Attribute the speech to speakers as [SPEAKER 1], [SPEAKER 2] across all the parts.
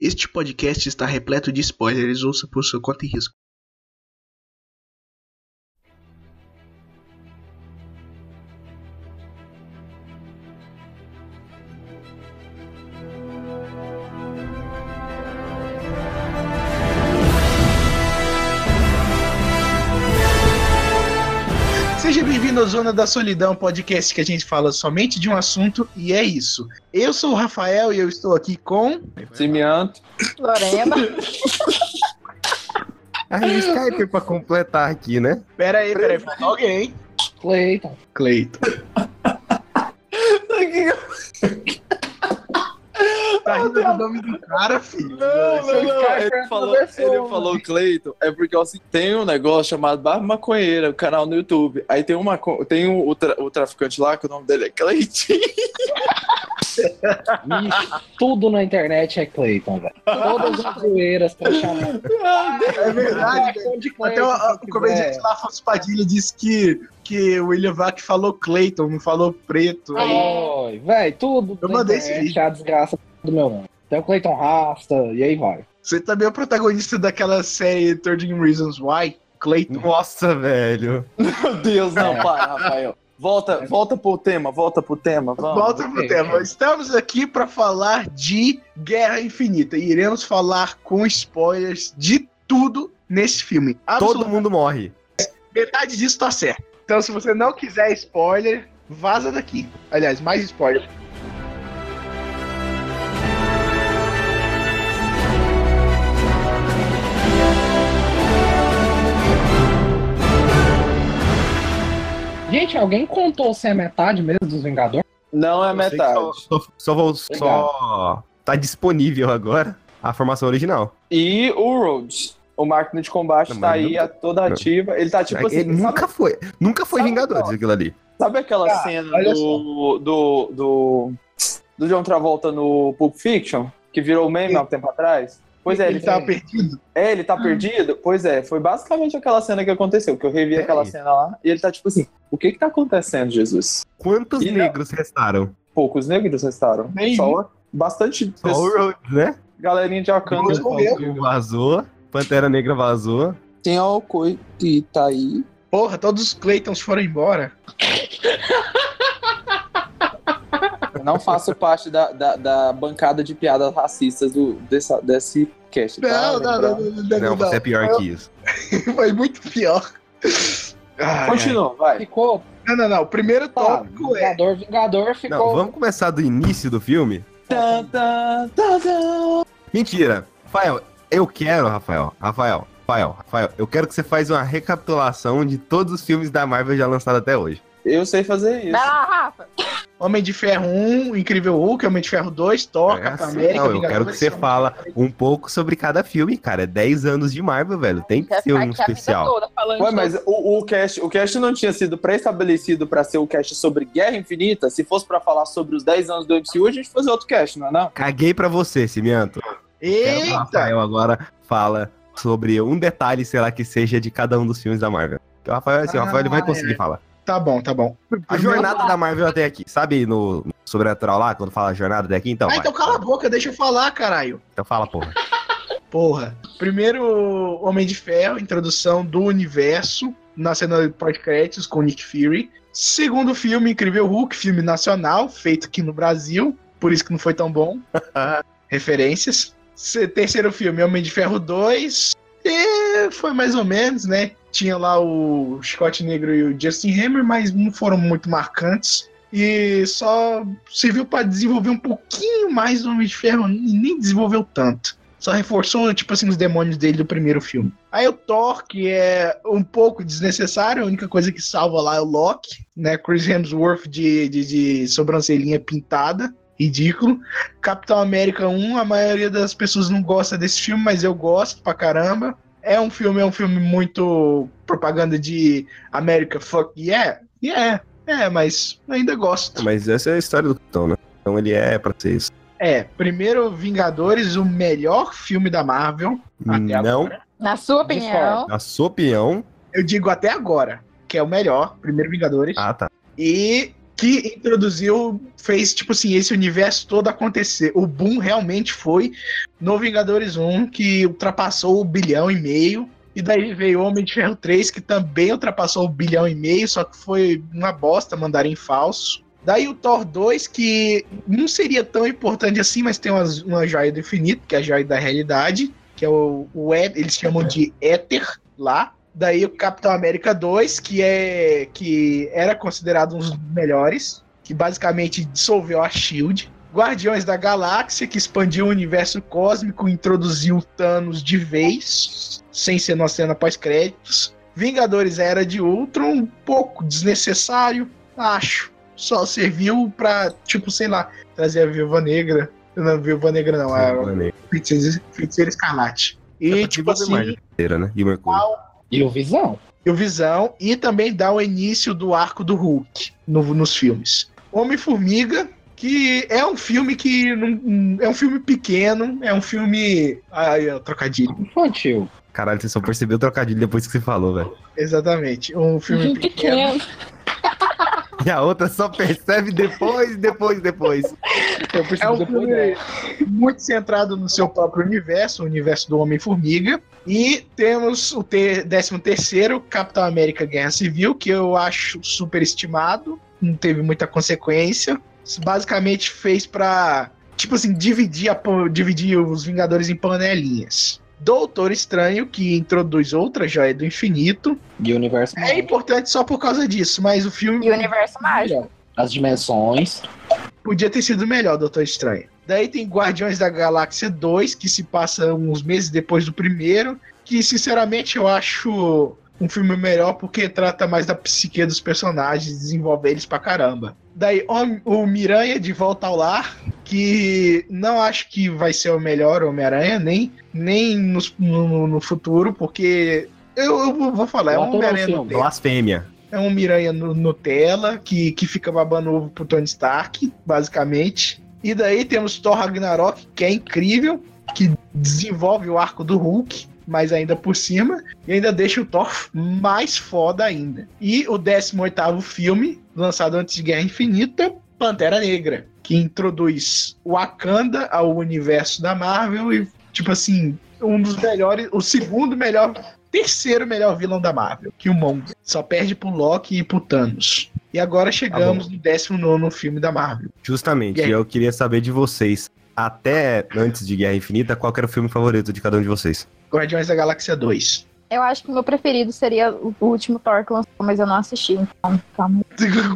[SPEAKER 1] Este podcast está repleto de spoilers, ouça por sua conta e risco. Seja bem-vindo ao Zona da Solidão, podcast que a gente fala somente de um assunto e é isso. Eu sou o Rafael e eu estou aqui com.
[SPEAKER 2] Simianto.
[SPEAKER 3] Lorena.
[SPEAKER 4] A Skype pra completar aqui, né?
[SPEAKER 1] Pera aí, pera aí, falta alguém.
[SPEAKER 3] Cleiton.
[SPEAKER 1] Cleito. Tá rindo do nome do cara, filho.
[SPEAKER 2] Não, não, não. Ele
[SPEAKER 3] Skype
[SPEAKER 2] falou,
[SPEAKER 3] é pessoa,
[SPEAKER 2] ele
[SPEAKER 3] né?
[SPEAKER 2] falou Cleiton. É porque assim, tem um negócio chamado Barba Maconheira, o canal no YouTube. Aí tem, uma, co- tem um, o, tra- o traficante lá, que o nome dele é Cleitinho.
[SPEAKER 3] Ixi, tudo na internet é Cleiton, velho. Todas as zoeiras pra chamar.
[SPEAKER 1] É verdade, velho. Até o, a- o comediante lá, Afonso Padilha, disse que, que o William Vac falou Cleiton, não falou preto. Aí,
[SPEAKER 3] Oi, velho, tudo.
[SPEAKER 1] Eu
[SPEAKER 3] na
[SPEAKER 1] mandei esse
[SPEAKER 3] internet
[SPEAKER 1] vídeo.
[SPEAKER 3] é a desgraça do meu nome. Tem o Cleiton Rasta, e aí vai.
[SPEAKER 1] Você também é o protagonista daquela série 13 Reasons Why, Cleiton.
[SPEAKER 4] Nossa, velho.
[SPEAKER 2] Meu Deus, não, para, Rafael. Volta, volta pro tema, volta pro tema, vamos.
[SPEAKER 1] Volta pro
[SPEAKER 3] ok.
[SPEAKER 1] tema. Estamos aqui para falar de Guerra Infinita e iremos falar com spoilers de tudo nesse filme.
[SPEAKER 4] Todo
[SPEAKER 1] Absolutamente.
[SPEAKER 4] mundo morre.
[SPEAKER 1] Metade disso tá certo. Então, se você não quiser spoiler, vaza daqui. Aliás, mais spoiler.
[SPEAKER 3] Gente, alguém contou se é metade mesmo dos Vingadores?
[SPEAKER 2] Não é
[SPEAKER 4] Eu sei que
[SPEAKER 2] metade.
[SPEAKER 4] Só, só, só vou. Só. Tá disponível agora a formação original.
[SPEAKER 2] E o Rhodes. O máquina de combate
[SPEAKER 4] Não,
[SPEAKER 2] tá
[SPEAKER 4] mas
[SPEAKER 2] aí,
[SPEAKER 4] nunca-
[SPEAKER 2] é toda
[SPEAKER 4] Não.
[SPEAKER 2] ativa. Ele tá tipo assim.
[SPEAKER 4] Ele nunca foi. Nunca foi
[SPEAKER 2] sabe
[SPEAKER 4] Vingadores
[SPEAKER 2] qual?
[SPEAKER 4] aquilo ali.
[SPEAKER 2] Sabe aquela
[SPEAKER 1] Cara,
[SPEAKER 2] cena
[SPEAKER 1] olha
[SPEAKER 2] do, do, do, do John Travolta no Pulp Fiction, que virou meme há um tempo atrás? Pois é,
[SPEAKER 1] ele tá- Ah.
[SPEAKER 2] ele,
[SPEAKER 1] tava perdido.
[SPEAKER 2] é, ele tá perdido? Pois é, foi basicamente aquela cena que aconteceu, que eu revi
[SPEAKER 1] É
[SPEAKER 4] Peraí.
[SPEAKER 2] aquela cena lá, e ele tá tipo assim, o que que tá acontecendo, Jesus?
[SPEAKER 4] Quantos
[SPEAKER 2] E não-
[SPEAKER 4] negros restaram?
[SPEAKER 2] Poucos negros restaram.
[SPEAKER 1] Nenhum.
[SPEAKER 2] Só bastante
[SPEAKER 4] Só o Rhodes, né?
[SPEAKER 2] galerinha de Wakanda.
[SPEAKER 1] Rhodes morreu.
[SPEAKER 4] Vazou. Pantera Negra vazou.
[SPEAKER 2] Tem o Coi que tá aí.
[SPEAKER 1] Porra, todos os Cleitons foram embora.
[SPEAKER 2] Eu não faço parte da, da, da bancada de piadas racistas do, dessa, desse cast, tá? Lembrando.
[SPEAKER 1] não,
[SPEAKER 4] Não, você é pior que isso.
[SPEAKER 1] Foi muito pior. Ai,
[SPEAKER 2] Continua, vai.
[SPEAKER 3] Ficou,
[SPEAKER 1] ai. Não, não, não. O primeiro
[SPEAKER 5] Tá,
[SPEAKER 3] pá,
[SPEAKER 1] tópico é.
[SPEAKER 3] Vingador, Vingador,
[SPEAKER 4] Não,
[SPEAKER 3] ficou.
[SPEAKER 4] vamos começar do início do filme?
[SPEAKER 2] Tan, tan, tan, tan.
[SPEAKER 4] Mentira. Rafael, eu quero, Rafael. Rafael, Rafael, Rafael, eu quero que você faz uma recapitulação de todos os filmes da Marvel já lançados até hoje.
[SPEAKER 2] Eu sei fazer isso.
[SPEAKER 3] Vai lá, Rafa.
[SPEAKER 1] Homem de Ferro 1, Incrível Hulk, Homem de Ferro 2, Thor,
[SPEAKER 4] É
[SPEAKER 1] Capitão
[SPEAKER 4] assim,
[SPEAKER 1] América,
[SPEAKER 4] não, eu quero que
[SPEAKER 1] Vingadores,
[SPEAKER 4] você fala um pouco sobre cada filme, cara. É 10 anos de Marvel, velho. Tem que
[SPEAKER 6] Quer
[SPEAKER 4] ser
[SPEAKER 6] ficar
[SPEAKER 4] um
[SPEAKER 6] aqui a vida
[SPEAKER 4] especial.
[SPEAKER 6] toda falando
[SPEAKER 2] Ué,
[SPEAKER 6] de
[SPEAKER 2] mas o, o, cast, o cast não tinha sido pré-estabelecido pra ser o cast sobre Guerra Infinita. Se fosse pra falar sobre os 10 anos do MCU, a gente fazia outro cast, não é não?
[SPEAKER 4] Caguei pra você, Cimianto.
[SPEAKER 1] Tá.
[SPEAKER 4] Quero que o
[SPEAKER 1] Eita!
[SPEAKER 4] Rafael agora fala sobre um detalhe, sei lá, que seja de cada um dos filmes da Marvel. Porque O Rafael, assim, o Rafael ele vai
[SPEAKER 1] Ah,
[SPEAKER 4] conseguir falar.
[SPEAKER 1] Tá bom, tá bom.
[SPEAKER 4] A jornada da Marvel até aqui. Sabe no no Sobrenatural lá, quando fala jornada até aqui? Então,
[SPEAKER 1] Ah,
[SPEAKER 4] vai.
[SPEAKER 1] então cala a boca, deixa eu falar, caralho.
[SPEAKER 4] Então fala, porra.
[SPEAKER 1] Porra. Primeiro, Homem de Ferro, introdução do universo, na cena de pós-créditos com Nick Fury. Segundo filme, Incrível Hulk, filme nacional, feito aqui no Brasil, por isso que não foi tão bom. Referências. Se- terceiro filme, Homem de Ferro 2. E foi mais ou menos, né? Tinha lá o Scott Negro e o Justin Hammer, mas não foram muito marcantes. E só serviu para desenvolver um pouquinho mais do Homem de Ferro e nem desenvolveu tanto. Só reforçou, tipo assim, os demônios dele do primeiro filme. Aí o Thor, que é um pouco desnecessário, a única coisa que salva lá é o Loki, né? Chris Hemsworth de, de, de sobrancelhinha pintada, ridículo. Capitão América 1, a maioria das pessoas não gosta desse filme, mas eu gosto pra caramba. É um filme, é um filme muito propaganda de América fuck yeah, yeah, é, mas ainda gosto.
[SPEAKER 4] Mas essa é a história do Capitão, né? Então ele é pra ser isso.
[SPEAKER 1] É, primeiro Vingadores, o melhor filme da Marvel. Até
[SPEAKER 4] não,
[SPEAKER 1] agora.
[SPEAKER 6] Na sua
[SPEAKER 3] De
[SPEAKER 2] É
[SPEAKER 6] opinião,
[SPEAKER 2] um
[SPEAKER 4] na sua opinião.
[SPEAKER 1] Eu digo até agora, que é o melhor, primeiro Vingadores.
[SPEAKER 4] Ah, tá.
[SPEAKER 1] E que introduziu, fez tipo assim, esse universo todo acontecer. O boom realmente foi no Vingadores 1, que ultrapassou o bilhão e meio. E daí veio Homem de Ferro 3, que também ultrapassou o bilhão e meio, só que foi uma bosta mandar em falso. Daí o Thor 2, que não seria tão importante assim, mas tem umas, uma joia do infinito, que é a joia da realidade, que é o, o é- eles chamam de éter lá. Daí o Capitão América 2, que é que era considerado um dos melhores, que basicamente dissolveu a Shield. Guardiões da Galáxia, que expandiu o universo cósmico, introduziu o Thanos de vez, sem ser uma cena pós-créditos. Vingadores Era de Ultron, um pouco desnecessário, acho. Só serviu pra, tipo, sei lá, trazer a Viúva Negra. Não, a Viúva Negra não,
[SPEAKER 4] é
[SPEAKER 1] a Feiticeira Feiticeira Escarlate. Então é E, tipo assim,
[SPEAKER 4] né? E o Mercúrio.
[SPEAKER 3] E o Visão.
[SPEAKER 1] e o Visão, e também dá o início do arco do Hulk no- nos filmes. Homem-Formiga, que é um filme que. não- é um filme pequeno, é um filme. Ai, é um trocadilho.
[SPEAKER 3] Infantil.
[SPEAKER 4] Caralho, você só percebeu o trocadilho depois que você falou, velho.
[SPEAKER 1] Exatamente. Um filme
[SPEAKER 6] Muito
[SPEAKER 1] pequeno.
[SPEAKER 6] pequeno.
[SPEAKER 4] E a outra só percebe depois, depois, depois.
[SPEAKER 3] Eu percebi
[SPEAKER 1] É um
[SPEAKER 3] depois
[SPEAKER 1] filme
[SPEAKER 3] dela.
[SPEAKER 1] muito centrado no seu próprio universo, o universo do Homem-Formiga. E temos o te 13o, Capitão América Guerra Civil, que eu acho superestimado, não teve muita consequência. Isso Basicamente fez pra, tipo assim, dividir, a pan- dividir os Vingadores em panelinhas. Doutor Estranho, que introduz outra joia do infinito.
[SPEAKER 3] E o universo
[SPEAKER 1] É
[SPEAKER 3] mágico.
[SPEAKER 1] importante só por causa disso, mas o filme
[SPEAKER 6] E o universo mágico.
[SPEAKER 3] As dimensões.
[SPEAKER 1] Podia ter sido melhor, Doutor Estranho. Daí tem Guardiões da Galáxia 2, que se passa uns meses depois do primeiro, que sinceramente eu acho um filme melhor porque trata mais da psique dos personagens, desenvolve eles pra caramba. Daí Hom- o Miranha de Volta ao Lar, que não acho que vai ser o melhor Homem-Aranha, nem, nem nos- no, no futuro, porque eu, eu vou falar, é
[SPEAKER 3] O
[SPEAKER 1] um
[SPEAKER 3] ator é o
[SPEAKER 1] Homem-Aranha
[SPEAKER 3] filme.
[SPEAKER 1] Nutella.
[SPEAKER 4] Blasfêmia.
[SPEAKER 1] É um Miranha nu- Nutella que, que fica babando ovo pro Tony Stark, basicamente. E daí temos Thor Ragnarok, que é incrível, que desenvolve o arco do Hulk, mas ainda por cima, e ainda deixa o Thor mais foda ainda. E o 18º filme, lançado antes de Guerra Infinita, Pantera Negra, que introduz Wakanda ao universo da Marvel e, tipo assim, um dos melhores, o segundo melhor terceiro melhor vilão da Marvel, que o Killmonger. Só perde pro Loki e pro Thanos. E agora chegamos no 19 filme da Marvel.
[SPEAKER 4] Justamente,
[SPEAKER 1] E aí?
[SPEAKER 4] eu queria saber de vocês, até antes de Guerra Infinita, qual que era o filme favorito de cada um de vocês?
[SPEAKER 1] Guardiões da Galáxia 2.
[SPEAKER 6] Eu acho que o meu preferido seria o o último Thor que lançou, mas eu não assisti, então calma.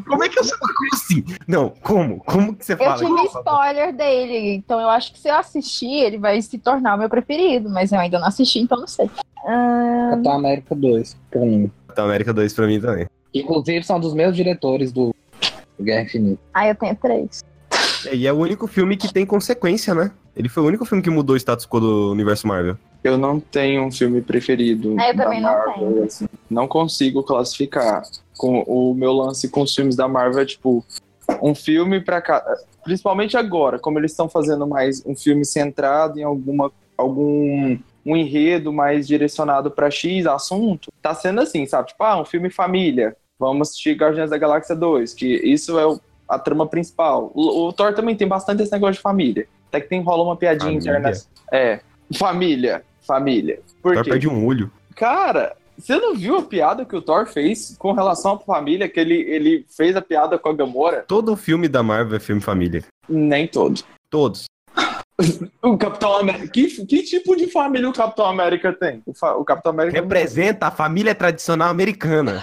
[SPEAKER 1] Como é que eu sou?
[SPEAKER 4] Como assim? Não, como? Como que você
[SPEAKER 6] Eu
[SPEAKER 4] fala?
[SPEAKER 6] tive spoiler dele, então eu acho que se eu assistir, ele vai se tornar o meu preferido, mas eu ainda não assisti, então não sei. Ah,
[SPEAKER 3] Capitão América 2, pra mim.
[SPEAKER 4] Capitão América 2 pra mim também.
[SPEAKER 3] Inclusive, são dos mesmos diretores do do Guerra Infinita.
[SPEAKER 6] aí eu tenho três.
[SPEAKER 4] E é o único filme que tem consequência, né? Ele foi o único filme que mudou o status quo do universo Marvel.
[SPEAKER 2] Eu não tenho um filme preferido.
[SPEAKER 6] É, eu
[SPEAKER 2] da
[SPEAKER 6] também não
[SPEAKER 2] Marvel,
[SPEAKER 6] tenho.
[SPEAKER 2] assim. Não consigo classificar. Com o meu lance com os filmes da Marvel é tipo um filme pra cada. Principalmente agora, como eles estão fazendo mais um filme centrado em alguma algum um enredo mais direcionado pra X assunto, tá sendo assim, sabe? Tipo, ah, um filme família. Vamos assistir Guardiões da Galáxia 2, que isso é o- a trama principal. O, o Thor também tem bastante esse negócio de família. Até que tem rola uma piadinha
[SPEAKER 4] Família?
[SPEAKER 2] interna. É, família, família. Por
[SPEAKER 4] Thor
[SPEAKER 2] quê?
[SPEAKER 4] perde um olho.
[SPEAKER 2] Cara, você não viu a piada que o Thor fez com relação à família? Que ele, ele fez a piada com a Gamora?
[SPEAKER 4] Todo filme da Marvel é filme família.
[SPEAKER 2] Nem todo.
[SPEAKER 4] Todos.
[SPEAKER 2] O Capitão América. Que, que tipo de família o Capitão América tem? O, fa- o Capitão América.
[SPEAKER 4] Representa a família tradicional americana.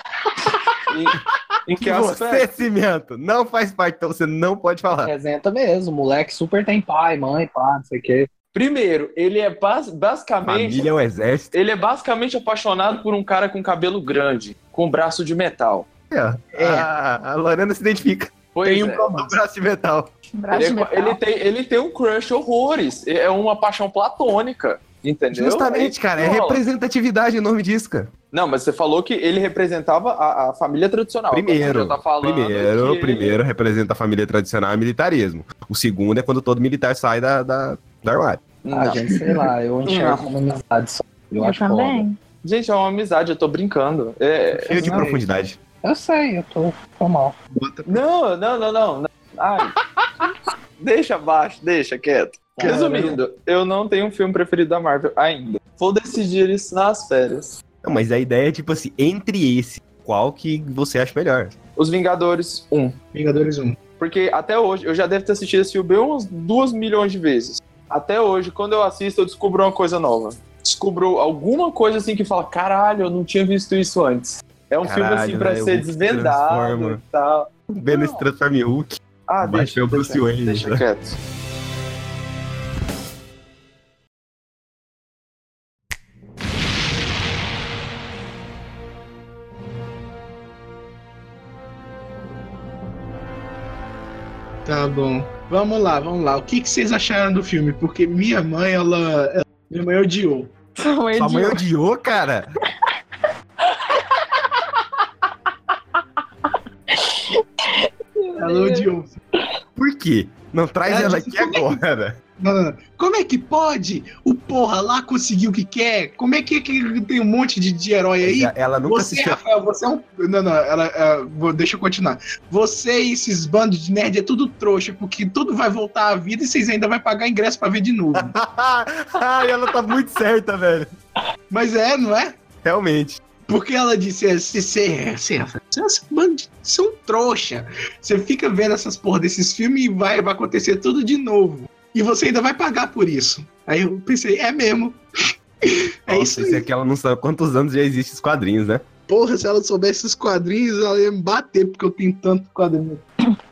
[SPEAKER 2] Em, em que é
[SPEAKER 4] Que é
[SPEAKER 2] aspecto?
[SPEAKER 4] você, Cimento, não faz parte, então você não pode falar.
[SPEAKER 3] Representa mesmo. O moleque super tem pai, mãe, pá, não sei o quê.
[SPEAKER 2] Primeiro, ele é bas- basicamente.
[SPEAKER 4] Família é o exército.
[SPEAKER 2] Ele é basicamente apaixonado por um cara com cabelo grande, com braço de metal.
[SPEAKER 4] É, ó.
[SPEAKER 1] É.
[SPEAKER 4] A, a Lorena se identifica.
[SPEAKER 2] Pois
[SPEAKER 4] Tem
[SPEAKER 2] é.
[SPEAKER 4] um braço de metal.
[SPEAKER 6] Um Braço
[SPEAKER 2] Ele,
[SPEAKER 6] de
[SPEAKER 2] é-
[SPEAKER 6] metal.
[SPEAKER 2] ele tem, ele tem um crush horrores. É uma paixão platônica. Entendeu?
[SPEAKER 4] Justamente,
[SPEAKER 2] Aí,
[SPEAKER 4] cara, é
[SPEAKER 2] rola.
[SPEAKER 4] representatividade o nome disso, cara.
[SPEAKER 2] Não, mas você falou que ele representava a, a família tradicional.
[SPEAKER 4] Primeiro,
[SPEAKER 2] Você já tá falando
[SPEAKER 4] primeiro,
[SPEAKER 2] que
[SPEAKER 4] primeiro representa a família tradicional e militarismo. O segundo é quando todo militar sai da, da, da armário.
[SPEAKER 2] Não.
[SPEAKER 3] Ah, gente, sei lá, eu
[SPEAKER 2] Não.
[SPEAKER 3] enxergo como amizade só. Eu,
[SPEAKER 6] Eu
[SPEAKER 3] acho foda.
[SPEAKER 6] também.
[SPEAKER 2] Gente, é uma amizade, eu tô brincando. É,
[SPEAKER 4] Cheio de
[SPEAKER 3] exatamente.
[SPEAKER 4] profundidade.
[SPEAKER 3] Eu sei, eu tô, tô mal.
[SPEAKER 1] Bota
[SPEAKER 2] Não, não, não, não. não. Ai. deixa abaixo, deixa quieto. Resumindo, eu não tenho um filme preferido da Marvel ainda. Vou decidir isso nas férias.
[SPEAKER 4] Não, mas a ideia é tipo assim, entre esse, qual que você acha melhor?
[SPEAKER 2] Os Vingadores 1.
[SPEAKER 1] Vingadores 1.
[SPEAKER 2] Porque até hoje, eu já devo ter assistido esse filme umas duas milhões de vezes. Até hoje, quando eu assisto, eu descubro uma coisa nova. Descubro alguma coisa assim que fala: caralho, eu não tinha visto isso antes. É um filme
[SPEAKER 4] Caralho, né?
[SPEAKER 2] assim pra
[SPEAKER 4] velho,
[SPEAKER 2] ser
[SPEAKER 4] o Hulk se
[SPEAKER 2] desvendado
[SPEAKER 4] transforma.
[SPEAKER 2] e tal.
[SPEAKER 4] Vendo se transforma em Hulk.
[SPEAKER 2] Ah,
[SPEAKER 4] Mas
[SPEAKER 2] deixa,
[SPEAKER 4] foi o Bruce
[SPEAKER 2] deixa,
[SPEAKER 4] Wayne,
[SPEAKER 2] deixa
[SPEAKER 4] né?
[SPEAKER 2] quieto.
[SPEAKER 1] Tá bom. Vamos lá, vamos lá. O que, que vocês acharam do filme? Porque minha mãe, ela. ela- minha mãe odiou.
[SPEAKER 6] São
[SPEAKER 4] Sua mãe
[SPEAKER 6] idiotas.
[SPEAKER 4] odiou, cara.
[SPEAKER 1] Ela odiou.
[SPEAKER 4] Por quê? Não traz
[SPEAKER 1] Cara, é
[SPEAKER 4] ela
[SPEAKER 1] isso
[SPEAKER 4] aqui agora.
[SPEAKER 1] Não, não, não. Como é que pode? O porra lá conseguiu o que quer? Como é que, que tem um monte de, de herói aí?
[SPEAKER 4] Ela nunca
[SPEAKER 1] Você,
[SPEAKER 4] assistiu.
[SPEAKER 1] Rafael, você é um. Não, não, ela, é, vou- deixa eu continuar. Você e esses bandos de nerd é tudo trouxa, porque tudo vai voltar à vida e vocês ainda vão pagar ingresso pra ver de novo.
[SPEAKER 4] Ai, ela tá muito certa, velho.
[SPEAKER 1] Mas é, não é?
[SPEAKER 4] Realmente.
[SPEAKER 1] Porque ela disse: "É, você é são é um trouxa. Você fica vendo essas porra desses filmes e vai, vai acontecer tudo de novo. E você ainda vai pagar por isso. Aí eu pensei: é mesmo. É
[SPEAKER 4] Nossa,
[SPEAKER 1] isso aí.
[SPEAKER 4] esse aqui ela não sabe quantos anos já existe os quadrinhos, né?
[SPEAKER 1] Porra, se ela soubesse os quadrinhos, ela ia me bater, porque eu tenho tanto quadrinho.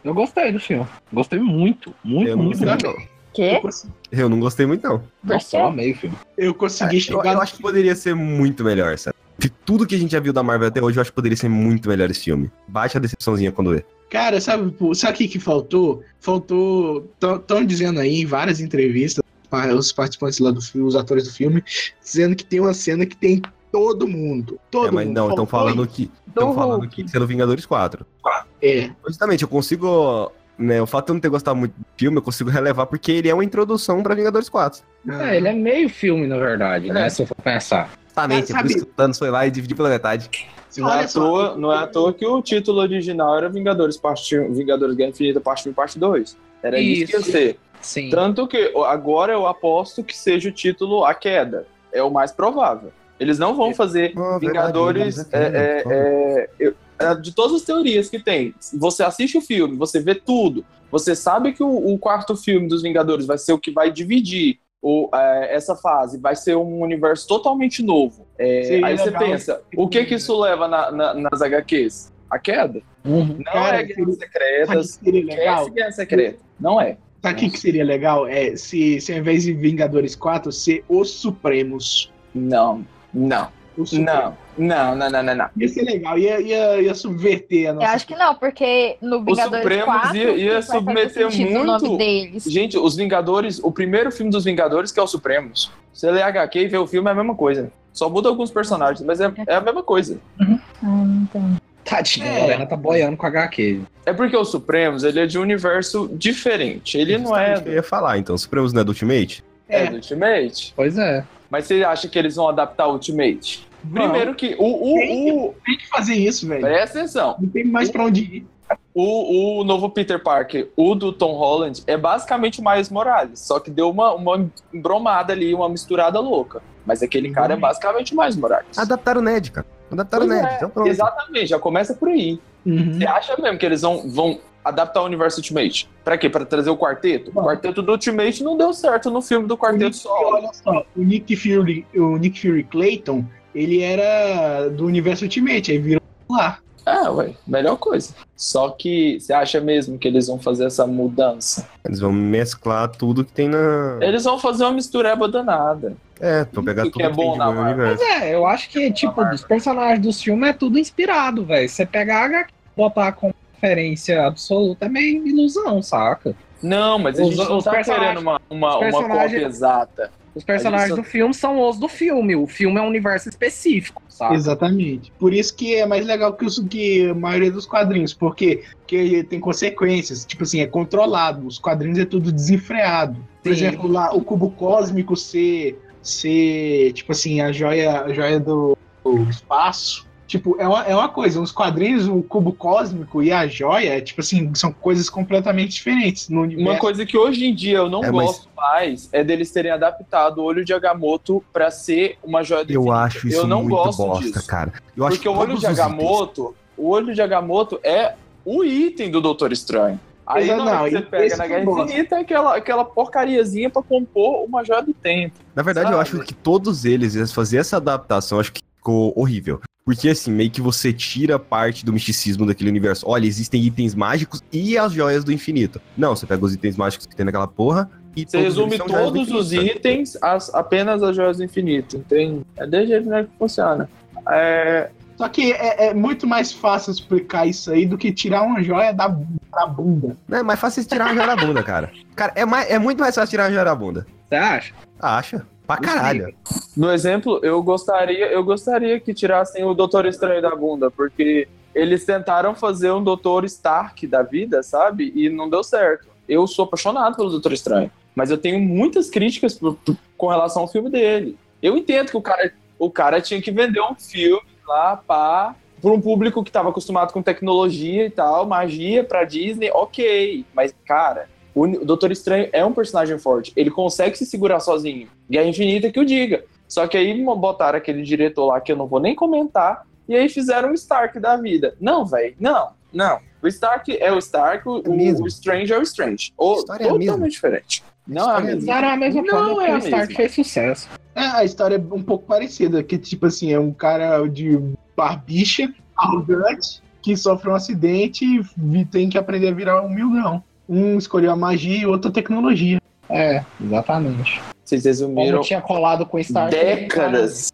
[SPEAKER 3] Eu gostei do filme. Gostei muito, muito,
[SPEAKER 4] Eu não
[SPEAKER 3] muito.
[SPEAKER 4] sei.
[SPEAKER 3] muito.
[SPEAKER 1] Eu
[SPEAKER 6] Quê?
[SPEAKER 1] consegui,
[SPEAKER 4] Eu não gostei muito, não.
[SPEAKER 3] Nossa, eu amei o filme.
[SPEAKER 1] É, eu consegui
[SPEAKER 4] Eu,
[SPEAKER 1] chegar
[SPEAKER 4] eu acho que poderia ser muito melhor, sabe? De tudo que a gente já viu da Marvel até hoje, eu acho que poderia ser muito melhor esse filme. Baixa a decepçãozinha quando vê.
[SPEAKER 1] Cara, sabe, pô, sabe o que, que faltou? Faltou. Estão dizendo aí em várias entrevistas, pa- os participantes lá do filme, os atores do filme, dizendo que tem uma cena que tem todo mundo. Todo
[SPEAKER 4] É, mas
[SPEAKER 1] mundo.
[SPEAKER 4] não, estão
[SPEAKER 1] Faltou
[SPEAKER 4] falando que. Estão falando que será o Vingadores 4.
[SPEAKER 1] isso. É.
[SPEAKER 4] Justamente, eu consigo. Né, o fato de eu não ter gostado muito do filme, eu consigo relevar porque ele é uma introdução pra Vingadores 4.
[SPEAKER 3] É, ele é meio filme, na verdade, né? Se eu for pensar.
[SPEAKER 4] Justamente, é por
[SPEAKER 1] sabe-
[SPEAKER 4] isso que o Thanos foi lá e dividiu pela metade.
[SPEAKER 2] Não é,
[SPEAKER 1] Olha
[SPEAKER 2] à
[SPEAKER 1] só.
[SPEAKER 2] toa, não é à toa que o título original era Vingadores, parte, um, Vingadores Guerra Infinita, parte 1 e parte 2. Era isso, que ia
[SPEAKER 3] Isso.
[SPEAKER 2] ser.
[SPEAKER 3] Sim.
[SPEAKER 2] Tanto que ó, agora eu aposto que seja o título A Queda. É o mais provável. Eles não
[SPEAKER 1] É.
[SPEAKER 2] vão fazer Vingadores. é, é, é, eu- é, de todas as teorias que tem, você assiste o filme, você vê tudo. Você sabe que o, o quarto filme dos Vingadores vai ser o que vai dividir o, é, essa fase, vai ser um universo totalmente novo. É,
[SPEAKER 1] Seria
[SPEAKER 2] aí você
[SPEAKER 1] legal. né?
[SPEAKER 2] pensa, o que que isso leva na- na- nas HQs? A queda?
[SPEAKER 3] Uhum.
[SPEAKER 2] Não
[SPEAKER 1] Cara,
[SPEAKER 2] é guerras
[SPEAKER 1] Sabe o que
[SPEAKER 2] secretas.
[SPEAKER 1] seria
[SPEAKER 2] Esquece
[SPEAKER 1] legal?
[SPEAKER 2] guerra secreta. Não é.
[SPEAKER 1] Sabe o que, que seria legal? É se, se ao invés de Vingadores 4, ser os Supremos.
[SPEAKER 2] Não. Não.
[SPEAKER 1] Os Supremos.
[SPEAKER 2] Não. Não, não, não, não, não.
[SPEAKER 1] Ia ser legal, ia, ia, ia subverter a
[SPEAKER 6] Eu
[SPEAKER 1] nossa.
[SPEAKER 6] acho que não, porque no Vingadores
[SPEAKER 2] Supremos
[SPEAKER 6] 4
[SPEAKER 2] ia- ia
[SPEAKER 6] vai fazer
[SPEAKER 2] submeter
[SPEAKER 6] sentido o
[SPEAKER 2] muito-
[SPEAKER 6] nome deles.
[SPEAKER 2] Gente, os Vingadores, o primeiro filme dos Vingadores que é o Supremos. Você lê HQ e vê o filme é a mesma coisa. Só muda alguns personagens, mas é, é a mesma coisa.
[SPEAKER 6] Ah, então.
[SPEAKER 3] Tadinha,
[SPEAKER 1] É.
[SPEAKER 3] a Lorena tá boiando com a HQ.
[SPEAKER 2] É porque o Supremos, ele é de um universo diferente. Ele não é
[SPEAKER 4] Eu
[SPEAKER 2] do,
[SPEAKER 4] ia falar, então. Supremos não é do Ultimate?
[SPEAKER 2] é do Ultimate.
[SPEAKER 3] Pois é.
[SPEAKER 2] Mas você acha que eles vão adaptar o Ultimate? Primeiro É. que o... o, o
[SPEAKER 1] Tem que fazer isso, velho.
[SPEAKER 2] presta atenção.
[SPEAKER 1] Não tem mais pra onde ir.
[SPEAKER 2] O, o novo Peter Parker, o do Tom Holland, é basicamente o Miles Morales. Só que deu uma, uma bromada ali, uma misturada louca. Mas aquele cara é basicamente o Miles Morales.
[SPEAKER 4] Adaptaram o Ned, cara. Adaptaram o
[SPEAKER 2] Pois
[SPEAKER 4] Ned.
[SPEAKER 2] é,
[SPEAKER 4] Então pronto.
[SPEAKER 2] Exatamente, já começa por aí.
[SPEAKER 1] Uhum.
[SPEAKER 2] Você acha mesmo que eles vão, vão adaptar o universo Ultimate? Pra quê? Pra trazer o quarteto? O
[SPEAKER 1] Não.
[SPEAKER 2] quarteto do Ultimate não deu certo no filme do Quarteto
[SPEAKER 1] E
[SPEAKER 2] Solo.
[SPEAKER 1] olha só, o Nick Fury, o Nick Fury Clayton, ele era do universo Ultimate, aí virou lá.
[SPEAKER 2] Ah, ué, melhor coisa. Só que você acha mesmo que eles vão fazer essa mudança?
[SPEAKER 4] Eles vão mesclar tudo que tem na.
[SPEAKER 2] Eles vão fazer uma mistureba danada.
[SPEAKER 4] É, vão pegar
[SPEAKER 2] Isso
[SPEAKER 4] tudo
[SPEAKER 2] que é bom
[SPEAKER 4] tem de
[SPEAKER 2] na
[SPEAKER 4] bom no
[SPEAKER 2] Marvel.
[SPEAKER 4] universo.
[SPEAKER 3] Mas é, eu acho que, tipo, dos personagens dos filmes é tudo inspirado, velho. Você pegar a HQ e botar como referência absoluta é meio ilusão, saca?
[SPEAKER 2] Não, mas a
[SPEAKER 3] Os-
[SPEAKER 2] gente não
[SPEAKER 3] os
[SPEAKER 2] tá
[SPEAKER 3] personagens-
[SPEAKER 2] querendo uma, uma,
[SPEAKER 3] os
[SPEAKER 2] uma cópia
[SPEAKER 3] personagens-
[SPEAKER 2] exata.
[SPEAKER 3] Os personagens
[SPEAKER 2] Mas isso-
[SPEAKER 3] do filme são os do filme. O filme é um universo específico,
[SPEAKER 2] Ah.
[SPEAKER 3] saca?
[SPEAKER 1] Exatamente. Por isso que é mais legal que, os, que a maioria dos quadrinhos, porque, porque tem consequências. Tipo assim, é controlado. Os quadrinhos é tudo desenfreado. Por
[SPEAKER 3] Sim.
[SPEAKER 1] exemplo, lá o cubo cósmico ser, ser tipo assim, a joia, a joia do, do espaço. Tipo, é uma, é uma coisa, os quadrinhos, o cubo cósmico e a joia, tipo assim, são coisas completamente diferentes no universo.
[SPEAKER 2] Uma coisa que hoje em dia eu não
[SPEAKER 4] É, mas-
[SPEAKER 2] gosto mais é deles terem adaptado o olho de Agamotto pra ser uma joia do
[SPEAKER 4] Eu
[SPEAKER 2] infinito.
[SPEAKER 4] acho isso
[SPEAKER 2] assim, eu não
[SPEAKER 4] muito
[SPEAKER 2] gosto
[SPEAKER 4] bosta,
[SPEAKER 2] disso.
[SPEAKER 4] cara. Eu acho
[SPEAKER 2] Porque o olho
[SPEAKER 4] todos
[SPEAKER 2] de
[SPEAKER 4] os itens-
[SPEAKER 2] Agamotto, o olho de Agamotto é o item do Doutor Estranho. Aí
[SPEAKER 1] Pois é,
[SPEAKER 2] na hora
[SPEAKER 1] não,
[SPEAKER 2] que você
[SPEAKER 1] e
[SPEAKER 2] pega
[SPEAKER 1] esse
[SPEAKER 2] na
[SPEAKER 1] que
[SPEAKER 2] Guerra
[SPEAKER 1] eu gosto.
[SPEAKER 2] Infinita é aquela, aquela porcariazinha pra compor uma joia do tempo.
[SPEAKER 4] Na verdade, eu
[SPEAKER 2] Sabe?
[SPEAKER 4] acho que todos eles, eles fazer essa adaptação, eu acho que ficou horrível. Porque assim, meio que você tira parte do misticismo daquele universo. Olha, existem itens mágicos e as joias do infinito. Não, você pega os itens mágicos que tem naquela porra e
[SPEAKER 2] Você resume
[SPEAKER 4] eles são joias do
[SPEAKER 2] todos os
[SPEAKER 4] infinito, sabe?
[SPEAKER 2] itens, as- apenas as joias do infinito. Entende? É desse jeito né, que funciona. É,
[SPEAKER 1] Só que é, é muito mais fácil explicar isso aí do que tirar uma joia da, da bunda.
[SPEAKER 4] Não, é mais fácil você tirar uma joia da bunda, cara. Cara, é, mais, é muito mais fácil tirar uma joia da bunda. Ah,
[SPEAKER 3] Você acha?
[SPEAKER 4] Acha? Pra caralho.
[SPEAKER 2] no exemplo, eu gostaria, eu gostaria que tirassem o Doutor Estranho da bunda, porque eles tentaram fazer um Doutor Stark da vida, sabe? E não deu certo. Eu sou apaixonado pelo Doutor Estranho, mas eu tenho muitas críticas pro- pro- com relação ao filme dele. Eu entendo que o cara, o cara tinha que vender um filme lá para para um público que estava acostumado com tecnologia e tal, magia para Disney, ok. Mas cara, o Uni- o Doutor Estranho é um personagem forte. Ele consegue se segurar sozinho. Guerra Infinita que o diga. Só que aí mo- botaram aquele diretor lá que eu não vou nem comentar e aí fizeram o Stark da vida. Não, velho, não, não. O Stark é o Stark, o,
[SPEAKER 4] É mesmo.
[SPEAKER 2] o Strange é o Strange. O,
[SPEAKER 4] História é a
[SPEAKER 2] totalmente
[SPEAKER 4] mesma.
[SPEAKER 2] diferente. Não é a
[SPEAKER 4] História é
[SPEAKER 2] mesma.
[SPEAKER 3] Usaram a mesma
[SPEAKER 2] Não,
[SPEAKER 3] forma
[SPEAKER 2] é
[SPEAKER 3] que
[SPEAKER 2] a
[SPEAKER 3] o Stark
[SPEAKER 2] mesma.
[SPEAKER 3] fez sucesso.
[SPEAKER 1] É, a história é um pouco parecida, que tipo assim, é um cara de barbicha, arrogante, que sofre um acidente e vi- tem que aprender a virar um milhão. Um escolheu a magia e o outro a tecnologia.
[SPEAKER 3] É, exatamente.
[SPEAKER 2] Vocês
[SPEAKER 3] Como é
[SPEAKER 2] resumiram
[SPEAKER 3] tinha colado com o Stark.
[SPEAKER 2] décadas,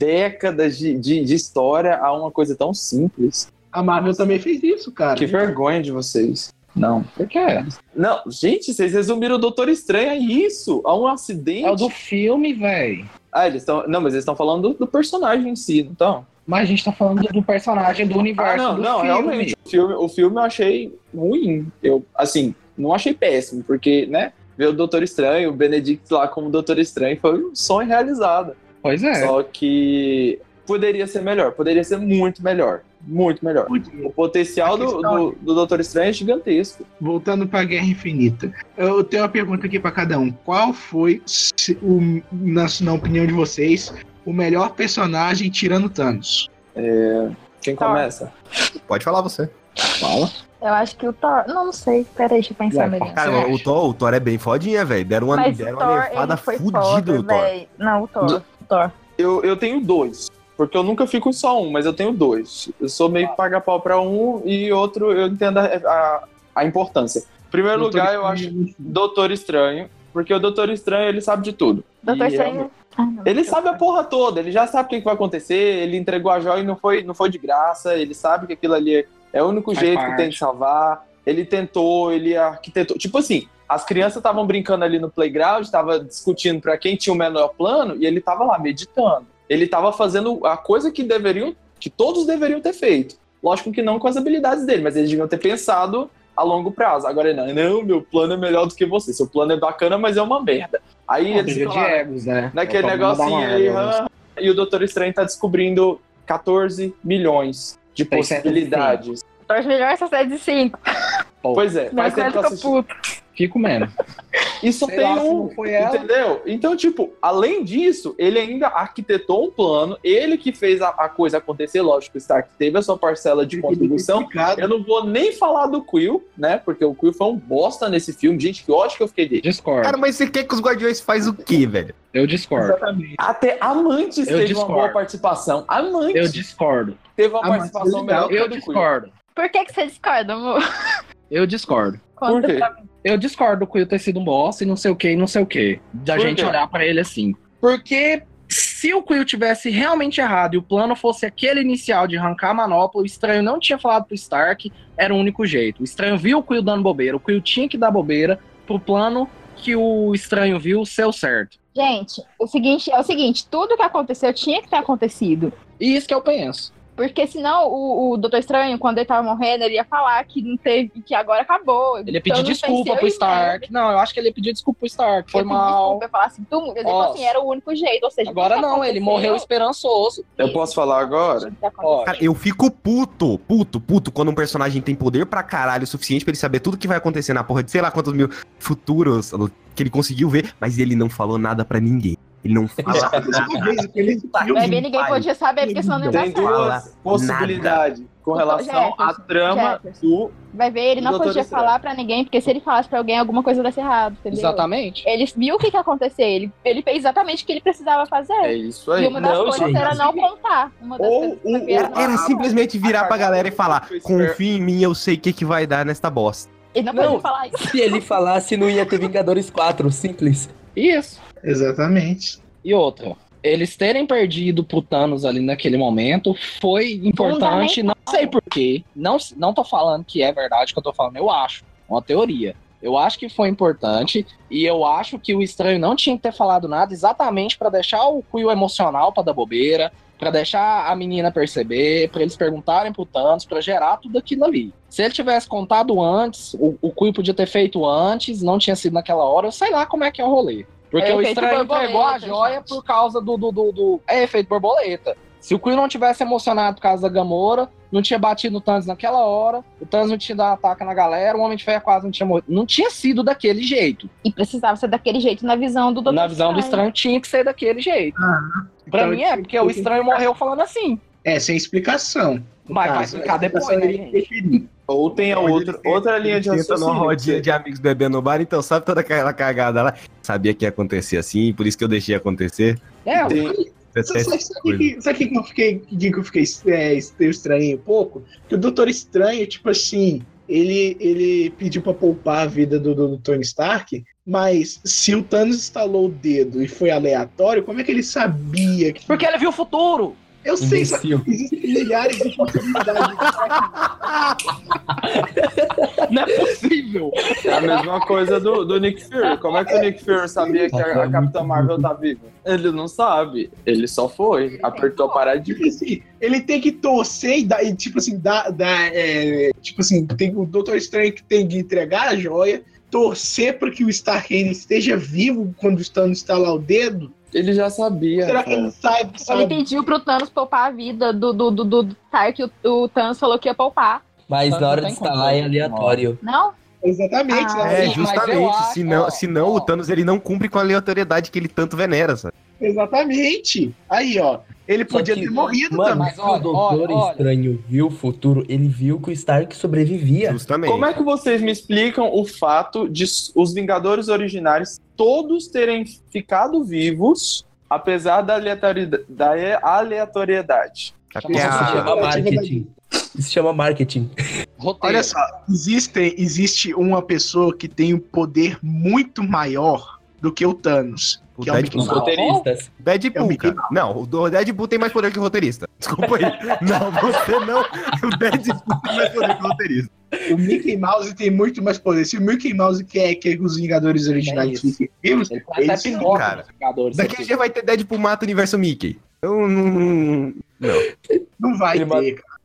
[SPEAKER 2] décadas de, de, de história a uma coisa tão simples.
[SPEAKER 1] A Marvel também fez isso, cara.
[SPEAKER 2] Que vergonha de vocês. Não.
[SPEAKER 3] Por quê?
[SPEAKER 2] Não, gente, vocês resumiram o Doutor Estranho a isso, a um acidente.
[SPEAKER 3] É o do filme, velho.
[SPEAKER 2] Ah, eles estão. Não, mas eles estão falando do, do personagem em si, não estão?
[SPEAKER 3] Mas a gente tá falando do personagem do
[SPEAKER 2] Ah,
[SPEAKER 3] universo
[SPEAKER 2] não,
[SPEAKER 3] do
[SPEAKER 2] não,
[SPEAKER 3] filme.
[SPEAKER 2] realmente. O filme, o filme eu achei ruim. Eu, assim, não achei péssimo, porque, né? Ver o Doutor Estranho, o Benedict lá como Doutor Estranho, foi um sonho realizado.
[SPEAKER 3] Pois é.
[SPEAKER 2] Só que poderia ser melhor, poderia ser muito melhor. Muito melhor. O potencial
[SPEAKER 1] A
[SPEAKER 2] do,
[SPEAKER 1] questão
[SPEAKER 2] do, do Doutor Estranho é gigantesco.
[SPEAKER 1] Voltando pra Guerra Infinita. Eu tenho uma pergunta aqui pra cada um. Qual foi, se- o- na, na opinião de vocês, o melhor personagem tirando Thanos?
[SPEAKER 2] Quem
[SPEAKER 6] Tá.
[SPEAKER 2] começa?
[SPEAKER 4] Pode falar você.
[SPEAKER 2] Fala.
[SPEAKER 6] Eu acho que o Thor. Não, não sei. Pera aí, deixa eu pensar
[SPEAKER 3] Ué,
[SPEAKER 6] melhor.
[SPEAKER 4] Cara,
[SPEAKER 3] Você
[SPEAKER 4] o
[SPEAKER 3] acha?
[SPEAKER 4] Thor, o Thor é bem fodinha, velho. Deram uma,
[SPEAKER 6] Mas
[SPEAKER 4] deram
[SPEAKER 6] o
[SPEAKER 4] é uma
[SPEAKER 6] Thor,
[SPEAKER 4] levada
[SPEAKER 6] ele foi
[SPEAKER 4] fudida
[SPEAKER 6] foda,
[SPEAKER 4] no Thor.
[SPEAKER 6] velho. Não, o Thor.
[SPEAKER 2] Do-
[SPEAKER 6] o Thor.
[SPEAKER 2] Eu, eu tenho dois. Porque eu nunca fico em só um, mas eu tenho dois. Eu sou meio que paga pau pra um e outro eu entendo a, a, a importância. Em primeiro
[SPEAKER 1] Doutor
[SPEAKER 2] lugar, eu acho
[SPEAKER 1] Estranho.
[SPEAKER 2] Doutor Estranho. Porque o Doutor Estranho, ele sabe de tudo.
[SPEAKER 4] é
[SPEAKER 6] Doutor
[SPEAKER 2] E
[SPEAKER 6] Estranho. Ah, não,
[SPEAKER 2] Ele
[SPEAKER 6] Doutor
[SPEAKER 2] sabe a porra toda, ele já sabe o que que vai acontecer, ele entregou a joia e não foi, não foi de graça, ele sabe que aquilo ali é- é o único
[SPEAKER 3] Faz
[SPEAKER 2] jeito que
[SPEAKER 3] parte.
[SPEAKER 2] tem de salvar. Ele tentou, ele arquitetou. Tipo assim, as crianças estavam brincando ali no playground, estavam discutindo pra quem tinha o menor plano, e ele tava lá meditando. Ele tava fazendo a coisa que deveriam, que todos deveriam ter feito. Lógico que não com as habilidades dele, mas eles deviam ter pensado a longo prazo. Agora, não, não, meu plano é melhor do que você. Seu plano é bacana, mas é uma merda. Aí
[SPEAKER 3] É,
[SPEAKER 2] eles
[SPEAKER 3] briga de
[SPEAKER 2] falaram,
[SPEAKER 3] egos, né? É
[SPEAKER 2] Naquele
[SPEAKER 3] o problema da
[SPEAKER 2] negocinho
[SPEAKER 3] Marvel,
[SPEAKER 2] ali,
[SPEAKER 3] né?
[SPEAKER 2] ah, e o Doutor Estranho tá descobrindo 14 milhões de
[SPEAKER 3] 605.
[SPEAKER 2] possibilidades.
[SPEAKER 6] Estranho. Os melhores são 75.
[SPEAKER 2] Pois é,
[SPEAKER 6] Mas
[SPEAKER 2] faz
[SPEAKER 6] eu
[SPEAKER 2] tempo
[SPEAKER 5] tá
[SPEAKER 2] que eu
[SPEAKER 6] fico
[SPEAKER 2] assisti.
[SPEAKER 6] puto.
[SPEAKER 3] Fico mesmo.
[SPEAKER 2] E só
[SPEAKER 3] Sei
[SPEAKER 2] tem
[SPEAKER 3] lá se
[SPEAKER 2] um,
[SPEAKER 3] não foi ela.
[SPEAKER 2] entendeu? Então, tipo, além disso, ele ainda arquitetou um plano, ele que fez a, a coisa acontecer, lógico, o Stark teve a sua parcela de contribuição,
[SPEAKER 1] Complicado.
[SPEAKER 2] eu não vou nem falar do Quill, né? Porque o Quill foi um bosta nesse filme. Gente, que ótimo que eu fiquei dele.
[SPEAKER 3] Discordo.
[SPEAKER 4] Cara, mas você quer que os Guardiões faz o quê, velho?
[SPEAKER 3] Eu discordo.
[SPEAKER 1] Exatamente.
[SPEAKER 2] Até Amantes
[SPEAKER 3] Eu
[SPEAKER 2] teve
[SPEAKER 3] discordo.
[SPEAKER 2] uma boa participação. Amantes
[SPEAKER 3] Eu discordo.
[SPEAKER 2] teve uma
[SPEAKER 1] Amantes
[SPEAKER 2] participação
[SPEAKER 1] é legal.
[SPEAKER 2] melhor que a
[SPEAKER 3] Eu
[SPEAKER 2] do Quill.
[SPEAKER 3] discordo.
[SPEAKER 6] Por que, que você discorda, amor?
[SPEAKER 3] Eu discordo.
[SPEAKER 2] Por
[SPEAKER 6] Conta
[SPEAKER 2] quê?
[SPEAKER 6] pra mim.
[SPEAKER 3] Eu discordo do Quill ter sido um boss e não sei o que e não sei o que. Da
[SPEAKER 2] Por
[SPEAKER 3] gente
[SPEAKER 2] quê?
[SPEAKER 3] olhar pra ele assim. Porque se o Quill tivesse realmente errado e o plano fosse aquele inicial de arrancar a manopla, o estranho não tinha falado pro Stark, era o único jeito. O estranho viu o Quill dando bobeira, o Quill tinha que dar bobeira pro plano que o estranho viu ser o certo.
[SPEAKER 6] Gente, o seguinte é o seguinte: tudo que aconteceu tinha que ter acontecido.
[SPEAKER 3] E isso que eu penso.
[SPEAKER 6] Porque senão o, o Doutor Estranho, quando ele tava morrendo, ele ia falar que não teve, que agora acabou. Então,
[SPEAKER 5] Ele ia pedir
[SPEAKER 6] Thanos
[SPEAKER 5] desculpa
[SPEAKER 6] venceu
[SPEAKER 5] pro
[SPEAKER 6] e merda.
[SPEAKER 5] Stark. Não, eu acho que ele ia pedir desculpa pro Stark. Foi
[SPEAKER 6] Ele pediu
[SPEAKER 5] mal.
[SPEAKER 6] Desculpa, eu falar assim, tu, eu digo
[SPEAKER 5] Ó,
[SPEAKER 6] assim, era o único jeito. Ou seja,
[SPEAKER 5] Agora
[SPEAKER 6] tudo que
[SPEAKER 5] não, ele
[SPEAKER 6] aconteceu-
[SPEAKER 5] morreu esperançoso.
[SPEAKER 2] Eu posso falar agora?
[SPEAKER 6] Tudo que tá aconteceu.
[SPEAKER 4] Cara, eu fico puto, puto, puto, quando um personagem tem poder pra caralho o suficiente pra ele saber tudo que vai acontecer na porra de sei lá quantos mil futuros que ele conseguiu ver, mas ele não falou nada pra ninguém. Ele não fala.
[SPEAKER 1] Uma vez aquele
[SPEAKER 6] Não é
[SPEAKER 1] filme,
[SPEAKER 6] bem ninguém
[SPEAKER 4] pai.
[SPEAKER 6] podia saber, porque senão não
[SPEAKER 4] Entendeu?
[SPEAKER 6] ia
[SPEAKER 2] Tem
[SPEAKER 6] dar certo.
[SPEAKER 4] fala
[SPEAKER 2] duas possibilidades com relação à
[SPEAKER 6] Jefferson,
[SPEAKER 2] trama
[SPEAKER 6] Jefferson.
[SPEAKER 2] do.
[SPEAKER 6] Vai ver, ele não
[SPEAKER 2] Doutor
[SPEAKER 6] podia
[SPEAKER 2] Estranho.
[SPEAKER 6] falar pra ninguém, porque se ele falasse pra alguém, alguma coisa desse errado, entendeu?
[SPEAKER 5] Exatamente.
[SPEAKER 6] Ele viu o que, que ia acontecer, ele, ele fez exatamente o que ele precisava
[SPEAKER 2] É
[SPEAKER 6] fazer.
[SPEAKER 2] isso
[SPEAKER 6] e
[SPEAKER 2] aí.
[SPEAKER 6] uma das
[SPEAKER 7] Não,
[SPEAKER 6] coisas
[SPEAKER 7] gente.
[SPEAKER 6] era não contar. Uma das
[SPEAKER 2] Ou
[SPEAKER 6] coisas que
[SPEAKER 2] o-
[SPEAKER 6] sabia
[SPEAKER 4] Era,
[SPEAKER 6] não
[SPEAKER 4] era
[SPEAKER 6] contar.
[SPEAKER 4] simplesmente virar pra galera e falar: confia em mim, eu sei o que, que vai dar nesta bosta.
[SPEAKER 6] Ele não podia
[SPEAKER 7] Não.
[SPEAKER 6] falar isso.
[SPEAKER 7] Se ele falasse, não ia ter Vingadores 4, simples.
[SPEAKER 5] Isso.
[SPEAKER 1] Exatamente.
[SPEAKER 5] E outra. Eles terem perdido pro Thanos ali naquele momento foi importante. Não sei porquê. Não, não tô falando que é verdade o que eu tô falando. Eu acho. Uma teoria. Eu acho que foi importante. E eu acho que o estranho não tinha que ter falado nada exatamente pra deixar o Quill emocional pra dar bobeira. Pra deixar a menina perceber, pra eles perguntarem pro Thanos, pra gerar tudo aquilo ali. Se ele tivesse contado antes, o, o Quill podia ter feito antes, não tinha sido naquela hora, eu sei lá como é que é o rolê. Porque
[SPEAKER 6] É
[SPEAKER 5] o
[SPEAKER 6] efeito
[SPEAKER 5] estranho entregou a
[SPEAKER 6] borboleta,
[SPEAKER 5] joia
[SPEAKER 6] gente.
[SPEAKER 5] por causa do, do, do, do- É efeito borboleta. Se o Quill não tivesse emocionado por causa da Gamora, não tinha batido no Thanos naquela hora, o Thanos não tinha dado um ataque na galera, o Homem de Ferro quase não tinha morrido. Não tinha sido daquele jeito.
[SPEAKER 6] E precisava ser daquele jeito na visão do Dr.
[SPEAKER 5] Na visão do estranho, tinha que ser daquele jeito. Pra
[SPEAKER 1] Então,
[SPEAKER 5] mim é, porque o estranho morreu falando assim.
[SPEAKER 1] É, sem explicação. Ah, No
[SPEAKER 5] Mas vai
[SPEAKER 1] caso,
[SPEAKER 5] explicar
[SPEAKER 1] a
[SPEAKER 5] depois,
[SPEAKER 1] explicação
[SPEAKER 5] né,
[SPEAKER 1] ele
[SPEAKER 5] gente?
[SPEAKER 1] preferiu.
[SPEAKER 2] Ou tem a
[SPEAKER 4] Pode
[SPEAKER 2] outra,
[SPEAKER 4] ser.
[SPEAKER 2] outra linha de
[SPEAKER 4] Ele senta numa rodinha
[SPEAKER 2] raciocínio.
[SPEAKER 4] de amigos bebendo no bar, então sabe toda aquela cagada lá? Sabia que ia acontecer assim, por isso que eu deixei acontecer.
[SPEAKER 5] É, o
[SPEAKER 2] Tem-
[SPEAKER 1] Sabe
[SPEAKER 4] Deteste
[SPEAKER 1] sabe- sabe que, sabe que eu fiquei, que digo que eu fiquei é, estranho um pouco? Que o Doutor Estranho, tipo assim, ele, ele pediu pra poupar a vida do, do, do Tony Stark, mas se o Thanos instalou o dedo e foi aleatório, como é que ele sabia que.
[SPEAKER 5] Porque ele viu o futuro.
[SPEAKER 1] eu sei, só que
[SPEAKER 7] Imbecil.
[SPEAKER 1] existem milhares de possibilidades.
[SPEAKER 5] Não é possível.
[SPEAKER 2] É a mesma coisa do, do Nick Fury. Como é que o Nick Fury sabia que a, a Capitã Marvel tá viva? Ele não sabe. Ele só foi. Apertou a paradinha.
[SPEAKER 1] tipo assim, ele tem que torcer e, dar, e, tipo assim, dar, dar, é, tipo assim, tem o Doutor Estranho que tem que entregar a joia, torcer para que o Stark ainda esteja vivo quando o Thanos instalar o dedo.
[SPEAKER 2] Ele já sabia.
[SPEAKER 1] Será que
[SPEAKER 2] cara.
[SPEAKER 1] ele sabe,
[SPEAKER 6] Ele
[SPEAKER 1] sabe?
[SPEAKER 6] pediu pro Thanos poupar a vida do, do, do, do Stark, o, o Thanos falou que ia poupar.
[SPEAKER 7] Mas
[SPEAKER 5] Só
[SPEAKER 7] na
[SPEAKER 5] não
[SPEAKER 7] hora
[SPEAKER 5] tem
[SPEAKER 7] de instalar é
[SPEAKER 5] controle.
[SPEAKER 7] aleatório.
[SPEAKER 6] Não?
[SPEAKER 1] Exatamente.
[SPEAKER 6] Ah,
[SPEAKER 1] né?
[SPEAKER 4] É,
[SPEAKER 5] Sim, mas eu
[SPEAKER 4] justamente.
[SPEAKER 5] acho-
[SPEAKER 4] Senão,
[SPEAKER 5] ó,
[SPEAKER 4] senão
[SPEAKER 5] ó.
[SPEAKER 4] o Thanos ele não cumpre com a aleatoriedade que ele tanto venera, sabe?
[SPEAKER 1] Exatamente. Aí, ó. Ele
[SPEAKER 7] Só
[SPEAKER 1] podia
[SPEAKER 7] que-
[SPEAKER 1] ter morrido
[SPEAKER 7] Mano,
[SPEAKER 1] também.
[SPEAKER 7] mas o Doutor
[SPEAKER 5] olha, olha.
[SPEAKER 7] Estranho viu o futuro, ele viu que o Stark sobrevivia.
[SPEAKER 4] Justamente.
[SPEAKER 2] Como é que vocês me explicam o fato de s- os Vingadores originários todos terem ficado vivos, apesar da aleatoriedade? Da e- aleatoriedade?
[SPEAKER 4] É Porque a-
[SPEAKER 7] Isso
[SPEAKER 1] Ah,
[SPEAKER 7] chama
[SPEAKER 1] relatividade.
[SPEAKER 7] marketing. Isso chama marketing.
[SPEAKER 5] Roteiro.
[SPEAKER 1] Olha só, existe, existe uma pessoa que tem um poder muito maior do que o Thanos.
[SPEAKER 4] O
[SPEAKER 1] que é o
[SPEAKER 4] Deadpool.
[SPEAKER 7] Os
[SPEAKER 5] Não.
[SPEAKER 7] roteiristas.
[SPEAKER 1] É o
[SPEAKER 4] Deadpool,
[SPEAKER 1] Mickey
[SPEAKER 4] cara. Não, o do- o Deadpool tem mais poder que o roteirista. Desculpa aí. não, você não. O Deadpool tem mais poder que o roteirista.
[SPEAKER 1] O Mickey Mouse tem muito mais poder. Se o Mickey Mouse quer que os Vingadores originais
[SPEAKER 5] É isso.
[SPEAKER 1] fiquem vivos,
[SPEAKER 5] Ele tá
[SPEAKER 1] ele
[SPEAKER 5] até
[SPEAKER 1] sim,
[SPEAKER 5] pior
[SPEAKER 4] cara.
[SPEAKER 5] que os Vingadores
[SPEAKER 4] Daqui a
[SPEAKER 5] aqui.
[SPEAKER 4] dia vai ter Deadpool mata o universo Mickey. Então, não- não-
[SPEAKER 1] não vai
[SPEAKER 7] Ele
[SPEAKER 1] ter, cara.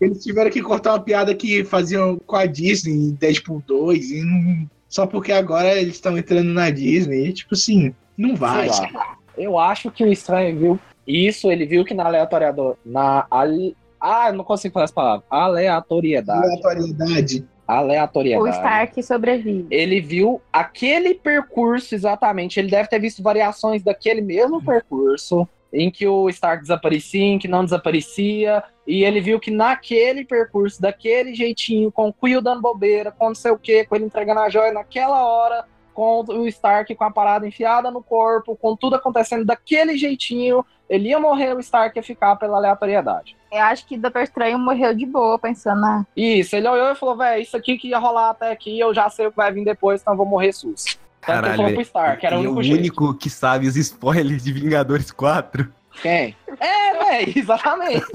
[SPEAKER 1] Eles tiveram que cortar uma piada que faziam com a Disney em Deadpool 2. E não- Só porque agora eles estão entrando na Disney. E, tipo assim, não vai.
[SPEAKER 5] Sei lá. Eu acho que o estranho viu isso, ele viu que na aleatoriedade. Na ali, ah, eu não consigo falar essa palavra. Aleatoriedade.
[SPEAKER 1] é Aleatoriedade.
[SPEAKER 6] O
[SPEAKER 5] Aleatoriedade.
[SPEAKER 6] Stark sobrevive.
[SPEAKER 5] Ele viu aquele percurso exatamente. Ele deve ter visto variações daquele mesmo percurso. Em que o Stark desaparecia, em que não desaparecia. E ele viu que naquele percurso, daquele jeitinho, com o Quill dando bobeira, com não sei o quê, com ele entregando a joia naquela hora, com o Stark com a parada enfiada no corpo, com tudo acontecendo daquele jeitinho, ele ia morrer, o Stark ia ficar pela aleatoriedade.
[SPEAKER 6] Eu acho que o Doutor Estranho morreu de boa, pensando na.
[SPEAKER 5] Isso, ele olhou e falou, velho, isso aqui que ia rolar até aqui, eu já sei o que vai vir depois, então eu vou morrer sus. Tanto que ele
[SPEAKER 4] Caralho,
[SPEAKER 5] falou pro Stark,
[SPEAKER 2] é
[SPEAKER 5] era o
[SPEAKER 4] ele
[SPEAKER 3] é
[SPEAKER 5] único jeito.
[SPEAKER 4] que sabe os spoilers de Vingadores 4.
[SPEAKER 5] Quem? É, velho, exatamente.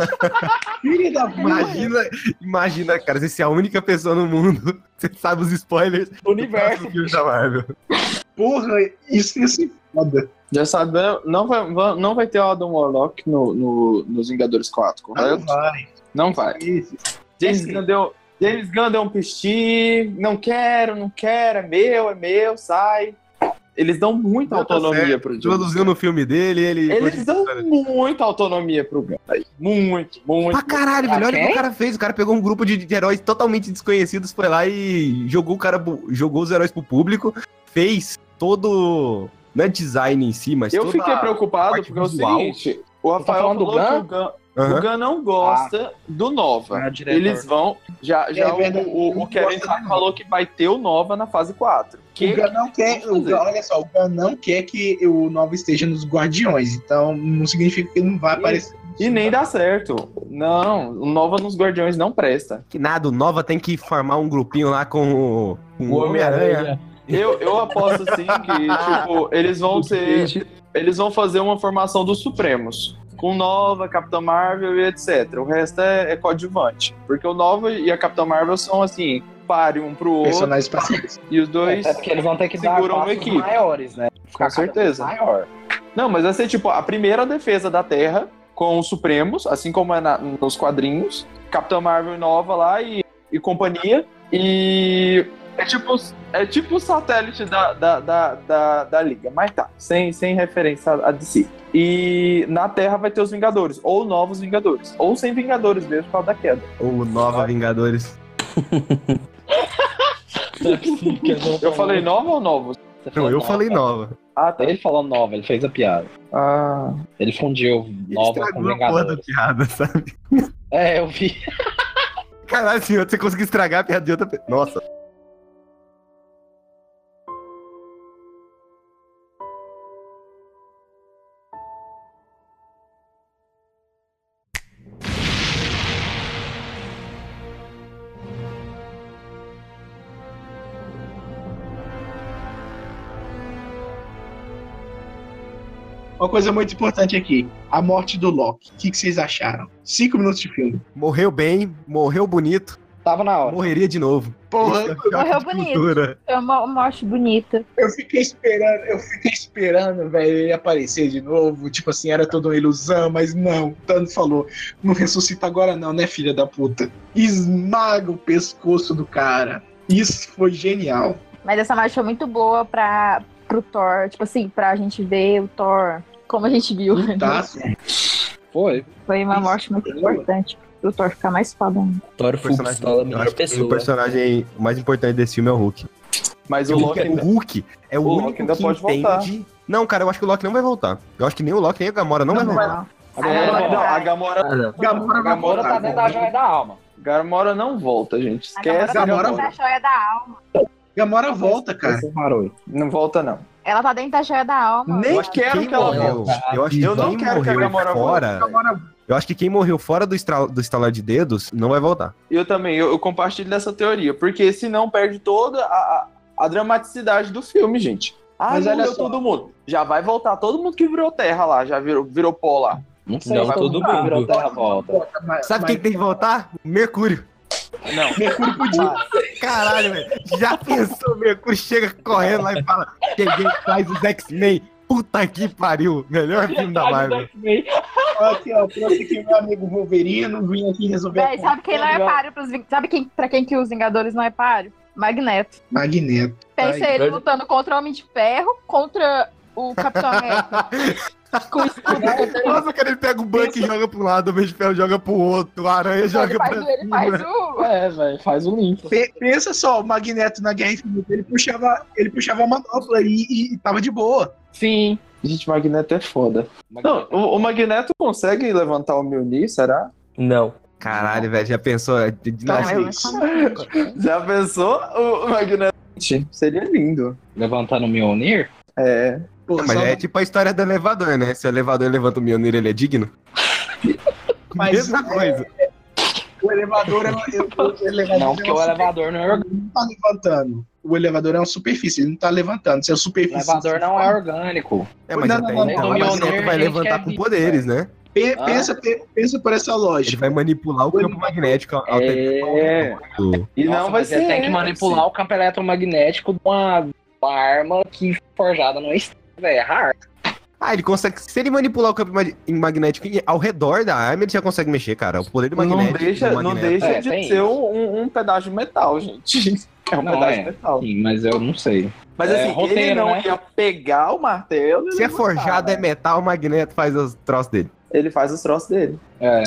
[SPEAKER 1] Filho da
[SPEAKER 2] é.
[SPEAKER 5] é.
[SPEAKER 1] mãe.
[SPEAKER 4] Imagina, imagina, cara, você ser a única pessoa no mundo. Você sabe os spoilers
[SPEAKER 5] O
[SPEAKER 4] do
[SPEAKER 5] universo.
[SPEAKER 4] próximo filme da Marvel.
[SPEAKER 1] Porra, isso ia ser foda.
[SPEAKER 2] Já sabe, não vai, va- não vai ter o Adam Warlock no, no- nos Vingadores 4, correto?
[SPEAKER 1] Não vai.
[SPEAKER 2] Não vai.
[SPEAKER 1] Isso.
[SPEAKER 2] James Gunn deu, James Gunn deu um pisti, não quero, não quero, é meu, é meu, sai. Eles dão muita
[SPEAKER 4] Não, tá
[SPEAKER 2] autonomia
[SPEAKER 4] certo.
[SPEAKER 2] pro James.
[SPEAKER 4] Introduziu no filme dele, ele.
[SPEAKER 2] Eles dão muita autonomia pro Gunn. Muito, muito.
[SPEAKER 4] Pra caralho, velho. Olha o que
[SPEAKER 3] quem?
[SPEAKER 4] o cara fez. O cara pegou um grupo de de heróis totalmente desconhecidos, foi lá e jogou o cara, bu- jogou os heróis pro público, fez todo. Não é design em si, mas
[SPEAKER 2] Eu
[SPEAKER 4] toda
[SPEAKER 2] fiquei
[SPEAKER 4] a-
[SPEAKER 2] preocupado
[SPEAKER 4] parte
[SPEAKER 2] porque é o
[SPEAKER 4] visual.
[SPEAKER 2] seguinte, o Rafael
[SPEAKER 3] falando do
[SPEAKER 2] falou que o Gunn,
[SPEAKER 4] Aham.
[SPEAKER 2] o Gunn não gosta do Nova.
[SPEAKER 3] Ah, diretor.
[SPEAKER 2] Eles vão. Já, já
[SPEAKER 1] É verdade,
[SPEAKER 2] o, o,
[SPEAKER 1] não
[SPEAKER 2] o Kevin
[SPEAKER 1] gosta
[SPEAKER 2] Feige
[SPEAKER 1] não.
[SPEAKER 2] falou que vai ter o Nova na fase 4. Que
[SPEAKER 1] O Gun não quer. o Gun- olha só, o Gun não quer que o Nova esteja nos Guardiões. Então não significa que ele não vai
[SPEAKER 2] E-
[SPEAKER 1] aparecer.
[SPEAKER 2] E nem dá certo. Não, o Nova nos Guardiões não presta.
[SPEAKER 4] Que nada, o Nova tem que formar um grupinho lá com o, com o Homem-Aranha.
[SPEAKER 2] Eu, eu aposto sim que, tipo, eles vão ser. Eles vão fazer uma formação dos Supremos. Com Nova, Capitã Marvel e etc. O resto é, é coadjuvante. Porque o Nova e a Capitã Marvel são assim, pare um pro outro.
[SPEAKER 1] Personagens pacientes.
[SPEAKER 2] E os dois.
[SPEAKER 3] É porque eles vão ter que dar
[SPEAKER 2] Seguram uma
[SPEAKER 3] passos
[SPEAKER 2] equipe.
[SPEAKER 3] maiores, né? Ficar cada vez
[SPEAKER 2] certeza.
[SPEAKER 3] Maior.
[SPEAKER 2] Não, mas vai ser tipo a primeira defesa da Terra com os Supremos, assim como é na- nos quadrinhos. Capitã Marvel nova lá e, e companhia. E é tipo, é tipo o satélite da, da, da, da, da Liga, mas tá, sem, sem referência a DC. E na Terra vai ter os Vingadores, ou novos Vingadores, ou sem Vingadores mesmo por causa da queda.
[SPEAKER 4] Ou o Nova Vingadores.
[SPEAKER 2] Eu
[SPEAKER 3] Uhum.
[SPEAKER 2] falei nova ou novos?
[SPEAKER 4] Não, eu falei Nova.
[SPEAKER 2] Ah, tá.
[SPEAKER 3] Ele falou nova, ele fez a piada.
[SPEAKER 2] Ah,
[SPEAKER 3] Ele fundiu
[SPEAKER 4] Ele
[SPEAKER 3] nova com
[SPEAKER 4] estragou a porra da
[SPEAKER 3] Vingadores.
[SPEAKER 4] piada, sabe?
[SPEAKER 3] É, eu vi.
[SPEAKER 4] Caralho, senhor, você conseguiu estragar a piada de outra pessoa. Nossa.
[SPEAKER 1] Uma coisa muito importante aqui: a morte do Loki. O que, que vocês acharam? Cinco minutos de filme.
[SPEAKER 4] Morreu bem, morreu bonito,
[SPEAKER 3] Tava na hora.
[SPEAKER 4] morreria de novo.
[SPEAKER 1] Porra,
[SPEAKER 4] Esse é o choque
[SPEAKER 6] Morreu
[SPEAKER 4] de
[SPEAKER 6] bonito.
[SPEAKER 4] cultura.
[SPEAKER 6] É uma morte bonita.
[SPEAKER 1] eu fiquei esperando, eu fiquei esperando, velho, ele aparecer de novo. Tipo assim, era toda uma ilusão, mas não. Thanos falou: não ressuscita agora, não, né, filha da puta? Esmaga o pescoço do cara. Isso foi genial.
[SPEAKER 6] Mas essa marcha foi muito boa pra, pro Thor. Tipo assim, pra gente ver o Thor como a gente viu. né?
[SPEAKER 1] Tá?
[SPEAKER 3] Foi.
[SPEAKER 6] Foi uma morte muito importante. O Thor ficar mais foda. ainda.
[SPEAKER 7] Thor é um
[SPEAKER 4] O
[SPEAKER 7] full pistola,
[SPEAKER 4] eu acho
[SPEAKER 7] melhor
[SPEAKER 4] que O
[SPEAKER 7] pessoa.
[SPEAKER 4] personagem mais importante desse filme é o Hulk.
[SPEAKER 2] mas o
[SPEAKER 4] O Hulk,
[SPEAKER 2] Loki.
[SPEAKER 4] o Hulk é o,
[SPEAKER 2] o Loki
[SPEAKER 4] único
[SPEAKER 2] ainda
[SPEAKER 4] que
[SPEAKER 2] pode
[SPEAKER 4] entende... Não, cara, eu acho que o Loki não vai voltar. Eu acho que nem o Loki, nem a Gamora não, vai voltar.
[SPEAKER 6] tá
[SPEAKER 2] É,
[SPEAKER 6] Gamora
[SPEAKER 2] não, a Gamora,
[SPEAKER 6] vai.
[SPEAKER 1] Gamora, né?
[SPEAKER 2] a Gamora
[SPEAKER 3] Agora tá dentro da joia da alma.
[SPEAKER 2] Gamora não volta, gente.
[SPEAKER 6] A
[SPEAKER 2] Esquece.
[SPEAKER 6] Gamora
[SPEAKER 1] Gamora
[SPEAKER 6] tá dentro da joia da alma.
[SPEAKER 1] Gamora volta, cara.
[SPEAKER 3] Esse barulho.
[SPEAKER 2] Não volta, não.
[SPEAKER 6] Ela tá dentro da joia da alma.
[SPEAKER 2] Nem
[SPEAKER 6] Eu acho
[SPEAKER 4] Eu acho que
[SPEAKER 2] quero
[SPEAKER 4] quem
[SPEAKER 2] que ela
[SPEAKER 4] morreu.
[SPEAKER 7] volte.
[SPEAKER 4] Eu acho que
[SPEAKER 2] Eu não
[SPEAKER 4] quem
[SPEAKER 2] quero que a
[SPEAKER 4] morreu
[SPEAKER 2] Gamora
[SPEAKER 4] fora.
[SPEAKER 1] Gamora
[SPEAKER 4] Eu acho que quem morreu fora do, estra- do estalar de dedos não vai voltar.
[SPEAKER 2] Eu também, eu, eu compartilho dessa teoria, porque senão perde toda a, a- a dramaticidade do filme, gente. Ah,
[SPEAKER 1] Mas
[SPEAKER 2] não
[SPEAKER 1] olha
[SPEAKER 2] deu
[SPEAKER 1] só.
[SPEAKER 2] todo mundo. Já vai voltar todo mundo que virou terra lá, já virou, virou pó lá.
[SPEAKER 3] Não sei.
[SPEAKER 7] Não,
[SPEAKER 3] se
[SPEAKER 7] todo
[SPEAKER 3] mundo virou
[SPEAKER 7] mundo.
[SPEAKER 3] terra volta.
[SPEAKER 1] volta, mas,
[SPEAKER 4] Sabe quem tem que voltar? Mercúrio.
[SPEAKER 2] Não.
[SPEAKER 1] Mercúrio podia.
[SPEAKER 4] Caralho, velho. Já pensou? Mercúrio chega correndo lá e fala: Peguei, faz os X-Men. Puta que pariu. Melhor filme da Marvel.
[SPEAKER 1] aqui, ó, trouxe aqui meu amigo Wolverino, vim aqui resolver.
[SPEAKER 6] Véi,
[SPEAKER 1] a conta.
[SPEAKER 6] sabe quem não é páreo pros Ving- Sabe quem, pra quem que os Vingadores não é páreo? Magneto.
[SPEAKER 1] Magneto.
[SPEAKER 6] Pensa
[SPEAKER 1] Ai,
[SPEAKER 6] ele
[SPEAKER 7] verdade.
[SPEAKER 6] lutando contra o Homem de Ferro, contra o Capitão América. com o escudo. Ele
[SPEAKER 4] Nossa, cara, ele pega o Buck e joga pra um lado, o Homem de Ferro joga pro outro, a Aranha joga pra
[SPEAKER 6] faz, um- o- ele faz
[SPEAKER 4] cima.
[SPEAKER 6] o.
[SPEAKER 3] É, velho, faz o link.
[SPEAKER 1] Pe- Pensa só, o Magneto na Guerra Infinita, ele puxava, ele puxava a manopla e- e- e tava de boa.
[SPEAKER 3] Sim.
[SPEAKER 2] Gente, Magneto é foda. Não, o, o Magneto consegue levantar o Mjolnir, será?
[SPEAKER 7] Não.
[SPEAKER 4] Caralho, velho, já pensou? É de- de-
[SPEAKER 1] Não,
[SPEAKER 2] Tá
[SPEAKER 4] nossa,
[SPEAKER 1] é
[SPEAKER 6] Não,
[SPEAKER 1] isso.
[SPEAKER 2] Já pensou o, o Magneto? Gente, Seria lindo.
[SPEAKER 3] Levantando o Mjolnir?
[SPEAKER 2] É.
[SPEAKER 1] Pô,
[SPEAKER 4] mas
[SPEAKER 1] só-
[SPEAKER 4] é tipo a história do elevador, né? Se o elevador levanta o Mionir, ele é digno.
[SPEAKER 1] Mas-
[SPEAKER 4] Mesma coisa.
[SPEAKER 1] o elevador é o elevador
[SPEAKER 3] Não, porque
[SPEAKER 1] é
[SPEAKER 3] o
[SPEAKER 1] uma
[SPEAKER 2] assim.
[SPEAKER 3] elevador não é, org-
[SPEAKER 1] superfície, ele não tá levantando. O elevador é uma superfície, ele não tá levantando. Se a
[SPEAKER 3] o
[SPEAKER 1] superfície.
[SPEAKER 3] elevador não é orgânico.
[SPEAKER 4] É, mas
[SPEAKER 1] Não,
[SPEAKER 4] até
[SPEAKER 1] não, não,
[SPEAKER 4] então
[SPEAKER 1] não,
[SPEAKER 4] o
[SPEAKER 1] não,
[SPEAKER 4] Magneto
[SPEAKER 3] não,
[SPEAKER 4] vai
[SPEAKER 3] não,
[SPEAKER 4] levantar
[SPEAKER 3] não,
[SPEAKER 4] com
[SPEAKER 3] não,
[SPEAKER 4] poderes, né?
[SPEAKER 1] Pe-
[SPEAKER 3] Ah.
[SPEAKER 1] pensa, pe- pensa por essa
[SPEAKER 4] Ele
[SPEAKER 1] lógica.
[SPEAKER 4] vai manipular o campo magnético ao
[SPEAKER 2] É.
[SPEAKER 4] do...
[SPEAKER 2] E não vai
[SPEAKER 3] mas
[SPEAKER 5] é,
[SPEAKER 2] ser. né?
[SPEAKER 3] Ele tem que manipular o campo eletromagnético de uma, uma arma que forjada não é estrela, é hard.
[SPEAKER 4] Ah, ele consegue. Se ele manipular o campo mag- magnético em- ao redor da arma, ele já consegue mexer, cara. O poder do magnético.
[SPEAKER 2] Não deixa,
[SPEAKER 4] do
[SPEAKER 2] não
[SPEAKER 4] magneto-
[SPEAKER 2] deixa
[SPEAKER 3] É,
[SPEAKER 2] de
[SPEAKER 3] tem
[SPEAKER 2] ser
[SPEAKER 3] isso.
[SPEAKER 2] um, um pedaço de metal, gente. É um
[SPEAKER 3] Não,
[SPEAKER 2] pedaço
[SPEAKER 3] é.
[SPEAKER 2] de metal.
[SPEAKER 3] Sim, mas eu não sei.
[SPEAKER 2] Mas
[SPEAKER 3] É,
[SPEAKER 2] assim, ele
[SPEAKER 3] roteiro,
[SPEAKER 2] não
[SPEAKER 3] né?
[SPEAKER 2] ia pegar o martelo. ele né?
[SPEAKER 4] Se é
[SPEAKER 2] não
[SPEAKER 4] forjado, é
[SPEAKER 2] botava.
[SPEAKER 4] metal, o magneto faz os troços dele.
[SPEAKER 2] Ele faz os troços dele.
[SPEAKER 3] É.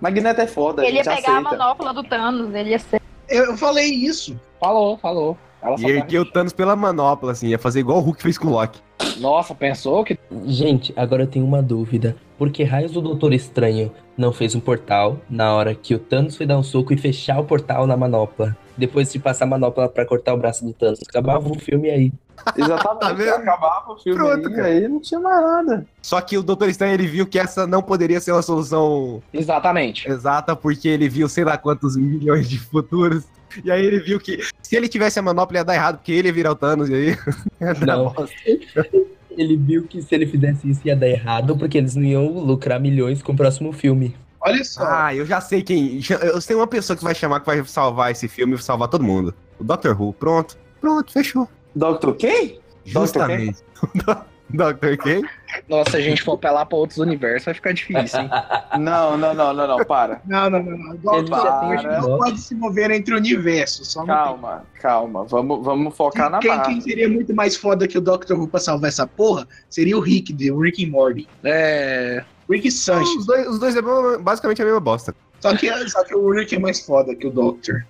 [SPEAKER 2] Magneto é foda,
[SPEAKER 6] Ele
[SPEAKER 2] a
[SPEAKER 6] ia
[SPEAKER 2] gente
[SPEAKER 6] pegar a
[SPEAKER 2] aceita.
[SPEAKER 6] manopla do Thanos, ele ia ser.
[SPEAKER 1] Eu eu falei isso.
[SPEAKER 3] Falou, falou. Ela
[SPEAKER 4] E
[SPEAKER 3] só tá-
[SPEAKER 4] ergueu o Thanos pela manopla, assim. Ia fazer igual o Hulk fez com o Loki.
[SPEAKER 3] Nossa, pensou que.
[SPEAKER 7] Gente, agora eu tenho uma dúvida. Por que raios o Doutor Estranho não fez um portal na hora que o Thanos foi dar um soco e fechar o portal na manopla? Depois de passar a manopla pra cortar o braço do Thanos. Acabava o filme aí.
[SPEAKER 2] Exatamente.
[SPEAKER 4] Tá vendo?
[SPEAKER 2] Acabava o filme
[SPEAKER 4] Pronto,
[SPEAKER 2] aí,
[SPEAKER 4] cara.
[SPEAKER 2] aí não tinha mais nada.
[SPEAKER 4] Só que o Dr. Estranho ele viu que essa não poderia ser uma solução
[SPEAKER 3] Exatamente.
[SPEAKER 4] exata, porque ele viu sei lá quantos milhões de futuros. E aí ele viu que se ele tivesse a manopla ia dar errado, porque ele ia virar o Thanos e aí. ia dar
[SPEAKER 7] Não.
[SPEAKER 4] bosta.
[SPEAKER 7] Ele viu que se ele fizesse isso ia dar errado, porque eles não iam lucrar milhões com o próximo filme.
[SPEAKER 1] Olha só.
[SPEAKER 4] Ah, eu já sei quem. Eu sei uma pessoa que vai chamar que vai salvar esse filme e salvar todo mundo. O Dr. Who. Pronto. Pronto, fechou.
[SPEAKER 2] Doctor quem?
[SPEAKER 4] Justamente. Dr. Quem?
[SPEAKER 3] Nossa, se a gente for apelar pra outros universos, vai ficar difícil, hein?
[SPEAKER 2] Não, não, não, não, não, para.
[SPEAKER 1] Não, não, não. não. Igual
[SPEAKER 7] Ele
[SPEAKER 1] o
[SPEAKER 2] já
[SPEAKER 1] Thor,
[SPEAKER 2] tem
[SPEAKER 1] ele não
[SPEAKER 3] um-
[SPEAKER 7] Loki.
[SPEAKER 1] pode se mover entre universos. Só não tem.
[SPEAKER 2] Calma, calma. Vamos, vamos focar na
[SPEAKER 1] Quem,
[SPEAKER 2] barra.
[SPEAKER 1] quem seria muito mais foda que o Dr. Who pra salvar essa porra seria o Rick, de Rick and Morty.
[SPEAKER 3] É.
[SPEAKER 1] Rick Sanchez.
[SPEAKER 4] Os dois, os dois é bom- basicamente a mesma bosta.
[SPEAKER 1] Só que, só que o Rick é mais foda que o Doctor.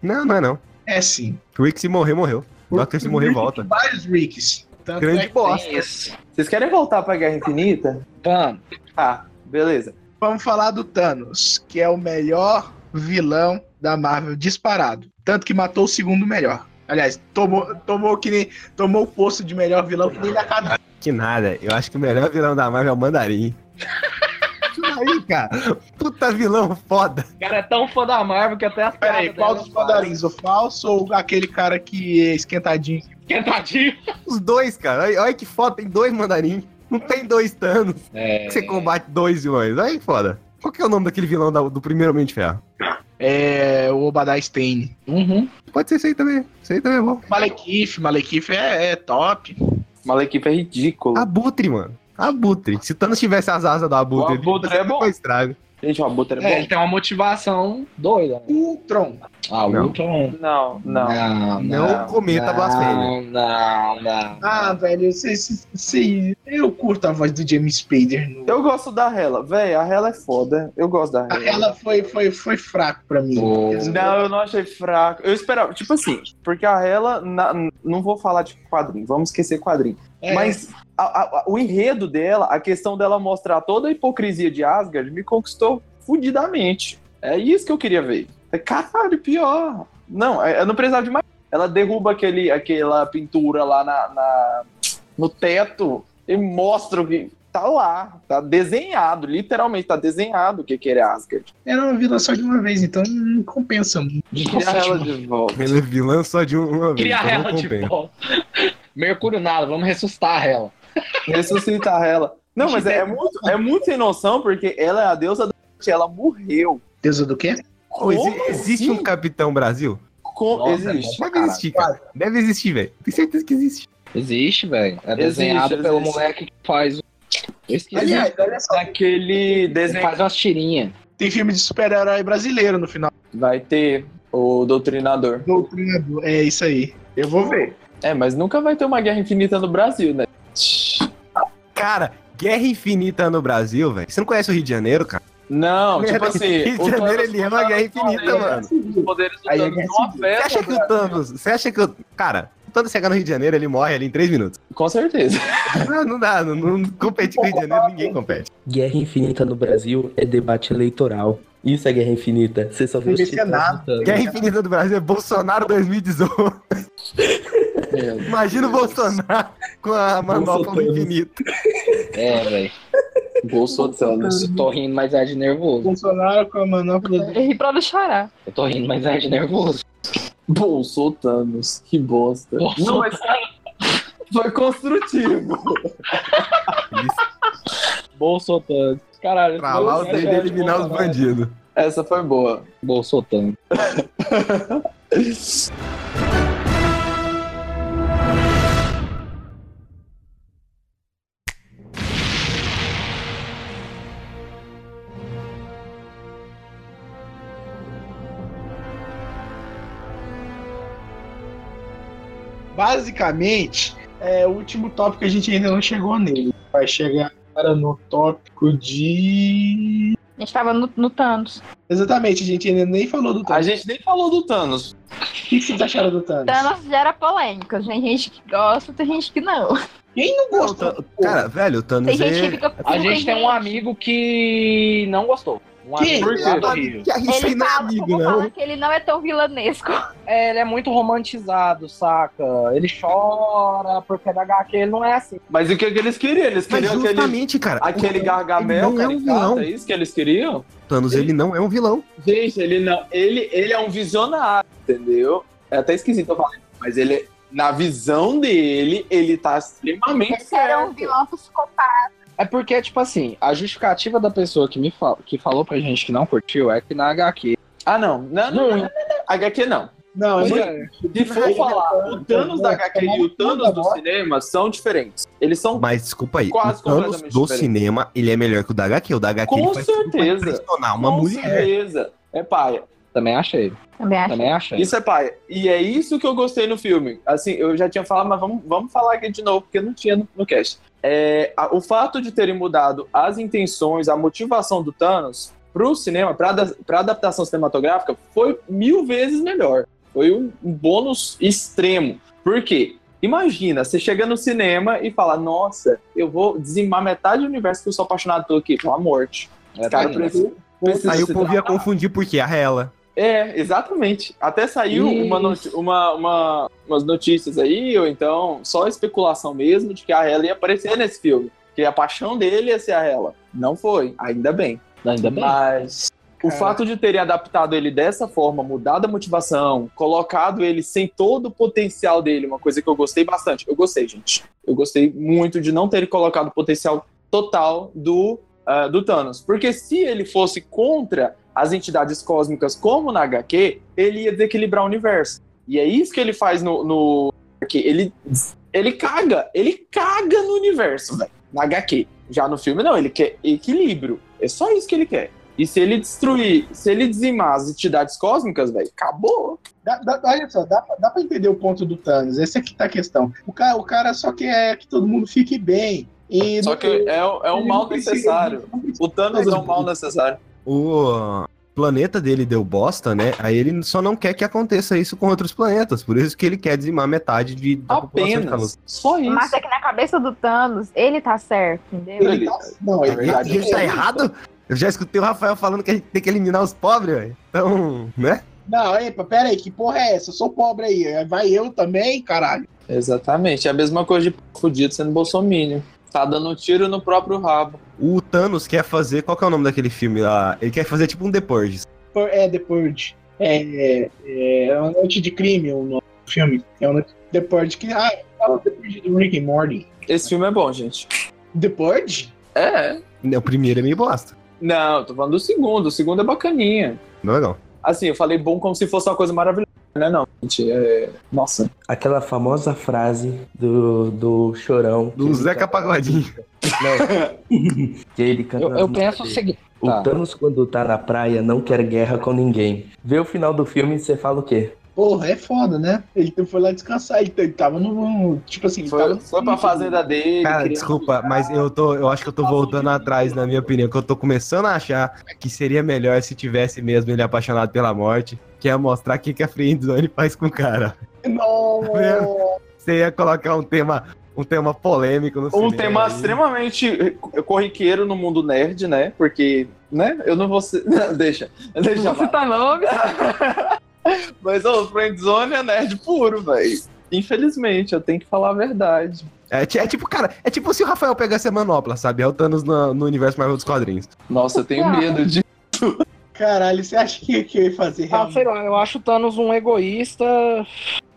[SPEAKER 4] Não, não é não.
[SPEAKER 1] É sim.
[SPEAKER 4] O Rick se morrer, morreu. O Dr. se morrer,
[SPEAKER 1] Rick
[SPEAKER 4] volta.
[SPEAKER 1] tem Vários Ricks. Tanto é
[SPEAKER 4] Grande
[SPEAKER 1] que
[SPEAKER 4] bosta.
[SPEAKER 1] tem esse.
[SPEAKER 3] Isso.
[SPEAKER 2] Vocês querem voltar pra Guerra Infinita?
[SPEAKER 3] Pam.
[SPEAKER 2] Tá, beleza.
[SPEAKER 1] Vamos falar do Thanos, que é o melhor vilão da Marvel disparado. Tanto que matou o segundo melhor. Aliás, tomou, tomou que nem, tomou o posto de melhor vilão que nem da Cadá.
[SPEAKER 4] Que nada. Eu acho que o melhor vilão da Marvel é o Mandarim. Isso daí, cara. Puta vilão foda.
[SPEAKER 3] O cara é tão fã da Marvel que até as
[SPEAKER 1] Peraí,
[SPEAKER 3] piadas
[SPEAKER 1] qual
[SPEAKER 3] dela
[SPEAKER 1] dos
[SPEAKER 3] faz.
[SPEAKER 1] mandarins? O falso ou aquele cara que é esquentadinho?
[SPEAKER 3] Esquentadinho.
[SPEAKER 4] Os dois, cara. Olha, olha que foda. Tem dois Mandarim. Não tem dois Thanos.
[SPEAKER 3] É.
[SPEAKER 4] Você combate dois vilões. Olha que foda. Qual que é o nome daquele vilão da- do primeiro Homem de Ferro?
[SPEAKER 1] É o Obadiah Stein.
[SPEAKER 3] Uhum.
[SPEAKER 4] Pode ser isso aí também. Isso aí também é bom.
[SPEAKER 1] Malekith, Malekith é, é top.
[SPEAKER 2] Malekith é
[SPEAKER 4] Ah.
[SPEAKER 2] ridículo.
[SPEAKER 4] Abutre, mano. Abutre. Se Thanos tivesse as asas do Abutre,
[SPEAKER 2] O Abutre
[SPEAKER 4] ele
[SPEAKER 2] é bom.
[SPEAKER 4] foi estrago.
[SPEAKER 2] Gente, o Abutre é
[SPEAKER 3] É, ele
[SPEAKER 2] bom?
[SPEAKER 3] tem uma motivação doida. né?
[SPEAKER 1] Ultron.
[SPEAKER 3] Ah, o
[SPEAKER 4] Não. né?
[SPEAKER 3] Ultron.
[SPEAKER 2] Não, não.
[SPEAKER 3] Não,
[SPEAKER 4] Não, cometa blasfêmia.
[SPEAKER 3] Não, não, não.
[SPEAKER 1] Ah, velho, se, se, se- eu curto a voz do James Spader. No...
[SPEAKER 2] Eu gosto da Hela. Véi, a Hela é foda. Eu gosto da Hela.
[SPEAKER 1] Ela foi, foi, foi fraco pra mim.
[SPEAKER 3] Oh.
[SPEAKER 1] Eles-
[SPEAKER 2] Não, eu não achei fraco. Eu esperava, tipo assim, porque a Hela, na- não vou falar de quadrinho, vamos esquecer quadrinho.
[SPEAKER 1] É.
[SPEAKER 2] Mas a- a- a- o enredo dela, a questão dela mostrar toda a hipocrisia de Asgard, me conquistou fudidamente. É isso que eu queria ver. É, Caralho, pior. Não, é- eu não precisava de mais. Ela derruba aquele, aquela pintura lá na, na- no teto e mostra o que. Tá lá, tá desenhado, literalmente tá desenhado o que que era Asgard.
[SPEAKER 1] É, Era uma vila só de uma vez, então não compensa muito.
[SPEAKER 2] Queria
[SPEAKER 3] Nossa,
[SPEAKER 2] ela de volta.
[SPEAKER 4] Ele é vilão só de uma vez.
[SPEAKER 3] Cria a
[SPEAKER 4] então não
[SPEAKER 3] Hela de
[SPEAKER 4] compensa.
[SPEAKER 3] volta. Mercúrio nada, vamos ressuscitar a Hela.
[SPEAKER 2] ressuscitar ela. Não, mas é, é muito, é muito sem noção, porque ela é a deusa da morte, ela morreu.
[SPEAKER 1] Deusa é do quê?
[SPEAKER 4] Pô, exi-
[SPEAKER 2] Como
[SPEAKER 4] existe um
[SPEAKER 2] assim?
[SPEAKER 4] Capitão Brasil?
[SPEAKER 2] Com-
[SPEAKER 3] Nossa,
[SPEAKER 2] existe.
[SPEAKER 4] Deve existir, cara. Deve existir, velho. Tenho certeza que existe.
[SPEAKER 3] Existe, velho. É desenhado
[SPEAKER 2] Existe,
[SPEAKER 3] pelo
[SPEAKER 2] existe.
[SPEAKER 3] moleque que faz. o- Eu esqueci.
[SPEAKER 1] Aliás, olha só.
[SPEAKER 2] Aquele
[SPEAKER 3] Ele
[SPEAKER 2] desenho
[SPEAKER 3] faz umas tirinhas.
[SPEAKER 1] Tem filme de super-herói brasileiro no final.
[SPEAKER 2] vai ter o Doutrinador.
[SPEAKER 1] Doutrinador. É isso aí. Eu vou ver.
[SPEAKER 2] É, mas nunca vai ter uma guerra infinita no Brasil, né?
[SPEAKER 4] Cara, Guerra Infinita no Brasil, velho. Você não conhece o Rio de Janeiro, cara?
[SPEAKER 2] Não, tipo assim.
[SPEAKER 4] Rio de
[SPEAKER 2] o
[SPEAKER 4] Janeiro,
[SPEAKER 2] Thanos
[SPEAKER 4] ele é uma
[SPEAKER 2] tá
[SPEAKER 4] guerra infinita,
[SPEAKER 2] poderes-
[SPEAKER 4] mano.
[SPEAKER 2] Os poderes do
[SPEAKER 1] Aí é
[SPEAKER 2] Thanos
[SPEAKER 1] guerra
[SPEAKER 2] não
[SPEAKER 1] civil.
[SPEAKER 4] assim, Você acha
[SPEAKER 2] afetam.
[SPEAKER 4] que o Thanos... Você acha que o... Cara, o Thanos chegar no Rio de Janeiro, ele morre ali em três minutos.
[SPEAKER 2] Com certeza.
[SPEAKER 4] Não, não dá. Não, não competir com o Rio de Janeiro, ninguém compete.
[SPEAKER 7] Guerra infinita no Brasil é debate eleitoral. Isso é guerra infinita. Você só vê os titãs
[SPEAKER 1] Senado.
[SPEAKER 7] lutando.
[SPEAKER 4] Guerra Infinita do Brasil é Bolsonaro 2018. É. Imagina o Bolsonaro com a manopla do
[SPEAKER 7] Bolsonaro.
[SPEAKER 4] infinito.
[SPEAKER 3] É, velho.
[SPEAKER 2] Bolsonaro.
[SPEAKER 3] Eu tô rindo, mas é de nervoso.
[SPEAKER 1] Bolsonaro com a manopla do...
[SPEAKER 6] Eu ri pra não chorar.
[SPEAKER 3] Eu tô rindo, mas é de nervoso.
[SPEAKER 2] Bolsonaro. Que bosta. Não, mas foi construtivo.
[SPEAKER 3] Bolsotano. Caralho.
[SPEAKER 4] Pra lá o
[SPEAKER 3] Bolsonaro
[SPEAKER 4] dedo e
[SPEAKER 3] é de
[SPEAKER 4] eliminar os
[SPEAKER 3] Bolsonaro.
[SPEAKER 4] bandidos.
[SPEAKER 2] Essa foi boa.
[SPEAKER 3] Bolsotano.
[SPEAKER 1] Basicamente, é o último tópico que a gente ainda não chegou nele. Vai chegar agora no tópico de.
[SPEAKER 6] A gente tava no, no Thanos.
[SPEAKER 1] Exatamente, a gente ainda nem falou do
[SPEAKER 2] A
[SPEAKER 1] Thanos.
[SPEAKER 2] gente nem falou do Thanos.
[SPEAKER 1] O que vocês acharam do Thanos?
[SPEAKER 6] Thanos gera polêmica. Tem gente que gosta, tem gente que não.
[SPEAKER 1] Quem não
[SPEAKER 2] tá-
[SPEAKER 1] tá- gostou?
[SPEAKER 4] Cara, velho, o Thanos
[SPEAKER 6] Tem gente que
[SPEAKER 4] é.
[SPEAKER 6] fica.
[SPEAKER 3] A gente tem um amigo que não gostou. Um
[SPEAKER 1] Quem?
[SPEAKER 3] amigo
[SPEAKER 2] Por
[SPEAKER 3] lá
[SPEAKER 2] quê?
[SPEAKER 3] do Rio.
[SPEAKER 4] Que a gente
[SPEAKER 6] Ele
[SPEAKER 4] aí não é
[SPEAKER 6] fala,
[SPEAKER 4] amigo,
[SPEAKER 6] como fala
[SPEAKER 4] não.
[SPEAKER 6] que ele não é tão vilanesco.
[SPEAKER 3] É, ele é muito romantizado, saca? Ele chora, porque na HQ ele não é assim.
[SPEAKER 2] Mas o que, que eles queriam? Eles
[SPEAKER 4] Mas
[SPEAKER 2] queriam aquele,
[SPEAKER 4] justamente, cara.
[SPEAKER 2] aquele gargamel,
[SPEAKER 4] Ele não é um
[SPEAKER 2] caricato,
[SPEAKER 4] vilão.
[SPEAKER 2] é isso que eles queriam?
[SPEAKER 4] O Thanos, ele não é um vilão.
[SPEAKER 2] Gente, ele não. Ele, ele é um visionário, entendeu? É até esquisito eu falar, mas ele, na visão dele, ele é tá extremamente
[SPEAKER 6] Esse era um vilão psicopata.
[SPEAKER 3] É porque, tipo assim, a justificativa da pessoa que me fala, que falou pra gente que não curtiu é que na HQ.
[SPEAKER 2] Ah, não. Não, não, não, não, não. HQ não.
[SPEAKER 1] Não, é
[SPEAKER 2] Pois
[SPEAKER 1] muito...
[SPEAKER 2] é. Se for falar, o Thanos da HQ e o Thanos do cinema são diferentes. Eles são.
[SPEAKER 4] Mas desculpa aí.
[SPEAKER 2] Quase
[SPEAKER 4] o Thanos
[SPEAKER 2] completamente
[SPEAKER 4] do
[SPEAKER 2] diferente.
[SPEAKER 4] cinema, ele é melhor que o da HQ. O da HQ
[SPEAKER 2] Com
[SPEAKER 4] ele faz tudo pra
[SPEAKER 2] certeza.
[SPEAKER 4] impressionar uma
[SPEAKER 2] com
[SPEAKER 4] mulher.
[SPEAKER 2] certeza. É paia.
[SPEAKER 3] Também achei.
[SPEAKER 6] Também acho.
[SPEAKER 3] Também achei.
[SPEAKER 2] Isso é paia. E é isso que eu gostei no filme. Assim, eu já tinha falado, mas vamos, vamos falar aqui de novo, porque não tinha no, no cast. É, a- o fato de terem mudado as intenções, a motivação do Thanos pro cinema, pra, da- pra adaptação cinematográfica, foi mil vezes melhor. Foi um, um bônus extremo. Por quê? Imagina, você chega no cinema e fala, nossa, eu vou dizimar metade do universo que eu sou apaixonado por aqui, com a morte.
[SPEAKER 3] É,
[SPEAKER 2] Cara,
[SPEAKER 3] tá
[SPEAKER 2] precisa, precisa
[SPEAKER 4] Aí o
[SPEAKER 2] se
[SPEAKER 4] povo ia
[SPEAKER 2] tratar.
[SPEAKER 4] confundir porque a ela.
[SPEAKER 2] É, exatamente. Até saiu
[SPEAKER 3] Isso.
[SPEAKER 2] uma noti- uma- uma- umas notícias aí, ou então só especulação mesmo, de que a Hela ia aparecer nesse filme. Que a paixão dele ia ser a Hela. Não foi, ainda bem.
[SPEAKER 3] Ainda
[SPEAKER 2] Ah,
[SPEAKER 3] bem.
[SPEAKER 2] Mas o
[SPEAKER 3] Cara.
[SPEAKER 2] fato de terem adaptado ele dessa forma, mudado a motivação, colocado ele sem todo o potencial dele, uma coisa que eu gostei bastante. Eu gostei, gente. Eu gostei muito de não terem colocado o potencial total do, ah, do Thanos. Porque se ele fosse contra as entidades cósmicas, como na HQ, ele ia desequilibrar o universo. E é isso que ele faz no. no aqui. Ele, ele caga, ele caga no universo, velho. Na HQ. Já no filme, não, ele quer equilíbrio. É só isso que ele quer. E se ele destruir, se ele dizimar as entidades cósmicas, velho, acabou.
[SPEAKER 1] Dá- dá- olha só, dá, pra- dá pra entender o ponto do Thanos. Essa aqui tá a questão. O cara, o cara só quer que todo mundo fique bem. E
[SPEAKER 2] Só
[SPEAKER 1] não-
[SPEAKER 2] que é, é um
[SPEAKER 1] ele
[SPEAKER 2] mal
[SPEAKER 1] não precisa-
[SPEAKER 2] necessário.
[SPEAKER 1] não precisa-
[SPEAKER 2] O Thanos é um mal necessário.
[SPEAKER 4] O planeta dele deu bosta, né? Aí ele só não quer que aconteça isso com outros planetas. Por isso que ele quer dizimar metade de, da população de Thanos.
[SPEAKER 2] Apenas. Só isso.
[SPEAKER 6] Mas é que na cabeça do Thanos, ele tá certo, entendeu?
[SPEAKER 1] Ele tá, não,
[SPEAKER 4] É,
[SPEAKER 1] ele
[SPEAKER 2] É verdade,
[SPEAKER 4] a gente tá errado? Eu já escutei o Rafael falando que a gente tem que eliminar os pobres, velho. Então, né?
[SPEAKER 1] Não, epa, pera aí, que porra é essa? Eu sou pobre aí. Vai eu também, caralho.
[SPEAKER 2] Exatamente. É a mesma coisa de fudido sendo bolsominion. Tá dando um tiro no próprio rabo.
[SPEAKER 4] O Thanos quer fazer. Qual que é o nome daquele filme lá? Ele quer fazer tipo um The Purge.
[SPEAKER 1] Por- É The Purge. É, é, é uma noite de crime o nome do filme. É uma noite The Purge que. Ah, é o The Purge do Rick and Morty.
[SPEAKER 2] Esse filme é bom, gente.
[SPEAKER 1] The Purge?
[SPEAKER 2] É.
[SPEAKER 4] Né, O primeiro é meio bosta.
[SPEAKER 2] Não, tô falando do segundo. O segundo é bacaninha.
[SPEAKER 4] Não é não.
[SPEAKER 2] Assim, eu falei bom como se fosse uma coisa maravilhosa. Não é não, gente. É... Nossa.
[SPEAKER 7] Aquela famosa frase do, do chorão.
[SPEAKER 4] Do Zeca Pagodinho.
[SPEAKER 7] Não. que ele canta
[SPEAKER 3] Eu,
[SPEAKER 7] nas
[SPEAKER 3] eu
[SPEAKER 7] músicas
[SPEAKER 3] penso o
[SPEAKER 7] dele.
[SPEAKER 3] seguinte.
[SPEAKER 5] assim,
[SPEAKER 7] O
[SPEAKER 3] Tá.
[SPEAKER 7] Thanos, quando tá na praia, não quer guerra com ninguém. Vê o final do filme e você fala o quê?
[SPEAKER 1] Porra, é foda, né? Ele foi lá descansar. Ele, ele tava no. Tipo assim, ele tava
[SPEAKER 2] Foi,
[SPEAKER 1] no-
[SPEAKER 2] foi pra fazenda dele.
[SPEAKER 4] Cara,
[SPEAKER 2] queria-
[SPEAKER 4] desculpa, mas eu tô. Eu acho que eu tô voltando atrás, na minha opinião, que eu tô começando a achar que seria melhor se tivesse mesmo ele apaixonado pela morte. Que é mostrar o que, que a Friendzone faz com o cara.
[SPEAKER 1] Não!
[SPEAKER 2] É.
[SPEAKER 4] Você ia colocar um tema, um tema polêmico no
[SPEAKER 2] Um
[SPEAKER 4] cinema
[SPEAKER 2] tema
[SPEAKER 4] aí.
[SPEAKER 2] extremamente corriqueiro no mundo nerd, né? Porque, né? Eu não vou. ci- deixa. Deixa. lá.
[SPEAKER 3] tá louco?
[SPEAKER 2] Mas o Friendzone é nerd puro, velho. Infelizmente, eu tenho que falar a verdade.
[SPEAKER 4] É, ti- é tipo, cara, é tipo se o Rafael pegasse a manopla, sabe? É o Thanos na- no universo Marvel dos quadrinhos.
[SPEAKER 2] Nossa, eu tenho medo de.
[SPEAKER 1] Caralho, você acha que, que eu ia fazer
[SPEAKER 3] Ah,
[SPEAKER 1] realmente?
[SPEAKER 3] sei lá, eu acho o Thanos um egoísta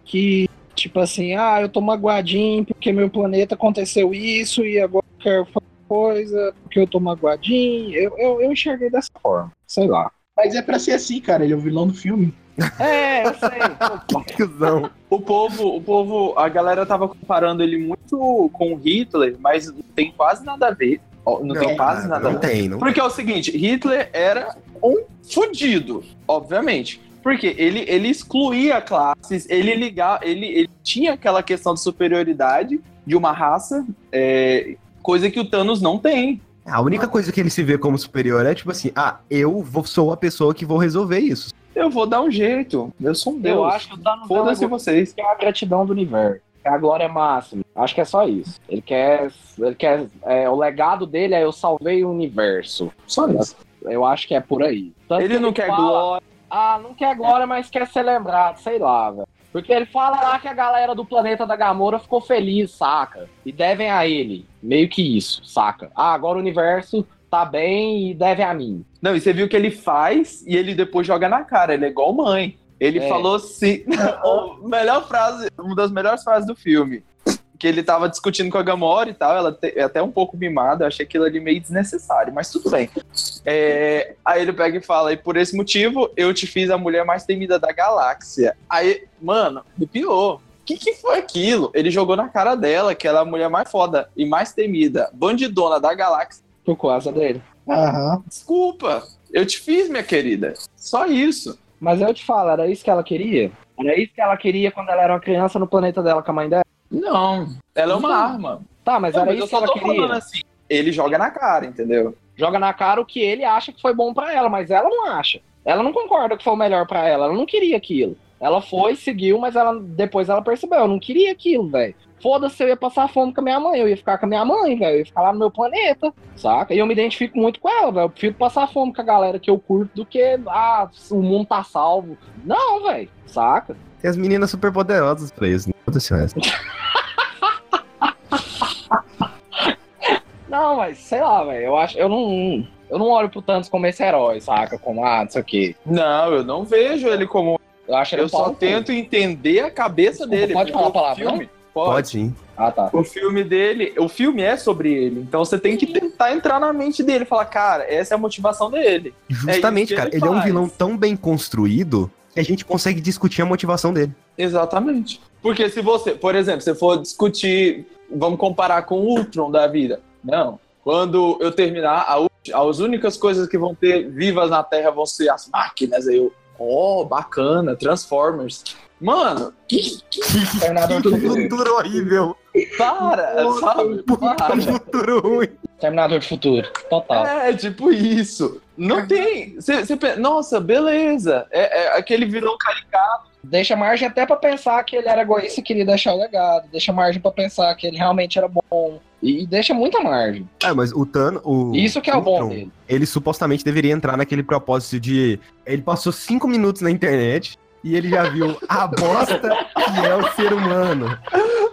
[SPEAKER 3] que, tipo assim, ah, eu tô magoadinho porque meu planeta aconteceu isso e agora eu quero fazer coisa porque eu tô magoadinho. Eu, eu, eu enxerguei dessa forma, sei lá.
[SPEAKER 1] Mas é pra ser assim, cara. Ele é o vilão do filme.
[SPEAKER 3] É, eu sei.
[SPEAKER 4] Que cuzão.
[SPEAKER 2] O povo, o povo, a galera tava comparando ele muito com o Hitler, mas não tem quase nada a ver. Ó, Não, tem quase
[SPEAKER 4] cara,
[SPEAKER 2] nada a ver.
[SPEAKER 4] Não tem, não.
[SPEAKER 2] Porque é o seguinte, Hitler era um fudido, obviamente. Porque ele, ele excluía classes, ele ligava, ele, ele tinha aquela questão de superioridade de uma raça, é, coisa que o Thanos não tem.
[SPEAKER 4] A única coisa que ele se vê como superior é tipo assim, ah, eu vou- sou a pessoa que vou resolver isso.
[SPEAKER 2] Eu vou dar um jeito, eu sou um deus.
[SPEAKER 5] Eu acho que o Thanos é um
[SPEAKER 2] Foda-se vocês.
[SPEAKER 5] isso que é a gratidão do universo. que É a glória máxima. Acho que é só isso. Ele quer. Ele quer é, o legado dele é eu salvei o universo.
[SPEAKER 2] Só isso.
[SPEAKER 5] Eu acho que é por aí. Tanto que
[SPEAKER 2] Ele não quer
[SPEAKER 5] fala,
[SPEAKER 2] glória.
[SPEAKER 5] Ah, não quer glória, mas quer ser lembrado, sei lá, velho. Porque ele fala lá que a galera do planeta da Gamora ficou feliz, saca? E devem a ele. Meio que isso, saca? Ah, agora o universo tá bem e deve a mim.
[SPEAKER 2] Não, e você viu que ele faz e ele depois joga na cara, ele é igual mãe. Ele
[SPEAKER 5] É.
[SPEAKER 2] falou assim, a melhor frase, uma das melhores frases do filme. Que ele tava discutindo com a Gamora e tal, ela te- é até um pouco mimada, eu achei aquilo ali meio desnecessário, mas tudo bem. É, aí ele pega e fala, e por esse motivo eu te fiz a mulher mais temida da galáxia. Aí, mano, e pior, o que, que foi aquilo? Ele jogou na cara dela que ela é a mulher mais foda e mais temida, bandidona da galáxia.
[SPEAKER 5] Por causa dele.
[SPEAKER 1] Aham.
[SPEAKER 2] Desculpa, eu te fiz, minha querida. Só isso.
[SPEAKER 5] Mas eu te falo, era isso que ela queria? Era isso que ela queria quando ela era uma criança no planeta dela com a mãe dela?
[SPEAKER 2] Não, ela é uma
[SPEAKER 5] Não.
[SPEAKER 2] arma.
[SPEAKER 5] Tá, mas
[SPEAKER 2] Não,
[SPEAKER 5] era
[SPEAKER 2] mas eu
[SPEAKER 5] isso que
[SPEAKER 2] só
[SPEAKER 5] ela
[SPEAKER 2] tô
[SPEAKER 5] queria.
[SPEAKER 2] falando assim. Ele joga na cara, entendeu?
[SPEAKER 5] Joga na cara o que ele acha que foi bom pra ela, mas ela não acha. Ela não concorda que foi o melhor pra ela, ela não queria aquilo. Ela foi, seguiu, mas ela depois ela percebeu, eu não queria aquilo, velho. Foda-se, eu ia passar fome com a minha mãe, eu ia ficar com a minha mãe, velho, eu ia ficar lá no meu planeta, saca? E eu me identifico muito com ela, velho. Eu prefiro passar fome com a galera que eu curto do que, ah, o mundo tá salvo. Não, velho, saca?
[SPEAKER 4] Tem as meninas super poderosas pra isso, né? não aconteceu essa.
[SPEAKER 5] Não, mas sei lá, velho, eu acho, eu não, eu não olho pro Thanos como esse herói, saca? Como, ah, não sei o quê.
[SPEAKER 2] Não, eu não vejo ele como.
[SPEAKER 5] Eu acho ele
[SPEAKER 2] Eu
[SPEAKER 5] um
[SPEAKER 2] só
[SPEAKER 5] pau no cu.
[SPEAKER 2] tento entender a cabeça
[SPEAKER 5] Desculpa,
[SPEAKER 2] dele.
[SPEAKER 5] pode
[SPEAKER 2] porque
[SPEAKER 5] falar né?
[SPEAKER 2] o
[SPEAKER 5] palavrão?
[SPEAKER 2] filme-
[SPEAKER 4] Pode
[SPEAKER 2] Pode.
[SPEAKER 4] sim.
[SPEAKER 5] Ah, tá.
[SPEAKER 2] O filme dele, o filme é sobre ele. Então você tem que tentar entrar na mente dele, falar, cara, essa é a motivação dele.
[SPEAKER 4] Justamente,
[SPEAKER 2] É isso que
[SPEAKER 4] cara.
[SPEAKER 2] ele
[SPEAKER 4] Ele é um
[SPEAKER 2] faz.
[SPEAKER 4] vilão tão bem construído que a gente consegue discutir a motivação dele.
[SPEAKER 2] Exatamente. Porque se você, por exemplo, se for discutir, vamos comparar com o Ultron da vida. Não. Quando eu terminar, a, ulti- as únicas coisas que vão ter vivas na Terra vão ser as máquinas. Aí eu, oh, bacana, Transformers. Mano, que, que
[SPEAKER 5] Terminador
[SPEAKER 4] Que
[SPEAKER 5] de futuro.
[SPEAKER 4] futuro horrível.
[SPEAKER 2] para, sabe?
[SPEAKER 4] Puta
[SPEAKER 2] Para.
[SPEAKER 4] futuro ruim.
[SPEAKER 5] Terminador de futuro. Total.
[SPEAKER 2] É, tipo isso. Não tem. Você você pensa, nossa, beleza. É, é aquele vilão caricato.
[SPEAKER 5] Deixa margem até pra pensar que ele era egoísta e queria deixar o legado. Deixa margem pra pensar que ele realmente era bom. E deixa muita margem.
[SPEAKER 4] É, mas o Thanos. O
[SPEAKER 5] Isso que é o bom
[SPEAKER 4] Ultron,
[SPEAKER 5] dele.
[SPEAKER 4] Ele supostamente deveria entrar naquele propósito de. Ele passou cinco minutos na internet e ele já viu a bosta que é o ser humano.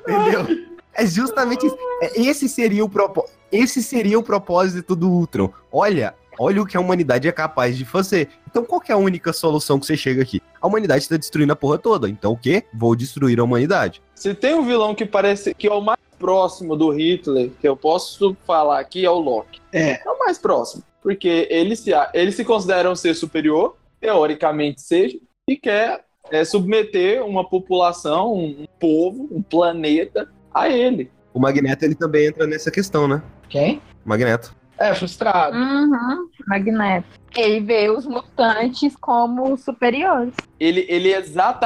[SPEAKER 4] Entendeu? É justamente isso. É, Esse seria o propósito. Esse seria o propósito do Ultron. Olha, olha o que a humanidade é capaz de fazer. Então qual que é a única solução que você chega aqui? A humanidade está destruindo a porra toda. Então o quê? Vou destruir a humanidade.
[SPEAKER 2] Se tem um vilão que parece que é o mais próximo do Hitler, que eu posso falar aqui, é o Loki.
[SPEAKER 1] É.
[SPEAKER 2] É o mais próximo. Porque ele se, a- ele se considera um ser superior, teoricamente seja, e quer é, submeter uma população, um, um povo, um planeta a ele.
[SPEAKER 4] O Magneto ele também entra nessa questão, né?
[SPEAKER 5] Quem?
[SPEAKER 4] Magneto.
[SPEAKER 5] É, frustrado.
[SPEAKER 6] Uhum, Magneto. Ele vê os mutantes como superiores.
[SPEAKER 2] Ele, ele é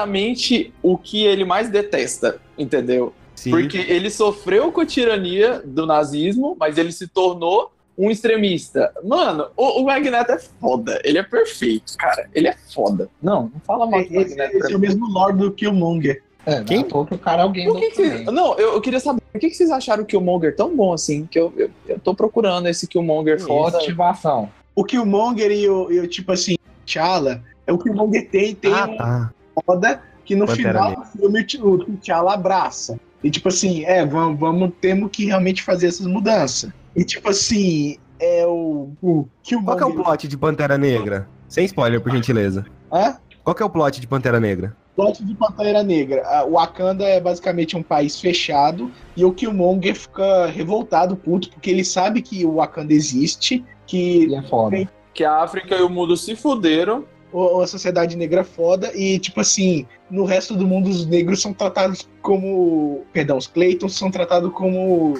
[SPEAKER 2] exatamente o que ele mais detesta, entendeu?
[SPEAKER 4] Sim.
[SPEAKER 2] Porque ele sofreu com a tirania do nazismo, mas ele se tornou um extremista. Mano, o, o Magneto é foda. Ele é perfeito, cara. Ele é foda. Não, não fala mal do
[SPEAKER 4] né?
[SPEAKER 1] Esse,
[SPEAKER 2] Magneto. pra
[SPEAKER 1] esse é o mesmo lore do Killmonger.
[SPEAKER 5] É,
[SPEAKER 4] Quem?
[SPEAKER 5] Quem? que o cara é alguém
[SPEAKER 2] mim. Por
[SPEAKER 5] do
[SPEAKER 2] que que vocês- Não, eu, eu queria saber. Por que, que vocês acharam o Killmonger tão bom assim? Que eu, eu, eu tô procurando esse Killmonger é foda.
[SPEAKER 5] Ativação.
[SPEAKER 1] O Killmonger e o, e o tipo assim, T'Challa, é o Killmonger tem, tem
[SPEAKER 4] Ah,
[SPEAKER 1] um
[SPEAKER 4] tá.
[SPEAKER 1] foda que no
[SPEAKER 4] Pantera
[SPEAKER 1] final do filme o T- o T'Challa abraça. E tipo assim, é, vamos, vamos temos que realmente fazer essas mudanças. E tipo assim, é o, o
[SPEAKER 4] Qual
[SPEAKER 1] Killmonger.
[SPEAKER 4] que é o plot de Pantera Negra? Sem spoiler, por gentileza.
[SPEAKER 1] Hã?
[SPEAKER 4] Qual que é o plot de Pantera Negra?
[SPEAKER 1] plot de Pantera Negra. A- O Wakanda é basicamente um país fechado e o Killmonger fica revoltado, puto, porque ele sabe que o Wakanda existe, que
[SPEAKER 5] Ele é foda.
[SPEAKER 2] Que a África e o mundo se fuderam.
[SPEAKER 1] o- a sociedade negra é foda e, tipo assim, no resto do mundo os negros são tratados como... Perdão, os Claytons são tratados como...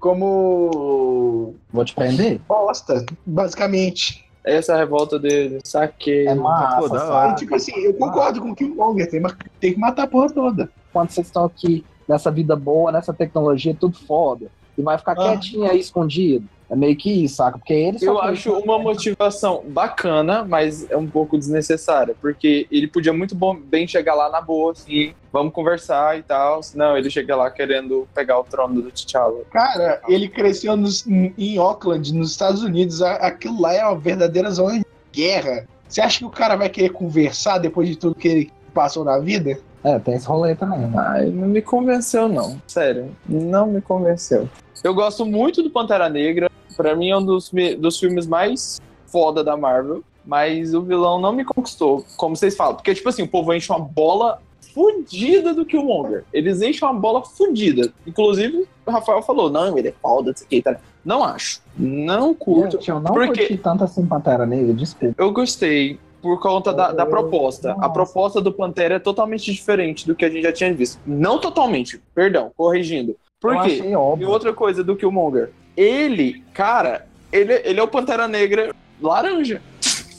[SPEAKER 1] como...
[SPEAKER 5] Vou te prender?
[SPEAKER 1] bosta, basicamente.
[SPEAKER 2] Essa é a revolta dele. Saquei.
[SPEAKER 5] É massa,
[SPEAKER 4] Pô, da
[SPEAKER 5] sabe?
[SPEAKER 4] hora.
[SPEAKER 1] E, tipo assim, eu concordo com o Kim Longer, tem, ma- tem que matar a porra toda.
[SPEAKER 5] Quando vocês estão aqui nessa vida boa, nessa tecnologia, é tudo foda. E vai ficar
[SPEAKER 1] Ah.
[SPEAKER 5] quietinho aí, escondido. É meio que isso, saca? Porque eles
[SPEAKER 2] Eu acho uma motivação bacana, mas é um pouco desnecessária, porque ele podia muito bom- bem chegar lá na boa, assim, vamos conversar e tal. Não, ele chega lá querendo pegar o trono do T'Challa.
[SPEAKER 1] Cara, ele cresceu nos- em em Auckland, nos Estados Unidos. A- Aquilo lá é uma verdadeira zona de guerra. Você acha que o cara vai querer conversar depois de tudo que ele passou na vida?
[SPEAKER 5] É, tem esse rolê também, né?
[SPEAKER 2] Ai, não me convenceu, não. Sério, não me convenceu. Eu gosto muito do Pantera Negra. Pra mim é um dos, me- dos filmes mais foda da Marvel. Mas o vilão não me conquistou, como vocês falam. Porque, tipo assim, o povo enche uma bola fudida do Killmonger. Eles enchem uma bola fudida. Inclusive, o Rafael falou, não, ele é foda, isso aqui, tá? Não acho. Não curto.
[SPEAKER 5] Gente, eu não
[SPEAKER 2] Por quê?
[SPEAKER 5] curti tanto assim Pantera Negra, desculpa.
[SPEAKER 2] Eu gostei por conta da, da proposta. A
[SPEAKER 5] Nossa.
[SPEAKER 2] proposta do Pantera é totalmente diferente do que a gente já tinha visto. Não totalmente, perdão, corrigindo. Por
[SPEAKER 5] eu
[SPEAKER 2] quê?
[SPEAKER 5] achei
[SPEAKER 2] E
[SPEAKER 5] óbvio.
[SPEAKER 2] outra coisa do Killmonger. Ele, cara, ele, ele é o Pantera Negra laranja.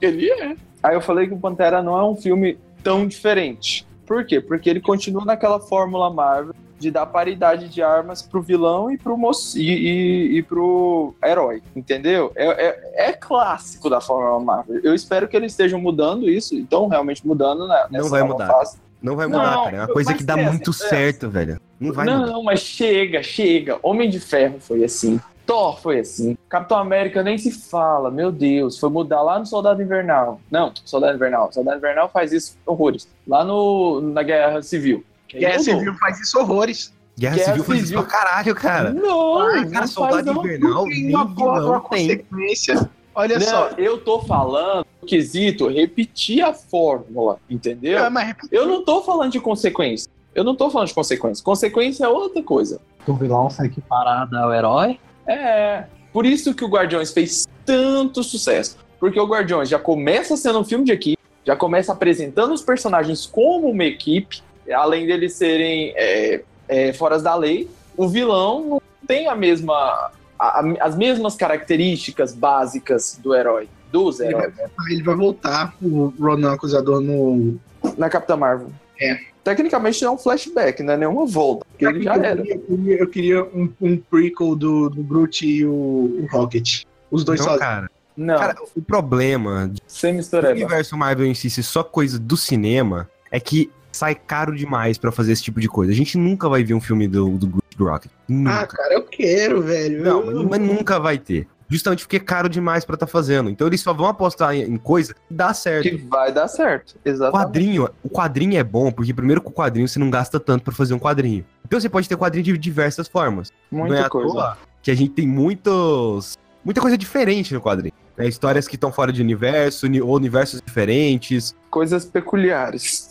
[SPEAKER 2] ele é. Aí eu falei que o Pantera não é um filme tão diferente. Por quê? Porque ele continua naquela fórmula Marvel de dar paridade de armas pro vilão e pro moço e, e, e pro herói, entendeu? É, é, é clássico da fórmula Marvel. Eu espero que eles estejam mudando isso, então realmente mudando, né?
[SPEAKER 4] Não
[SPEAKER 2] nessa
[SPEAKER 4] vai
[SPEAKER 2] nova
[SPEAKER 4] mudar.
[SPEAKER 2] fase.
[SPEAKER 4] Não vai mudar,
[SPEAKER 2] Não,
[SPEAKER 4] cara. É uma coisa
[SPEAKER 2] mas
[SPEAKER 4] que dá
[SPEAKER 2] é,
[SPEAKER 4] muito
[SPEAKER 2] é.
[SPEAKER 4] certo, velho. Não vai
[SPEAKER 2] não,
[SPEAKER 4] mudar.
[SPEAKER 2] mas chega, chega. Homem de Ferro foi assim. Thor foi assim. Capitão América nem se fala. Meu Deus, foi mudar lá no Soldado Invernal. Não, Soldado Invernal. Soldado Invernal faz isso horrores. Lá no, na Guerra Civil. Que
[SPEAKER 1] Guerra
[SPEAKER 2] mudou.
[SPEAKER 1] Civil faz isso horrores.
[SPEAKER 4] Guerra
[SPEAKER 2] Guerra
[SPEAKER 4] Civil faz isso
[SPEAKER 2] Civil.
[SPEAKER 4] pra caralho, cara.
[SPEAKER 2] Não,
[SPEAKER 4] Ah,
[SPEAKER 2] não
[SPEAKER 4] cara,
[SPEAKER 2] faz
[SPEAKER 4] Soldado
[SPEAKER 2] não.
[SPEAKER 4] Invernal
[SPEAKER 1] Tem
[SPEAKER 4] nem
[SPEAKER 1] uma porra de uma
[SPEAKER 4] vilão tem.
[SPEAKER 1] consequência. Olha
[SPEAKER 2] Não,
[SPEAKER 1] só.
[SPEAKER 2] eu tô falando do quesito repetir a fórmula, entendeu?
[SPEAKER 1] Ah, mas
[SPEAKER 2] Eu não tô falando de consequência. Eu não tô falando de consequência. Consequência é outra coisa.
[SPEAKER 5] O vilão sai que parada ao herói.
[SPEAKER 2] É. Por isso que o Guardiões fez tanto sucesso. Porque o Guardiões já começa sendo um filme de equipe, já começa apresentando os personagens como uma equipe, além deles serem é, é, foras da lei, o vilão não tem a mesma. a- a- as mesmas características básicas do herói, dos
[SPEAKER 1] ele vai
[SPEAKER 2] heróis,
[SPEAKER 1] voltar, ele vai voltar o Ronan Acusador no.
[SPEAKER 2] na Capitã Marvel.
[SPEAKER 1] É.
[SPEAKER 2] Tecnicamente não é um flashback, não é nenhuma volta. Porque ele já
[SPEAKER 1] eu
[SPEAKER 2] era.
[SPEAKER 1] Queria, eu queria, eu queria um, um prequel do, do Groot e o, o Rocket. Os dois
[SPEAKER 4] Não,
[SPEAKER 1] sozinhos.
[SPEAKER 4] Então, cara.
[SPEAKER 2] Não,
[SPEAKER 4] Cara, o problema
[SPEAKER 2] sem
[SPEAKER 4] do
[SPEAKER 2] mistureba.
[SPEAKER 4] universo Marvel em si ser só coisa do cinema é que sai caro demais pra fazer esse tipo de coisa. A gente nunca vai ver um filme do, do Groot do Rocket.
[SPEAKER 1] Ah,
[SPEAKER 4] Nunca.
[SPEAKER 1] cara, eu quero, velho.
[SPEAKER 4] Não,
[SPEAKER 1] Eu-
[SPEAKER 4] mas, mas nunca vai ter. Justamente porque é caro demais pra tá fazendo. Então eles só vão apostar em, em coisa que dá certo.
[SPEAKER 2] Que vai dar certo.
[SPEAKER 4] O
[SPEAKER 2] Exatamente.
[SPEAKER 4] quadrinho, o quadrinho é bom porque primeiro com o quadrinho você não gasta tanto pra fazer um quadrinho. Então você pode ter quadrinho de diversas formas.
[SPEAKER 2] Muita
[SPEAKER 4] não é à
[SPEAKER 2] coisa.
[SPEAKER 4] toa que a gente tem muitos muita coisa diferente no quadrinho. né? Histórias que estão fora de universo, uni- ou universos diferentes.
[SPEAKER 2] coisas peculiares.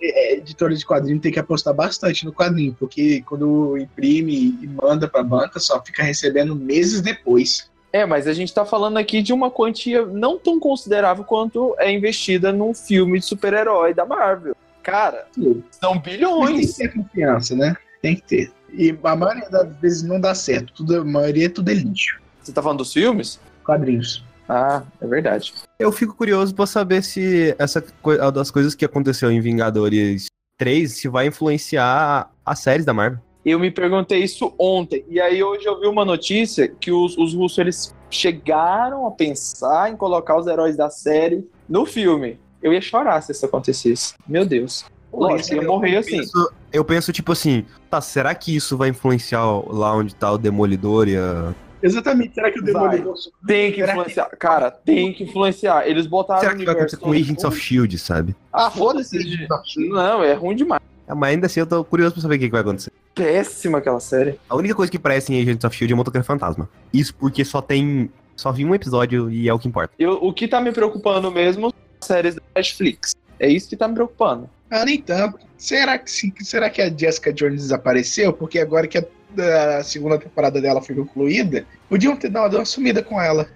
[SPEAKER 1] é, editores de quadrinho tem que apostar bastante no quadrinho, porque quando imprime e manda pra banca, só fica recebendo meses depois.
[SPEAKER 2] É, mas a gente tá falando aqui de uma quantia não tão considerável quanto é investida num filme de super-herói da Marvel. Cara,
[SPEAKER 1] Sim.
[SPEAKER 2] são
[SPEAKER 1] Mas tem
[SPEAKER 2] bilhões.
[SPEAKER 1] que ter confiança, né? Tem que ter. E a maioria das vezes não dá certo. Tudo, a maioria tudo é lixo.
[SPEAKER 2] Você tá falando dos filmes?
[SPEAKER 1] Quadrinhos.
[SPEAKER 2] Ah, é verdade.
[SPEAKER 4] Eu fico curioso pra saber se essa coi- a das coisas que aconteceu em Vingadores 3 se vai influenciar as séries da Marvel.
[SPEAKER 2] Eu me perguntei isso ontem. E aí hoje eu vi uma notícia que os, os russos eles chegaram a pensar em colocar os heróis da série no filme. Eu ia chorar se isso acontecesse. Meu Deus. Lógico, eu ia morrer
[SPEAKER 4] Eu
[SPEAKER 2] assim.
[SPEAKER 4] penso, eu penso, tipo assim, tá, será que isso vai influenciar o- lá onde tá o Demolidor e a...
[SPEAKER 1] Exatamente. Será que o Demolidor...
[SPEAKER 2] Tem que
[SPEAKER 1] Será
[SPEAKER 2] influenciar. Cara, tem que influenciar. Eles botaram
[SPEAKER 4] Será que vai acontecer com Agents of S.H.I.E.L.D., sabe?
[SPEAKER 2] Ah, foda-se. gente. Não, é ruim demais.
[SPEAKER 4] É, Mas ainda assim eu tô curioso pra saber o que, que vai acontecer.
[SPEAKER 2] Péssima aquela série.
[SPEAKER 4] A única coisa que parece em Agents of S.H.I.E.L.D. é Motoqueiro Fantasma. Isso porque só tem... Só vi um episódio e é o que importa.
[SPEAKER 2] Eu, o que tá me preocupando mesmo são as séries da Netflix. É isso que tá me preocupando.
[SPEAKER 1] Ah, nem tanto. Será que, sim- será que a Jessica Jones desapareceu? Porque agora que a, a segunda temporada dela foi concluída, podiam ter dado uma sumida com ela.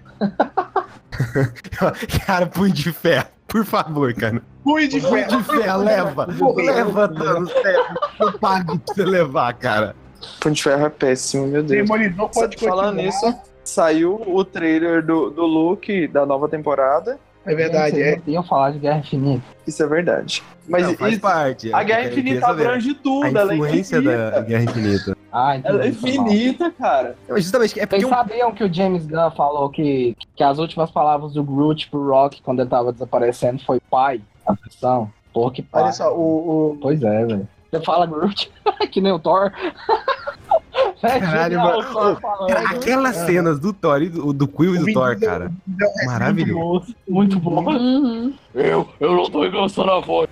[SPEAKER 4] Cara, punho de fé. Por favor, cara.
[SPEAKER 1] Punho de
[SPEAKER 2] é.
[SPEAKER 4] Punho
[SPEAKER 1] ferro.
[SPEAKER 4] de fé, leva. Leva, Thanos, leva. Eu pago pra você levar, cara.
[SPEAKER 2] Punho de Ferro é péssimo, meu Deus.
[SPEAKER 1] Demolidor pode
[SPEAKER 2] Falando
[SPEAKER 1] continuar.
[SPEAKER 2] nisso, Saiu o trailer do, do Luke da nova temporada.
[SPEAKER 1] É verdade,
[SPEAKER 5] né? Vocês
[SPEAKER 1] é.
[SPEAKER 5] não iam falar de Guerra Infinita.
[SPEAKER 2] Isso é verdade. Mas
[SPEAKER 4] Não, faz
[SPEAKER 2] isso-
[SPEAKER 4] parte. é
[SPEAKER 2] a
[SPEAKER 4] o que
[SPEAKER 2] Guerra
[SPEAKER 4] eu queria
[SPEAKER 2] Infinita
[SPEAKER 4] saber.
[SPEAKER 2] abrange tudo.
[SPEAKER 4] A
[SPEAKER 2] ela é
[SPEAKER 4] influência
[SPEAKER 2] infinita.
[SPEAKER 4] da Guerra Infinita.
[SPEAKER 5] Ah,
[SPEAKER 2] Ela é
[SPEAKER 5] entendi. foi mal.
[SPEAKER 2] infinita, cara.
[SPEAKER 4] Não, mas justamente, é
[SPEAKER 5] Vocês
[SPEAKER 4] porque um
[SPEAKER 5] sabiam que o James Gunn falou que, que as últimas palavras do Groot pro Rock quando ele tava desaparecendo foi pai? Atenção. Porra, que pai.
[SPEAKER 1] Olha só, o. o-
[SPEAKER 5] Pois é, velho. Você fala Groot, que nem o Thor. É
[SPEAKER 4] Caralho,
[SPEAKER 5] genial,
[SPEAKER 4] mano.
[SPEAKER 5] o Thor falando.
[SPEAKER 4] Aquelas cenas do Thor e do, do Quill e do
[SPEAKER 1] O
[SPEAKER 4] Thor,
[SPEAKER 1] Vin
[SPEAKER 4] cara.
[SPEAKER 1] Diesel é
[SPEAKER 4] Maravilhoso.
[SPEAKER 5] Muito bom.
[SPEAKER 6] Uhum.
[SPEAKER 3] Eu, eu não tô engrossando a voz.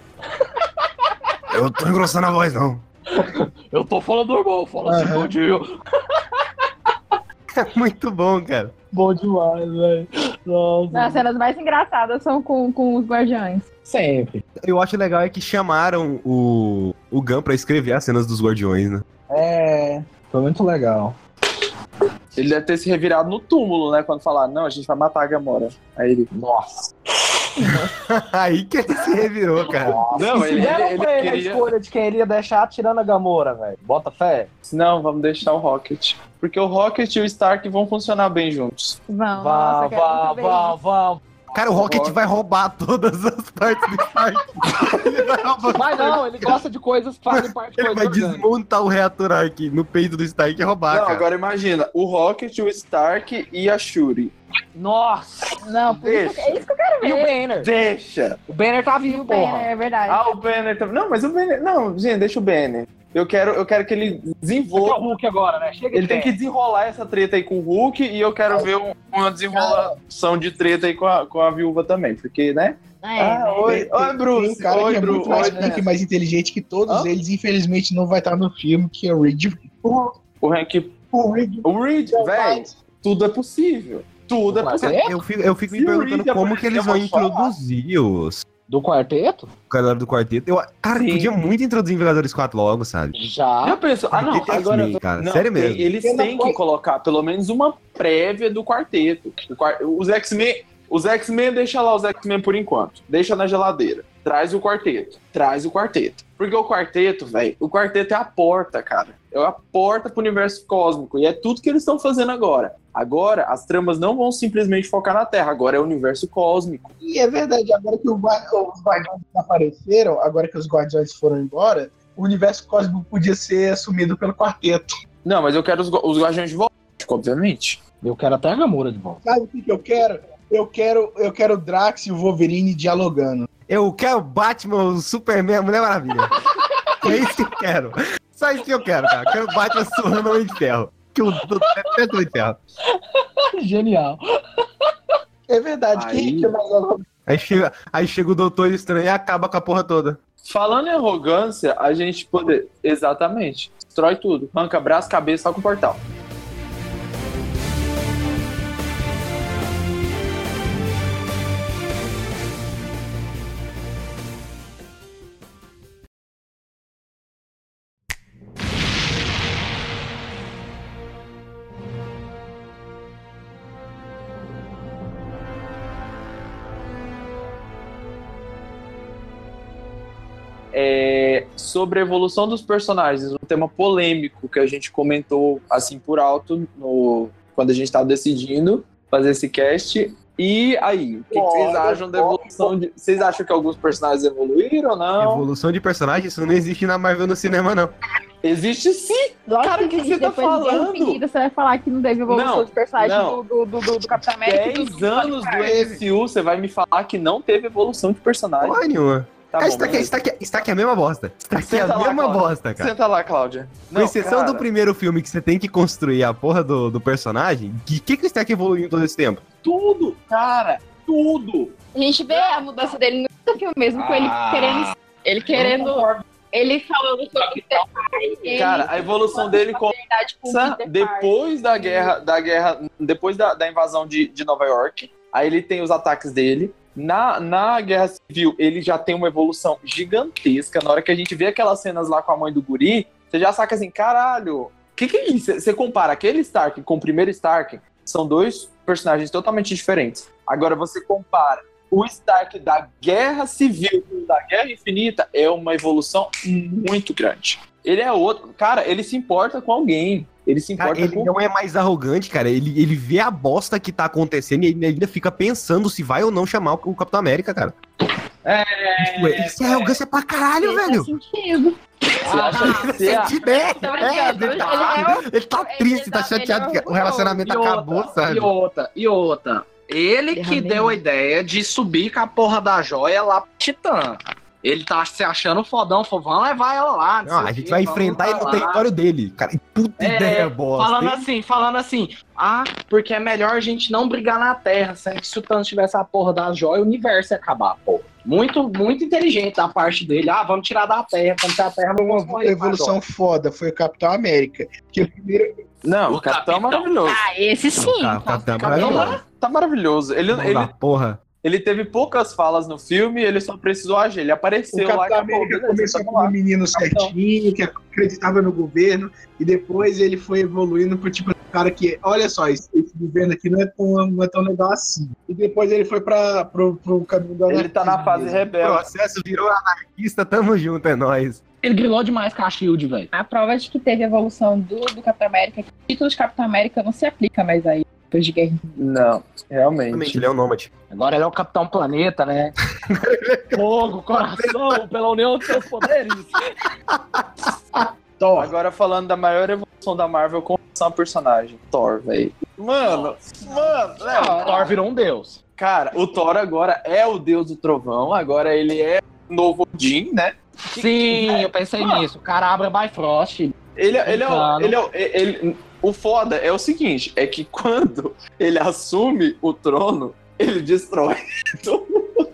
[SPEAKER 4] Eu tô engrossando a voz, não.
[SPEAKER 3] Eu tô falando normal, fala
[SPEAKER 1] assim,
[SPEAKER 3] assim,
[SPEAKER 1] Aham.
[SPEAKER 3] bom dia.
[SPEAKER 4] É Muito bom, cara.
[SPEAKER 5] Bom demais, velho. Nossa.
[SPEAKER 6] As cenas mais engraçadas são com, com os guardiões.
[SPEAKER 5] Sempre.
[SPEAKER 4] Eu acho legal é que chamaram o, o Gun pra escrever as cenas dos Guardiões, né?
[SPEAKER 5] É. Foi muito legal.
[SPEAKER 2] Ele deve ter se revirado no túmulo, né? Quando falar, não, a gente vai matar a Gamora. Aí ele, nossa.
[SPEAKER 4] Aí que ele se revirou, cara.
[SPEAKER 2] Não, ele,
[SPEAKER 5] deram
[SPEAKER 2] ele, ele
[SPEAKER 5] pra ele a
[SPEAKER 2] queria.
[SPEAKER 5] escolha de quem ele ia deixar tirando a Gamora, velho. Bota fé.
[SPEAKER 2] Não, vamos deixar o Rocket. Porque o Rocket e o Stark vão funcionar bem juntos.
[SPEAKER 6] Vão,
[SPEAKER 5] Vá,
[SPEAKER 6] nossa, quero
[SPEAKER 5] vá,
[SPEAKER 6] muito ver
[SPEAKER 5] vá, vá.
[SPEAKER 4] Cara, o Rocket vai roubar todas as partes do Stark. ele vai, roubar-
[SPEAKER 5] Mas não, ele gosta de coisas que fazem parte
[SPEAKER 4] ele
[SPEAKER 5] coisa
[SPEAKER 4] vai
[SPEAKER 5] orgânica.
[SPEAKER 4] desmontar o reator aqui no peito do Stark e roubar,
[SPEAKER 2] não,
[SPEAKER 4] cara.
[SPEAKER 2] agora imagina, o Rocket, o Stark e a Shuri.
[SPEAKER 5] Nossa.
[SPEAKER 6] isso. Não, por isso que, é isso que eu quero
[SPEAKER 5] E o
[SPEAKER 6] ver.
[SPEAKER 5] Banner?
[SPEAKER 2] Deixa!
[SPEAKER 5] O Banner tá vivo, porra.
[SPEAKER 6] É verdade.
[SPEAKER 2] Ah, o Banner também. Não, mas o Banner. Não, gente, deixa o Banner. Eu quero, eu quero que ele
[SPEAKER 5] Esse é o
[SPEAKER 2] desenvolva.
[SPEAKER 5] Hulk agora, né? Chega
[SPEAKER 2] Ele tem que desenrolar essa treta aí com o Hulk e eu quero ver um- uma desenrolação de treta aí com a, com a viúva também, porque, né?
[SPEAKER 6] É,
[SPEAKER 2] ah,
[SPEAKER 6] né?
[SPEAKER 2] oi,
[SPEAKER 1] Tem-
[SPEAKER 2] oi,
[SPEAKER 1] tem um
[SPEAKER 2] Bruce,
[SPEAKER 1] cara que
[SPEAKER 2] oi,
[SPEAKER 1] é muito
[SPEAKER 2] Bruce,
[SPEAKER 1] mais
[SPEAKER 2] oi,
[SPEAKER 1] pique,
[SPEAKER 2] Bruce.
[SPEAKER 1] mais inteligente que todos
[SPEAKER 2] Hã?
[SPEAKER 1] eles, infelizmente não vai estar no filme, que é o Reed. O,
[SPEAKER 2] O Hank.
[SPEAKER 1] o Reed,
[SPEAKER 2] O Reed, velho, tudo é possível. Tudo é
[SPEAKER 5] Mas
[SPEAKER 2] possível.
[SPEAKER 5] é?
[SPEAKER 4] Eu fico, eu fico me
[SPEAKER 2] Se o
[SPEAKER 4] perguntando
[SPEAKER 2] Reed
[SPEAKER 4] como que eles vão
[SPEAKER 2] aparecer, eu vou
[SPEAKER 4] introduzir os
[SPEAKER 5] Do quarteto?
[SPEAKER 4] galera do quarteto. Eu, cara,
[SPEAKER 2] Sim.
[SPEAKER 4] podia muito introduzir Vingadores 4 logo, sabe?
[SPEAKER 2] Já
[SPEAKER 5] Já.
[SPEAKER 2] pensou? Ah, não,
[SPEAKER 4] Porque tem
[SPEAKER 2] agora.
[SPEAKER 4] X-Men, cara,
[SPEAKER 2] não,
[SPEAKER 4] sério mesmo.
[SPEAKER 2] tem- Eles
[SPEAKER 1] Eu não
[SPEAKER 2] têm
[SPEAKER 1] vou-
[SPEAKER 2] que colocar pelo menos uma prévia do quarteto. O quar- Os X-Men. Os X-Men, deixa lá os X-Men por enquanto. Deixa na geladeira. Traz o quarteto. Traz o quarteto. Porque o quarteto, velho, o quarteto é a porta, cara. É a porta pro universo cósmico. E é tudo que eles estão fazendo agora. Agora, as tramas não vão simplesmente focar na Terra. Agora é o universo cósmico.
[SPEAKER 1] E é verdade, agora que o gua- os Guardiões apareceram, agora que os Guardiões foram embora, o universo cósmico podia ser assumido pelo quarteto.
[SPEAKER 2] Não, mas eu quero os, gu- os Guardiões de volta, obviamente.
[SPEAKER 5] Eu quero até a Gamora de volta.
[SPEAKER 1] Sabe o que, que eu quero? Eu quero eu quero o Drax e o Wolverine dialogando.
[SPEAKER 4] Eu quero Batman, o Superman, a Mulher Maravilha. é isso que eu quero. Só isso que eu quero, cara. Quero Batman surrando o Homem de Ferro. Que o é o Homem de Ferro.
[SPEAKER 5] Genial.
[SPEAKER 1] É verdade,
[SPEAKER 2] Aí.
[SPEAKER 1] quem que é mais logo?
[SPEAKER 4] Aí chega, aí chega o Doutor Estranho e acaba com a porra toda.
[SPEAKER 2] Falando em arrogância, a gente poder. Exatamente. Destrói tudo. Arranca braço, cabeça, só com o portal. É, sobre a evolução dos personagens, um tema polêmico que a gente comentou assim por alto no, quando a gente estava decidindo fazer esse cast. E aí, o que, que vocês
[SPEAKER 1] Bora,
[SPEAKER 2] acham da
[SPEAKER 1] bora.
[SPEAKER 2] evolução? De, vocês acham que alguns personagens evoluíram ou não?
[SPEAKER 4] Evolução de personagem, isso não existe na Marvel no cinema, não.
[SPEAKER 2] Existe sim!
[SPEAKER 6] Lógico
[SPEAKER 2] Cara, o que
[SPEAKER 6] existe.
[SPEAKER 2] você tá
[SPEAKER 6] assim, Depois de Guerra
[SPEAKER 2] falando?
[SPEAKER 6] Infinita, você vai falar que não teve evolução
[SPEAKER 2] Não,
[SPEAKER 6] dos personagens
[SPEAKER 2] não.
[SPEAKER 6] Do, do, do, do Capitão América. e do-
[SPEAKER 2] 10 anos do MCU, você vai me falar que não teve evolução de personagem.
[SPEAKER 4] Porra nenhuma. é-
[SPEAKER 2] Tá
[SPEAKER 4] cara,
[SPEAKER 2] bom,
[SPEAKER 4] está, aqui,
[SPEAKER 2] beleza.
[SPEAKER 4] está, aqui, está aqui a mesma bosta. Está aqui
[SPEAKER 2] Senta
[SPEAKER 4] a
[SPEAKER 2] lá,
[SPEAKER 4] mesma
[SPEAKER 2] Cláudio.
[SPEAKER 4] bosta, cara.
[SPEAKER 2] Senta lá, Cláudia.
[SPEAKER 4] Com exceção do primeiro filme que você tem que construir a porra do, do personagem, o que, que, que está aqui evoluindo todo esse tempo?
[SPEAKER 2] Tudo, cara, tudo.
[SPEAKER 6] A gente vê a mudança dele no filme mesmo, com ele
[SPEAKER 2] Ah.
[SPEAKER 6] querendo. Ele querendo. Ele falando sobre o Stefan, ele- tipo,
[SPEAKER 2] Cara, a evolução dele com
[SPEAKER 6] verdade, com o
[SPEAKER 2] Sam,
[SPEAKER 6] Peter
[SPEAKER 2] depois da guerra, da guerra, depois da, da invasão de, de Nova York, aí ele tem os ataques dele. Na, na guerra civil, ele já tem uma evolução gigantesca. Na hora que a gente vê aquelas cenas lá com a mãe do guri, você já saca assim, caralho, que que é isso? Você compara aquele Stark com o primeiro Stark, são dois personagens totalmente diferentes. Agora você compara o Stark da Guerra Civil com o da Guerra Infinita, é uma evolução muito grande. Ele é outro. Cara, ele se importa com alguém. Ele se importa
[SPEAKER 4] Cara, ele
[SPEAKER 2] com
[SPEAKER 4] não é mais arrogante, cara. Ele, ele vê a bosta que tá acontecendo e ele ainda fica pensando se vai ou não chamar o Capitão América, cara. É. isso é arrogância pra caralho, velho.
[SPEAKER 6] sentido.
[SPEAKER 2] Você acha que
[SPEAKER 4] Senti bem.
[SPEAKER 6] Tô
[SPEAKER 4] É,
[SPEAKER 6] brincando,
[SPEAKER 4] ele
[SPEAKER 6] ele
[SPEAKER 4] tá,
[SPEAKER 6] é o-
[SPEAKER 4] ele tá
[SPEAKER 6] ele
[SPEAKER 4] triste, tá
[SPEAKER 6] tá- ele é
[SPEAKER 4] chateado que o
[SPEAKER 6] orgulhoso.
[SPEAKER 4] relacionamento
[SPEAKER 5] E outra,
[SPEAKER 4] acabou, sabe? é.
[SPEAKER 5] E outra, e outra. Ele que
[SPEAKER 6] Ferramenta.
[SPEAKER 5] deu a ideia de subir com a porra da joia lá pro Titã. Ele tá se achando fodão, falou, vamos levar ela lá. não
[SPEAKER 4] Não,
[SPEAKER 5] sei
[SPEAKER 4] a
[SPEAKER 5] o
[SPEAKER 4] gente
[SPEAKER 5] quê,
[SPEAKER 4] vai
[SPEAKER 5] vamos
[SPEAKER 4] enfrentar ele no
[SPEAKER 5] lá."
[SPEAKER 4] território dele. Cara, que puta
[SPEAKER 5] É,
[SPEAKER 4] ideia bosta.
[SPEAKER 5] Falando
[SPEAKER 4] hein?
[SPEAKER 5] assim, falando assim, ah, porque é melhor a gente não brigar na Terra, sendo que se o Thanos tivesse a porra da joia, o universo ia acabar, pô. Muito, muito inteligente da parte dele. Ah, vamos tirar da Terra, como se a Terra não fosse
[SPEAKER 1] Uma
[SPEAKER 5] morrer com a joia.
[SPEAKER 1] evolução foda foi o Capitão América. Que o primeiro,
[SPEAKER 2] Não,
[SPEAKER 5] O
[SPEAKER 2] o Capitão é
[SPEAKER 5] Capitão.
[SPEAKER 2] maravilhoso.
[SPEAKER 6] Ah, esse sim.
[SPEAKER 4] Tá, tá, tá,
[SPEAKER 2] Capitão
[SPEAKER 4] maravilhoso.
[SPEAKER 2] tá, tá maravilhoso. Ele,
[SPEAKER 4] Vamos
[SPEAKER 2] ele,
[SPEAKER 4] lá, porra.
[SPEAKER 2] ele teve poucas falas no filme, ele só precisou agir. Ele
[SPEAKER 1] o
[SPEAKER 2] apareceu
[SPEAKER 1] Capitão
[SPEAKER 2] lá e acabou.
[SPEAKER 1] América
[SPEAKER 2] Beleza,
[SPEAKER 1] começou
[SPEAKER 2] tamo
[SPEAKER 1] como um
[SPEAKER 2] lá.
[SPEAKER 1] menino certinho, que acreditava no governo, e depois ele foi evoluindo pro tipo cara que, olha só, esse, esse governo aqui não é, tão, não é tão legal assim. E depois ele foi pra, pro, pro caminho da
[SPEAKER 2] Ele tá na fase rebelde.
[SPEAKER 4] Processo virou anarquista, tamo junto, é nóis.
[SPEAKER 5] Ele grilou demais com a Shield, velho.
[SPEAKER 6] A prova de que teve evolução do, do Capitão América, que o título de Capitão América não se aplica mais aí, depois de guerra.
[SPEAKER 2] Não, realmente.
[SPEAKER 4] Ele é um nômade.
[SPEAKER 5] Agora ele é o Capitão Planeta, né? Fogo, coração, pela união dos seus poderes.
[SPEAKER 1] Thor.
[SPEAKER 2] Agora falando da maior evolução da Marvel com relação ao personagem, Thor, velho. Mano, mano, Léo,
[SPEAKER 6] Não,
[SPEAKER 5] Thor virou um deus.
[SPEAKER 2] cara, o Thor agora é o deus do trovão, agora ele é o novo Odin, né?
[SPEAKER 5] Sim, eu pensei nisso. Carabra Bifrost.
[SPEAKER 2] Ele, ele é o.
[SPEAKER 5] Claro.
[SPEAKER 2] Ele é o, ele- o foda é o seguinte: é que quando ele assume o trono, ele destrói todo mundo.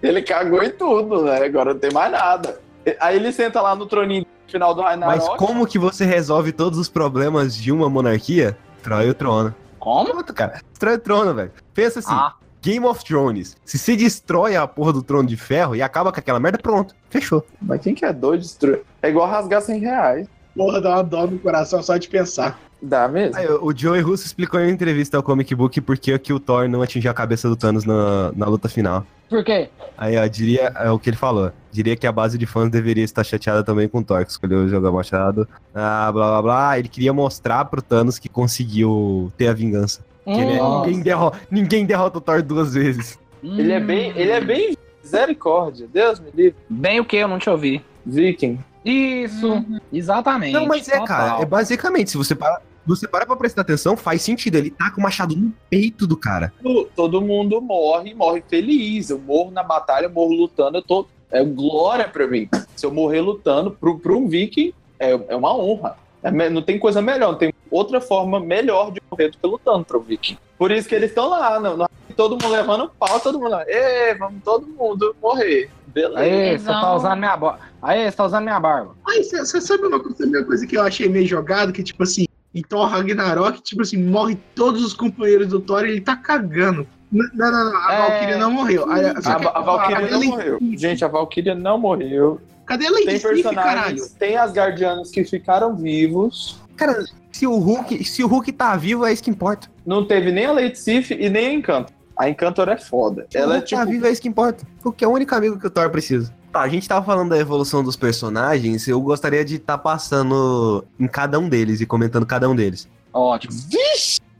[SPEAKER 2] Ele cagou em tudo, né? Agora não tem mais nada. Aí ele senta lá no troninho final do Ragnarok.
[SPEAKER 4] Mas como que você resolve todos os problemas de uma monarquia? Destrói o trono.
[SPEAKER 5] Como?
[SPEAKER 4] Pronto, cara. Destrói o trono, velho. Pensa assim,
[SPEAKER 5] Ah,
[SPEAKER 4] Game of Thrones. Se você destrói a porra do trono de ferro e acaba com aquela merda, pronto. Fechou.
[SPEAKER 2] Mas quem que é doido de destruir? É igual rasgar 100 reais.
[SPEAKER 1] Porra, dá uma dó no coração só de pensar.
[SPEAKER 2] Dá mesmo?
[SPEAKER 4] Aí, o Joey Russo explicou em entrevista ao Comic Book por que que o Thor não atingiu a cabeça do Thanos na, na luta final.
[SPEAKER 5] por quê?
[SPEAKER 4] Aí, ó, diria é, o que ele falou. Diria que a base de fãs deveria estar chateada também com o Thor, que escolheu jogar machado. Ah, blá blá blá. Ele queria mostrar pro Thanos que conseguiu ter a vingança. Que ele é-
[SPEAKER 5] Hum,
[SPEAKER 4] ninguém, derro- ninguém derrota o Thor duas vezes.
[SPEAKER 2] Ele
[SPEAKER 5] Uhum.
[SPEAKER 2] é bem. Ele é bem misericórdia. Deus me livre.
[SPEAKER 5] Bem o que? Eu não te ouvi.
[SPEAKER 2] Viking.
[SPEAKER 5] Isso,
[SPEAKER 2] Uhum.
[SPEAKER 5] exatamente.
[SPEAKER 4] Não, mas é,
[SPEAKER 5] total.
[SPEAKER 4] cara. É basicamente, se você para, você para pra prestar atenção, faz sentido. Ele tá com o machado no peito do cara.
[SPEAKER 2] Todo mundo morre, morre feliz. Eu morro na batalha, eu morro lutando. Eu tô. É glória pra mim. Se eu morrer lutando pro, pro Viking, é, é uma honra. É me- não tem coisa melhor, não tem outra forma melhor de morrer do que lutando pro Viking. Por isso que eles estão lá, não, não- todo mundo levando pau, todo mundo lá. Ê, vamos todo mundo morrer.
[SPEAKER 4] é
[SPEAKER 2] Beleza.
[SPEAKER 5] Aê, você tá
[SPEAKER 6] Então-
[SPEAKER 5] usando minha barba. Aê, você tá usando minha barba.
[SPEAKER 1] Mas você sabe uma coisa, sabe uma coisa que eu achei meio jogado? Que tipo assim, em Thor Ragnarok, tipo assim, morre todos os companheiros do Thor e ele tá cagando. N- Não, não, não, a
[SPEAKER 2] É.
[SPEAKER 1] Valkyria não morreu. A,
[SPEAKER 2] A,
[SPEAKER 1] só que-
[SPEAKER 2] a Valkyria não
[SPEAKER 1] cadê
[SPEAKER 2] morreu. Gente, a Valkyria não morreu.
[SPEAKER 1] Cadê a Lady
[SPEAKER 2] Tem
[SPEAKER 1] Sif, caralho?
[SPEAKER 2] personagens, tem as guardianas que ficaram vivos.
[SPEAKER 4] Cara, se o Hulk, se o Hulk tá vivo, é isso que importa.
[SPEAKER 2] Não teve nem a Lady Sif e nem a Encanto. A Encantor é foda.
[SPEAKER 4] o
[SPEAKER 2] Ela é
[SPEAKER 4] Hulk
[SPEAKER 2] tipo.
[SPEAKER 4] tá vivo, é isso que importa. Porque é o único amigo que o Thor precisa. Tá, a gente tava falando da evolução dos personagens. Eu gostaria de estar passando em cada um deles e comentando cada um deles.
[SPEAKER 5] Ótimo.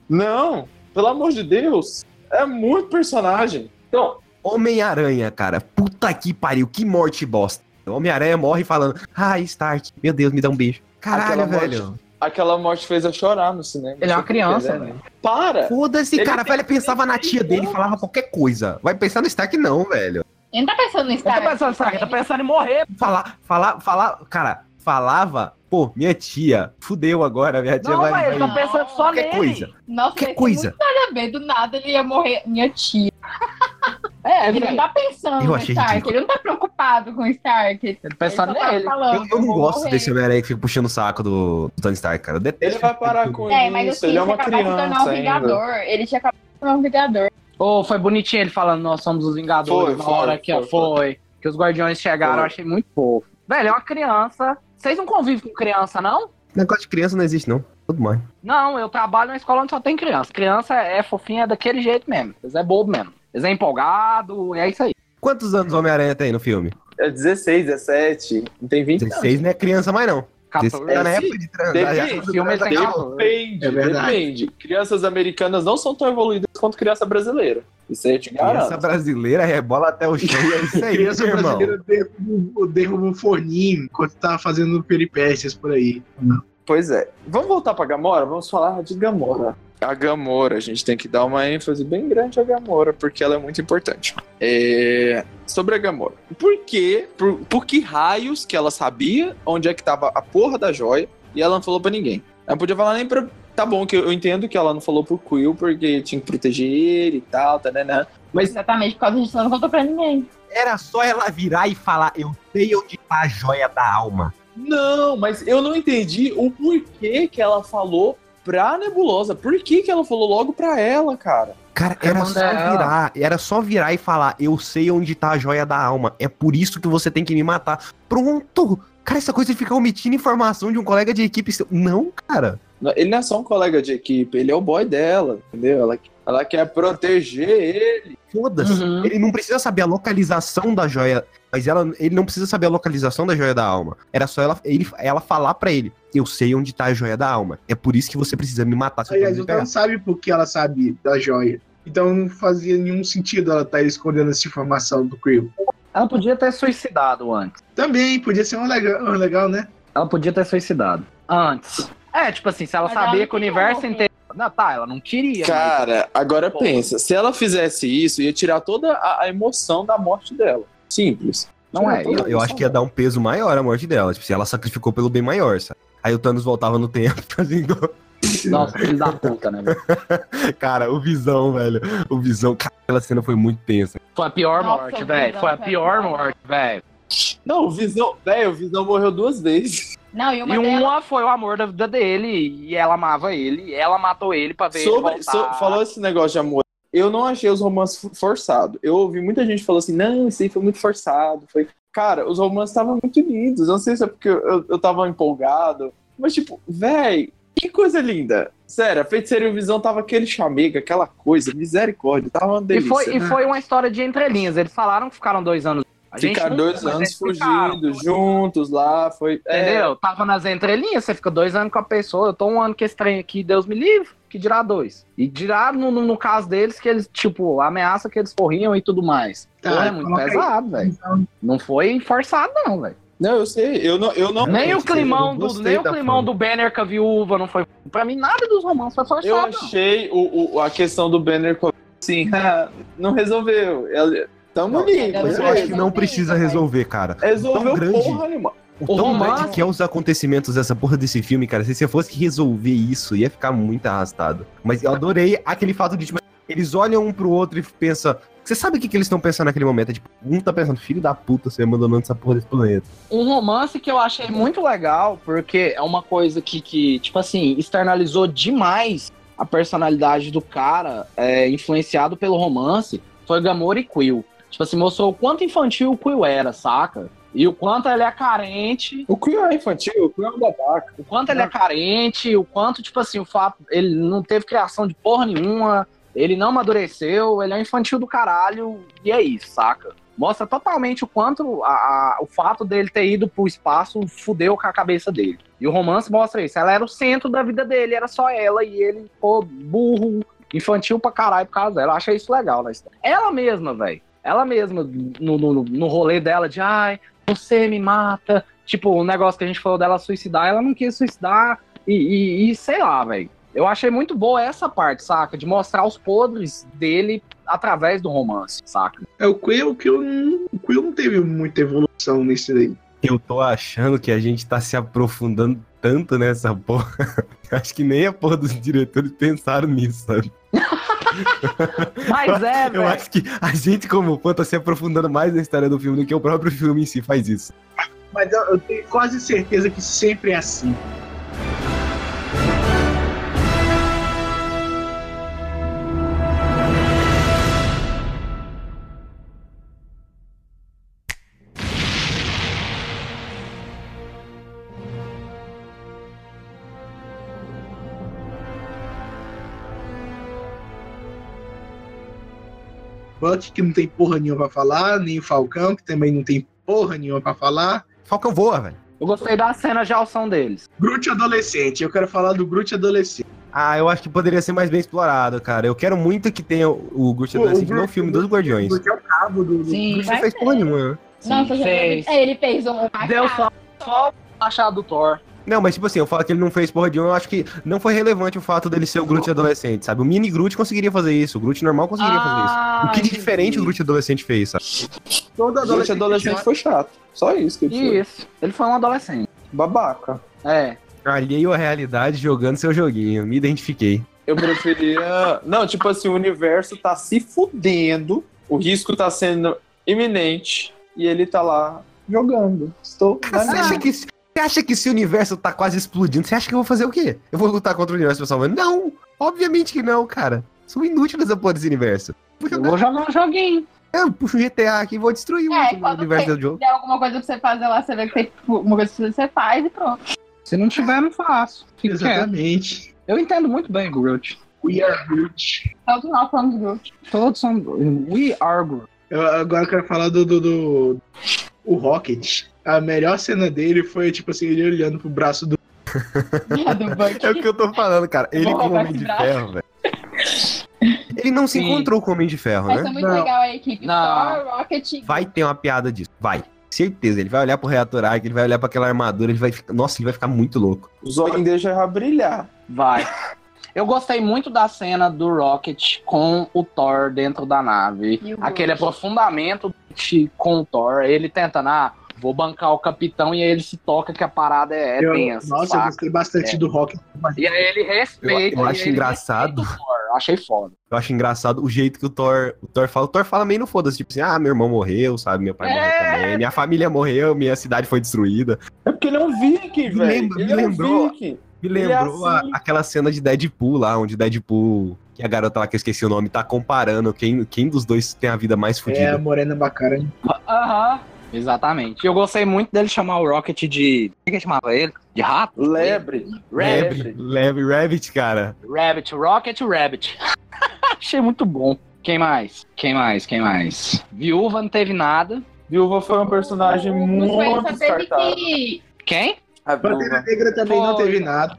[SPEAKER 2] Não, pelo amor de Deus. É muito personagem. Então,
[SPEAKER 4] Homem-Aranha, cara. Puta que pariu, que morte bosta. O Homem-Aranha morre falando, ah, Stark, meu Deus, me dá um beijo. Caralho,
[SPEAKER 2] Aquela morte.
[SPEAKER 4] velho.
[SPEAKER 2] aquela morte fez eu chorar no cinema.
[SPEAKER 5] Ele é uma criança,
[SPEAKER 2] Entendeu, né? Para!
[SPEAKER 4] Foda-se,
[SPEAKER 2] Ele
[SPEAKER 4] cara.
[SPEAKER 2] tem-
[SPEAKER 4] Velho, pensava na tia dele, falava qualquer coisa. Vai pensar no Stark, não, velho.
[SPEAKER 6] Ele não tá pensando nisso,
[SPEAKER 5] Ele tá
[SPEAKER 2] É.
[SPEAKER 6] cara.
[SPEAKER 5] pensando, sabe? Ele tá pensando em morrer.
[SPEAKER 4] Falar, falar, falar. Cara, falava, pô, minha tia, fudeu agora, minha tia
[SPEAKER 5] Não,
[SPEAKER 4] vai.
[SPEAKER 5] mas ele
[SPEAKER 4] vai-
[SPEAKER 5] tá pensando só
[SPEAKER 4] Qualquer
[SPEAKER 5] nele.
[SPEAKER 4] coisa.
[SPEAKER 6] Nossa,
[SPEAKER 4] Que
[SPEAKER 6] ele tem
[SPEAKER 4] coisa.
[SPEAKER 6] muito nada a ver, do nada ele ia morrer. Minha tia.
[SPEAKER 8] É,
[SPEAKER 6] Ele não
[SPEAKER 8] velho.
[SPEAKER 6] tá pensando
[SPEAKER 4] Eu
[SPEAKER 6] no
[SPEAKER 4] achei
[SPEAKER 6] Stark.
[SPEAKER 4] ridículo.
[SPEAKER 6] Ele não tá preocupado com o Stark. Ele
[SPEAKER 5] Ele tá pensando
[SPEAKER 6] só tá
[SPEAKER 5] nele.
[SPEAKER 6] falando,
[SPEAKER 4] É Eu, eu não
[SPEAKER 6] vou
[SPEAKER 4] gosto
[SPEAKER 6] morrer.
[SPEAKER 4] desse Homem-Aranha que fica puxando o saco do, do Tony Stark, cara. Eu detesto.
[SPEAKER 2] Ele vai parar com
[SPEAKER 6] É, mas
[SPEAKER 2] isso.
[SPEAKER 6] assim,
[SPEAKER 2] ele é
[SPEAKER 6] se
[SPEAKER 2] uma
[SPEAKER 6] acabar de se tornar
[SPEAKER 2] criança.
[SPEAKER 6] um
[SPEAKER 2] ainda.
[SPEAKER 6] vingador, ele tinha acabado de se tornar um vingador.
[SPEAKER 5] Ô, foi bonitinho ele falando, nós somos os Vingadores
[SPEAKER 2] Foi,
[SPEAKER 5] na
[SPEAKER 2] foi,
[SPEAKER 5] hora que ó,
[SPEAKER 2] foi,
[SPEAKER 5] foi, Que os Guardiões chegaram,
[SPEAKER 2] Foi.
[SPEAKER 5] eu achei muito fofo. Velho, é uma criança. Vocês não convivem com criança, não?
[SPEAKER 4] Negócio de criança não existe, não. Tudo mais.
[SPEAKER 5] Não, eu trabalho na escola onde só tem criança. Criança é fofinha é daquele jeito mesmo. Eles é bobo mesmo. Eles é empolgado, é isso aí.
[SPEAKER 4] Quantos anos o Homem-Aranha tem no filme?
[SPEAKER 2] É 16, 17. Não tem 20 anos.
[SPEAKER 4] 16 não é criança mais, não. Esse
[SPEAKER 3] 14.
[SPEAKER 4] cara na época de transar.
[SPEAKER 2] Depende,
[SPEAKER 4] já tava
[SPEAKER 1] Tá
[SPEAKER 3] filme
[SPEAKER 4] transando.
[SPEAKER 3] tem
[SPEAKER 4] Depende.
[SPEAKER 3] calor.
[SPEAKER 2] Depende,
[SPEAKER 1] É verdade.
[SPEAKER 2] depende. Crianças americanas não são tão evoluídas quanto criança brasileira. Isso aí eu te garanto.
[SPEAKER 4] Criança brasileira rebola até o chão e é isso aí,
[SPEAKER 1] Criança
[SPEAKER 4] irmão.
[SPEAKER 1] brasileira derruba derruba um forninho enquanto tava fazendo peripécias por aí.
[SPEAKER 2] Pois é. Vamos voltar pra Gamora? Vamos falar de Gamora. A Gamora, a gente tem que dar uma ênfase bem grande à Gamora, porque ela é muito importante. É, Sobre a Gamora. Por quê? Por, por que raios que ela sabia onde é que tava a porra da joia e ela não falou pra ninguém? Ela não podia falar nem pra... Tá bom, que eu eu entendo que ela não falou pro Quill porque tinha que proteger ele e tal, tá, né, né. Mas
[SPEAKER 6] Exatamente, por causa disso ela não contou pra ninguém.
[SPEAKER 4] Era só ela virar e falar, eu sei onde tá a joia da alma.
[SPEAKER 2] Não, mas eu não entendi o porquê que ela falou pra Nebulosa. Por que, que ela falou logo pra ela, cara?
[SPEAKER 4] Cara, era
[SPEAKER 3] Irmão
[SPEAKER 4] só
[SPEAKER 3] dela.
[SPEAKER 4] virar, era só virar e falar, eu sei onde tá a joia da alma. É por isso que você tem que me matar. Pronto! Cara, essa coisa de ficar omitindo informação de um colega de equipe seu. Não, cara.
[SPEAKER 2] Ele não é só um colega de equipe, ele é o boy dela, entendeu? Ela, ela quer proteger ele.
[SPEAKER 4] Foda-se.
[SPEAKER 3] Uhum.
[SPEAKER 4] Ele não precisa saber a localização da joia. Mas ela, ele não precisa saber a localização da joia da alma. Era só ela, ele, ela falar pra ele: Eu sei onde tá a joia da alma. É por isso que você precisa me matar. Se eu
[SPEAKER 1] Aí a
[SPEAKER 4] quiser me
[SPEAKER 1] gente
[SPEAKER 4] pegar.
[SPEAKER 1] não sabe por que ela sabe da joia. Então não fazia nenhum sentido ela estar escondendo essa informação do Quill.
[SPEAKER 5] Ela podia ter suicidado antes.
[SPEAKER 1] Também, podia ser um legal, um legal né?
[SPEAKER 5] Ela podia ter suicidado antes. É, tipo assim, se ela
[SPEAKER 6] Mas
[SPEAKER 5] sabia
[SPEAKER 6] ela
[SPEAKER 5] que o
[SPEAKER 6] não queria
[SPEAKER 5] universo
[SPEAKER 6] morrer.
[SPEAKER 5] inteiro. Não, tá, ela não queria. mas-
[SPEAKER 2] Cara, agora
[SPEAKER 5] Porra.
[SPEAKER 2] pensa, se ela fizesse isso, ia tirar toda a, a emoção da morte dela. Simples.
[SPEAKER 5] Não é,
[SPEAKER 2] Tirar toda a
[SPEAKER 4] Eu, eu acho
[SPEAKER 2] emoção
[SPEAKER 4] que ia
[SPEAKER 2] dela.
[SPEAKER 4] dar um peso maior a morte dela. Tipo, se ela sacrificou pelo bem maior, sabe? Aí o Thanos voltava no tempo assim, fazendo.
[SPEAKER 5] Nossa, filho da puta, né? velho?
[SPEAKER 4] Cara, o visão, velho. O visão. Cara, aquela cena foi muito tensa.
[SPEAKER 5] Foi a pior
[SPEAKER 6] Nossa,
[SPEAKER 5] morte,
[SPEAKER 6] eu
[SPEAKER 5] velho.
[SPEAKER 6] vi,
[SPEAKER 5] Foi a
[SPEAKER 6] velho.
[SPEAKER 5] pior morte, velho.
[SPEAKER 2] Não, o Visão, velho, o Visão morreu duas vezes.
[SPEAKER 6] Não, e uma
[SPEAKER 5] E um
[SPEAKER 6] delas-
[SPEAKER 5] uma foi o amor da vida dele, e ela amava ele, e ela matou ele pra ver
[SPEAKER 2] Sobre,
[SPEAKER 5] ele voltar.
[SPEAKER 2] so- falou esse negócio de amor. Eu não achei os romances fo- forçado. Eu ouvi muita gente falando assim, não, isso aí foi muito forçado. Foi... Cara, os romances estavam muito lindos. Eu Não sei se é porque eu, eu, eu tava empolgado. Mas, tipo, véi, que coisa linda. Sério, a feiticeira e o visão tava aquele chamego, aquela coisa, misericórdia. Tava uma
[SPEAKER 5] e,
[SPEAKER 2] delícia.
[SPEAKER 5] foi, e foi uma história de entrelinhas. Eles falaram que ficaram dois anos. A gente
[SPEAKER 2] Ficar
[SPEAKER 5] não-
[SPEAKER 2] dois
[SPEAKER 5] mas
[SPEAKER 2] anos
[SPEAKER 5] eles ficaram.
[SPEAKER 2] fugindo, juntos lá, foi. é,
[SPEAKER 5] Entendeu? Tava nas entrelinhas, você fica dois anos com a pessoa, eu tô um ano com esse trem aqui, Deus me livre, que dirá dois. E dirá no, no, no caso deles que eles, tipo, ameaça que eles corriam e tudo mais.
[SPEAKER 1] Tá,
[SPEAKER 5] Pô, é muito
[SPEAKER 1] coloca aí.
[SPEAKER 5] pesado, velho.
[SPEAKER 1] Então,
[SPEAKER 5] Não foi forçado, não, velho.
[SPEAKER 2] Não, eu sei. Eu não. Eu não
[SPEAKER 5] Nem
[SPEAKER 4] eu
[SPEAKER 5] o climão do,
[SPEAKER 4] gostei
[SPEAKER 5] nem o
[SPEAKER 4] da
[SPEAKER 5] climão
[SPEAKER 4] forma.
[SPEAKER 5] do Banner com a viúva não foi. Pra mim, nada dos romances foi forçado.
[SPEAKER 2] Eu
[SPEAKER 5] não.
[SPEAKER 2] achei o, o- a questão do banner co- assim, ah, não resolveu. Ela- Tamo ali.
[SPEAKER 6] É,
[SPEAKER 4] Mas eu
[SPEAKER 6] beleza.
[SPEAKER 4] acho que não precisa resolver, cara.
[SPEAKER 2] Resolveu
[SPEAKER 4] Tão grande.
[SPEAKER 2] porra nenhuma.
[SPEAKER 4] O
[SPEAKER 5] O
[SPEAKER 4] tão
[SPEAKER 5] romance-
[SPEAKER 4] grande que é os acontecimentos dessa porra desse filme, cara. Se você fosse resolver isso, ia ficar muito arrastado. Mas eu adorei aquele fato de, tipo, eles olham um pro outro e pensam. Você sabe o que, que eles estão pensando naquele momento? É, tipo, um tá pensando, filho da puta, você abandonando essa porra desse planeta.
[SPEAKER 5] um romance que eu achei muito legal, porque é uma coisa que, que tipo assim, externalizou demais a personalidade do cara, é, influenciado pelo romance, foi Gamora e Quill. Tipo assim, mostrou o quanto infantil o Quill era, saca? E o quanto ele é carente
[SPEAKER 2] O Quill é infantil, o Quill é um babaca.
[SPEAKER 5] o quanto ele é carente, o quanto, tipo assim, o fato. Ele não teve criação de porra nenhuma, ele não amadureceu, ele é um infantil do caralho, e é isso, saca? Mostra totalmente o quanto a- a- o fato dele ter ido pro espaço fudeu com a cabeça dele. E o romance mostra isso. Ela era o centro da vida dele, era só ela, e ele, pô, burro, infantil pra caralho por causa dela. Eu achei isso legal na história. Ela mesma, velho. Ela mesma, no, no, no rolê dela de ai, você me mata, tipo, o negócio que a gente falou dela suicidar, ela não quis suicidar e, e- e sei lá, velho. Eu achei muito boa essa parte, saca? De mostrar os podres dele através do romance, saca?
[SPEAKER 1] É o Quill que eu não- o Quill não teve muita evolução nesse daí.
[SPEAKER 4] Eu tô achando que a gente tá se aprofundando tanto nessa porra. Acho que nem a porra dos diretores pensaram nisso, sabe?
[SPEAKER 5] Mas é,
[SPEAKER 4] Eu
[SPEAKER 5] velho.
[SPEAKER 4] acho que a gente, como fã, tá se aprofundando mais na história do filme do que o próprio filme em si faz isso.
[SPEAKER 1] Mas eu, eu tenho quase certeza que sempre é assim. Buck, que não tem porra nenhuma pra falar, nem o Falcão, que também não tem porra nenhuma pra falar.
[SPEAKER 4] Falcão voa, velho.
[SPEAKER 5] Eu gostei da cena de alção deles.
[SPEAKER 1] Groot adolescente. Eu quero falar do Groot adolescente.
[SPEAKER 4] Ah, eu acho que poderia ser mais bem explorado, cara. Eu quero muito que tenha o Groot
[SPEAKER 1] Pô,
[SPEAKER 4] Adolescente
[SPEAKER 1] o Groot-
[SPEAKER 4] no filme dos Guardiões. O
[SPEAKER 1] Porque é o cabo do. do-
[SPEAKER 6] Sim,
[SPEAKER 4] Groot
[SPEAKER 6] vai
[SPEAKER 4] não fez
[SPEAKER 6] ter.
[SPEAKER 4] porra nenhuma. né?
[SPEAKER 6] Nossa,
[SPEAKER 5] Sim, fez.
[SPEAKER 6] gente, ele fez um. uma
[SPEAKER 5] Deu
[SPEAKER 6] cara.
[SPEAKER 5] só, só achado do Thor.
[SPEAKER 4] Não, mas tipo assim, eu falo que ele não fez porra nenhuma, eu acho que não foi relevante o fato dele ser o Groot Adolescente, sabe? O mini Groot conseguiria fazer isso, o Groot normal conseguiria fazer isso. O que de diferente o Groot Adolescente fez, sabe?
[SPEAKER 1] Todo
[SPEAKER 2] Adolescente, adolescente foi chato. Só isso que ele foi.
[SPEAKER 5] Isso. Ele foi um adolescente.
[SPEAKER 2] Babaca.
[SPEAKER 5] É.
[SPEAKER 4] Alheio à realidade jogando seu joguinho, me identifiquei.
[SPEAKER 2] Eu preferia. Não, tipo assim, o universo tá se fudendo, o risco tá sendo iminente e ele tá lá jogando. Estou.
[SPEAKER 4] Cara, você, acha que, se- você acha que se o universo tá quase explodindo, você acha que eu vou fazer o quê? Eu vou lutar contra o universo pessoal? Mas não! Obviamente que não, cara. Sou inútil nessa porra desse universo. Porque eu,
[SPEAKER 5] Eu vou jogar um joguinho.
[SPEAKER 4] eu puxo o GTA aqui e vou destruir o
[SPEAKER 6] É,
[SPEAKER 4] outro
[SPEAKER 6] quando
[SPEAKER 4] universo
[SPEAKER 6] tem-
[SPEAKER 4] do jogo.
[SPEAKER 6] der alguma coisa pra você fazer lá, você vê que tem alguma coisa que você faz e pronto.
[SPEAKER 5] Se não tiver, não faço. Fica quieto.
[SPEAKER 1] Exatamente.
[SPEAKER 5] Eu entendo muito bem, Groot.
[SPEAKER 1] We are Groot.
[SPEAKER 6] Tanto nós somos Groot.
[SPEAKER 5] Todos são. We are Groot.
[SPEAKER 1] Eu, agora eu quero falar do, do, do- O Rocket. A melhor cena dele foi, tipo assim, ele olhando pro braço do.
[SPEAKER 6] Do Bucky.
[SPEAKER 4] É o que eu tô falando, cara. Ele
[SPEAKER 6] Vou
[SPEAKER 4] com o
[SPEAKER 6] roubar
[SPEAKER 4] Homem
[SPEAKER 6] esse
[SPEAKER 4] de
[SPEAKER 6] braço.
[SPEAKER 4] Ferro, velho. Ele não se
[SPEAKER 5] Sim.
[SPEAKER 4] encontrou com o Homem de Ferro,
[SPEAKER 6] Mas
[SPEAKER 4] né?
[SPEAKER 6] foi muito
[SPEAKER 1] Não.
[SPEAKER 6] legal a equipe.
[SPEAKER 5] Não.
[SPEAKER 6] Thor, Rocket e
[SPEAKER 4] Vai um ter uma piada disso. Vai. Certeza. Ele vai olhar pro reator Arc, ele vai olhar pra aquela armadura, ele vai ficar. Nossa, ele vai ficar muito louco.
[SPEAKER 2] O Zóio deixa ela brilhar.
[SPEAKER 5] Vai. Eu gostei muito da cena do Rocket com o Thor dentro da nave.
[SPEAKER 6] E o
[SPEAKER 5] Aquele
[SPEAKER 6] Groot.
[SPEAKER 5] aprofundamento de- com o Thor. Ele tentando, ah, vou bancar o capitão e aí ele se toca que a parada é, é
[SPEAKER 1] Eu-
[SPEAKER 5] tensa.
[SPEAKER 1] Nossa, eu
[SPEAKER 5] saca?
[SPEAKER 1] gostei bastante
[SPEAKER 5] É.
[SPEAKER 1] do Rocket.
[SPEAKER 5] E aí ele respeita.
[SPEAKER 4] Eu- eu
[SPEAKER 5] e
[SPEAKER 4] acho
[SPEAKER 5] aí ele
[SPEAKER 4] engraçado.
[SPEAKER 5] respeita o Thor. Achei foda.
[SPEAKER 4] Eu acho engraçado o jeito que o Thor, o Thor fala. O Thor fala meio no foda-se, tipo assim, ah, meu irmão morreu, sabe? Meu pai
[SPEAKER 5] É.
[SPEAKER 4] morreu também, minha família morreu, minha cidade foi destruída.
[SPEAKER 2] É porque ele é um viking,
[SPEAKER 4] Me
[SPEAKER 2] velho.
[SPEAKER 4] lembra-
[SPEAKER 2] Ele
[SPEAKER 4] me
[SPEAKER 2] é um
[SPEAKER 4] lembrou-
[SPEAKER 2] viking.
[SPEAKER 4] Me
[SPEAKER 2] Ele é
[SPEAKER 4] lembrou a-
[SPEAKER 2] assim.
[SPEAKER 4] aquela cena de Deadpool lá, onde Deadpool, que a garota lá que eu esqueci o nome, tá comparando quem, quem dos dois tem a vida mais
[SPEAKER 1] É a
[SPEAKER 4] fodida.
[SPEAKER 1] Morena Bacara.
[SPEAKER 5] Aham. Exatamente. E eu gostei muito dele chamar o Rocket de. O que que chamava ele? De rato?
[SPEAKER 2] Lebre.
[SPEAKER 4] Leve, leve, Rabbit, cara.
[SPEAKER 5] Rabbit, Rocket Rabbit. Achei muito bom. Quem mais? Quem mais? Quem mais? Viúva não teve nada.
[SPEAKER 2] Viúva foi um personagem
[SPEAKER 6] O Bruce
[SPEAKER 2] muito
[SPEAKER 6] Wayne só teve
[SPEAKER 2] descartável.
[SPEAKER 6] que.
[SPEAKER 5] Quem?
[SPEAKER 2] A
[SPEAKER 1] Pantera
[SPEAKER 2] Viúva.
[SPEAKER 1] Negra também não
[SPEAKER 5] Foi.
[SPEAKER 1] teve nada.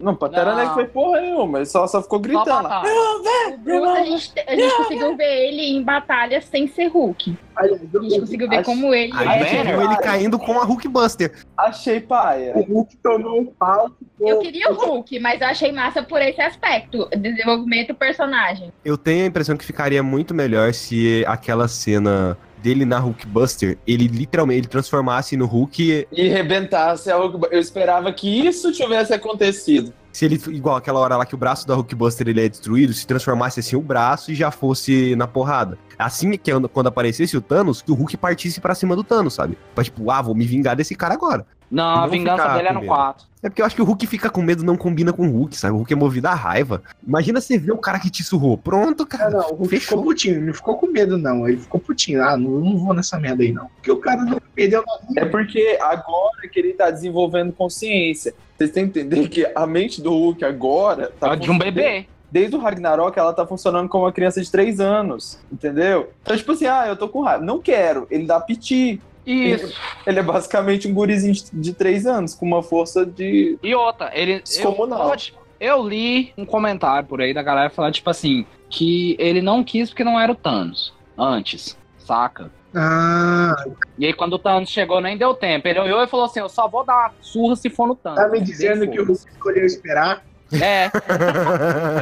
[SPEAKER 2] Não, Pantera
[SPEAKER 5] Não.
[SPEAKER 2] Negra foi porra nenhuma. Ele só, só ficou
[SPEAKER 5] Só
[SPEAKER 2] gritando. lá.
[SPEAKER 5] batalha.
[SPEAKER 6] O Bruce, a gente, a gente conseguiu ver ele em batalha sem ser Hulk.
[SPEAKER 1] Aliás,
[SPEAKER 6] A gente conseguiu ver
[SPEAKER 2] Acho-
[SPEAKER 6] como ele.
[SPEAKER 4] A
[SPEAKER 2] Aí,
[SPEAKER 4] gente
[SPEAKER 2] velho,
[SPEAKER 4] viu ele
[SPEAKER 2] cara.
[SPEAKER 4] caindo com a Hulkbuster.
[SPEAKER 2] Achei paia.
[SPEAKER 1] o Hulk tomou um pau.
[SPEAKER 6] Eu queria o Hulk, mas eu achei massa por esse aspecto. Desenvolvimento do personagem.
[SPEAKER 4] Eu tenho a impressão que ficaria muito melhor se aquela cena dele na Hulkbuster, ele literalmente ele transformasse no Hulk
[SPEAKER 2] E rebentasse. algo- Eu esperava que isso tivesse acontecido.
[SPEAKER 4] Se ele, igual aquela hora lá que o braço da Hulkbuster ele é destruído, se transformasse assim o braço e já fosse na porrada. Assim que quando aparecesse o Thanos, que o Hulk partisse pra cima do Thanos, sabe? Pra tipo, ah, vou me vingar desse cara agora.
[SPEAKER 5] Não,
[SPEAKER 4] Não
[SPEAKER 5] a vingança
[SPEAKER 4] ficar
[SPEAKER 5] dele é
[SPEAKER 4] com
[SPEAKER 5] no
[SPEAKER 4] medo.
[SPEAKER 5] 4.
[SPEAKER 4] É porque eu acho que o Hulk fica com medo não combina com o Hulk, sabe? O Hulk é movido à raiva. Imagina você ver o cara que te surrou. Pronto,
[SPEAKER 1] Ah,
[SPEAKER 4] cara.
[SPEAKER 1] não, o Hulk
[SPEAKER 4] Fechou.
[SPEAKER 1] ficou putinho, ele não ficou com medo, não. Ele ficou putinho. Ah, não, não vou nessa merda aí, não. Porque o cara não perdeu nada.
[SPEAKER 2] É porque agora que ele tá desenvolvendo consciência. Vocês têm que entender que a mente do Hulk agora. Tá
[SPEAKER 5] de um
[SPEAKER 2] funcionando-
[SPEAKER 5] bebê.
[SPEAKER 2] Desde o Ragnarok, ela tá funcionando como uma criança de 3 anos. Entendeu? Então, tipo assim, ah, eu tô com raiva. Não quero. Ele dá piti.
[SPEAKER 5] Isso.
[SPEAKER 2] Ele é basicamente um gurizinho de 3 anos, com uma força de
[SPEAKER 5] E outra, ele.
[SPEAKER 2] Descomunal.
[SPEAKER 5] Eu, eu li um comentário por aí da galera falando, tipo assim, que ele não quis porque não era o Thanos antes, saca?
[SPEAKER 1] Ah,
[SPEAKER 5] E aí quando o Thanos chegou, nem deu tempo. Ele olhou e falou assim: eu só vou dar uma surra se for no Thanos.
[SPEAKER 1] tá me dizendo que o Hulk escolheu esperar?
[SPEAKER 5] É,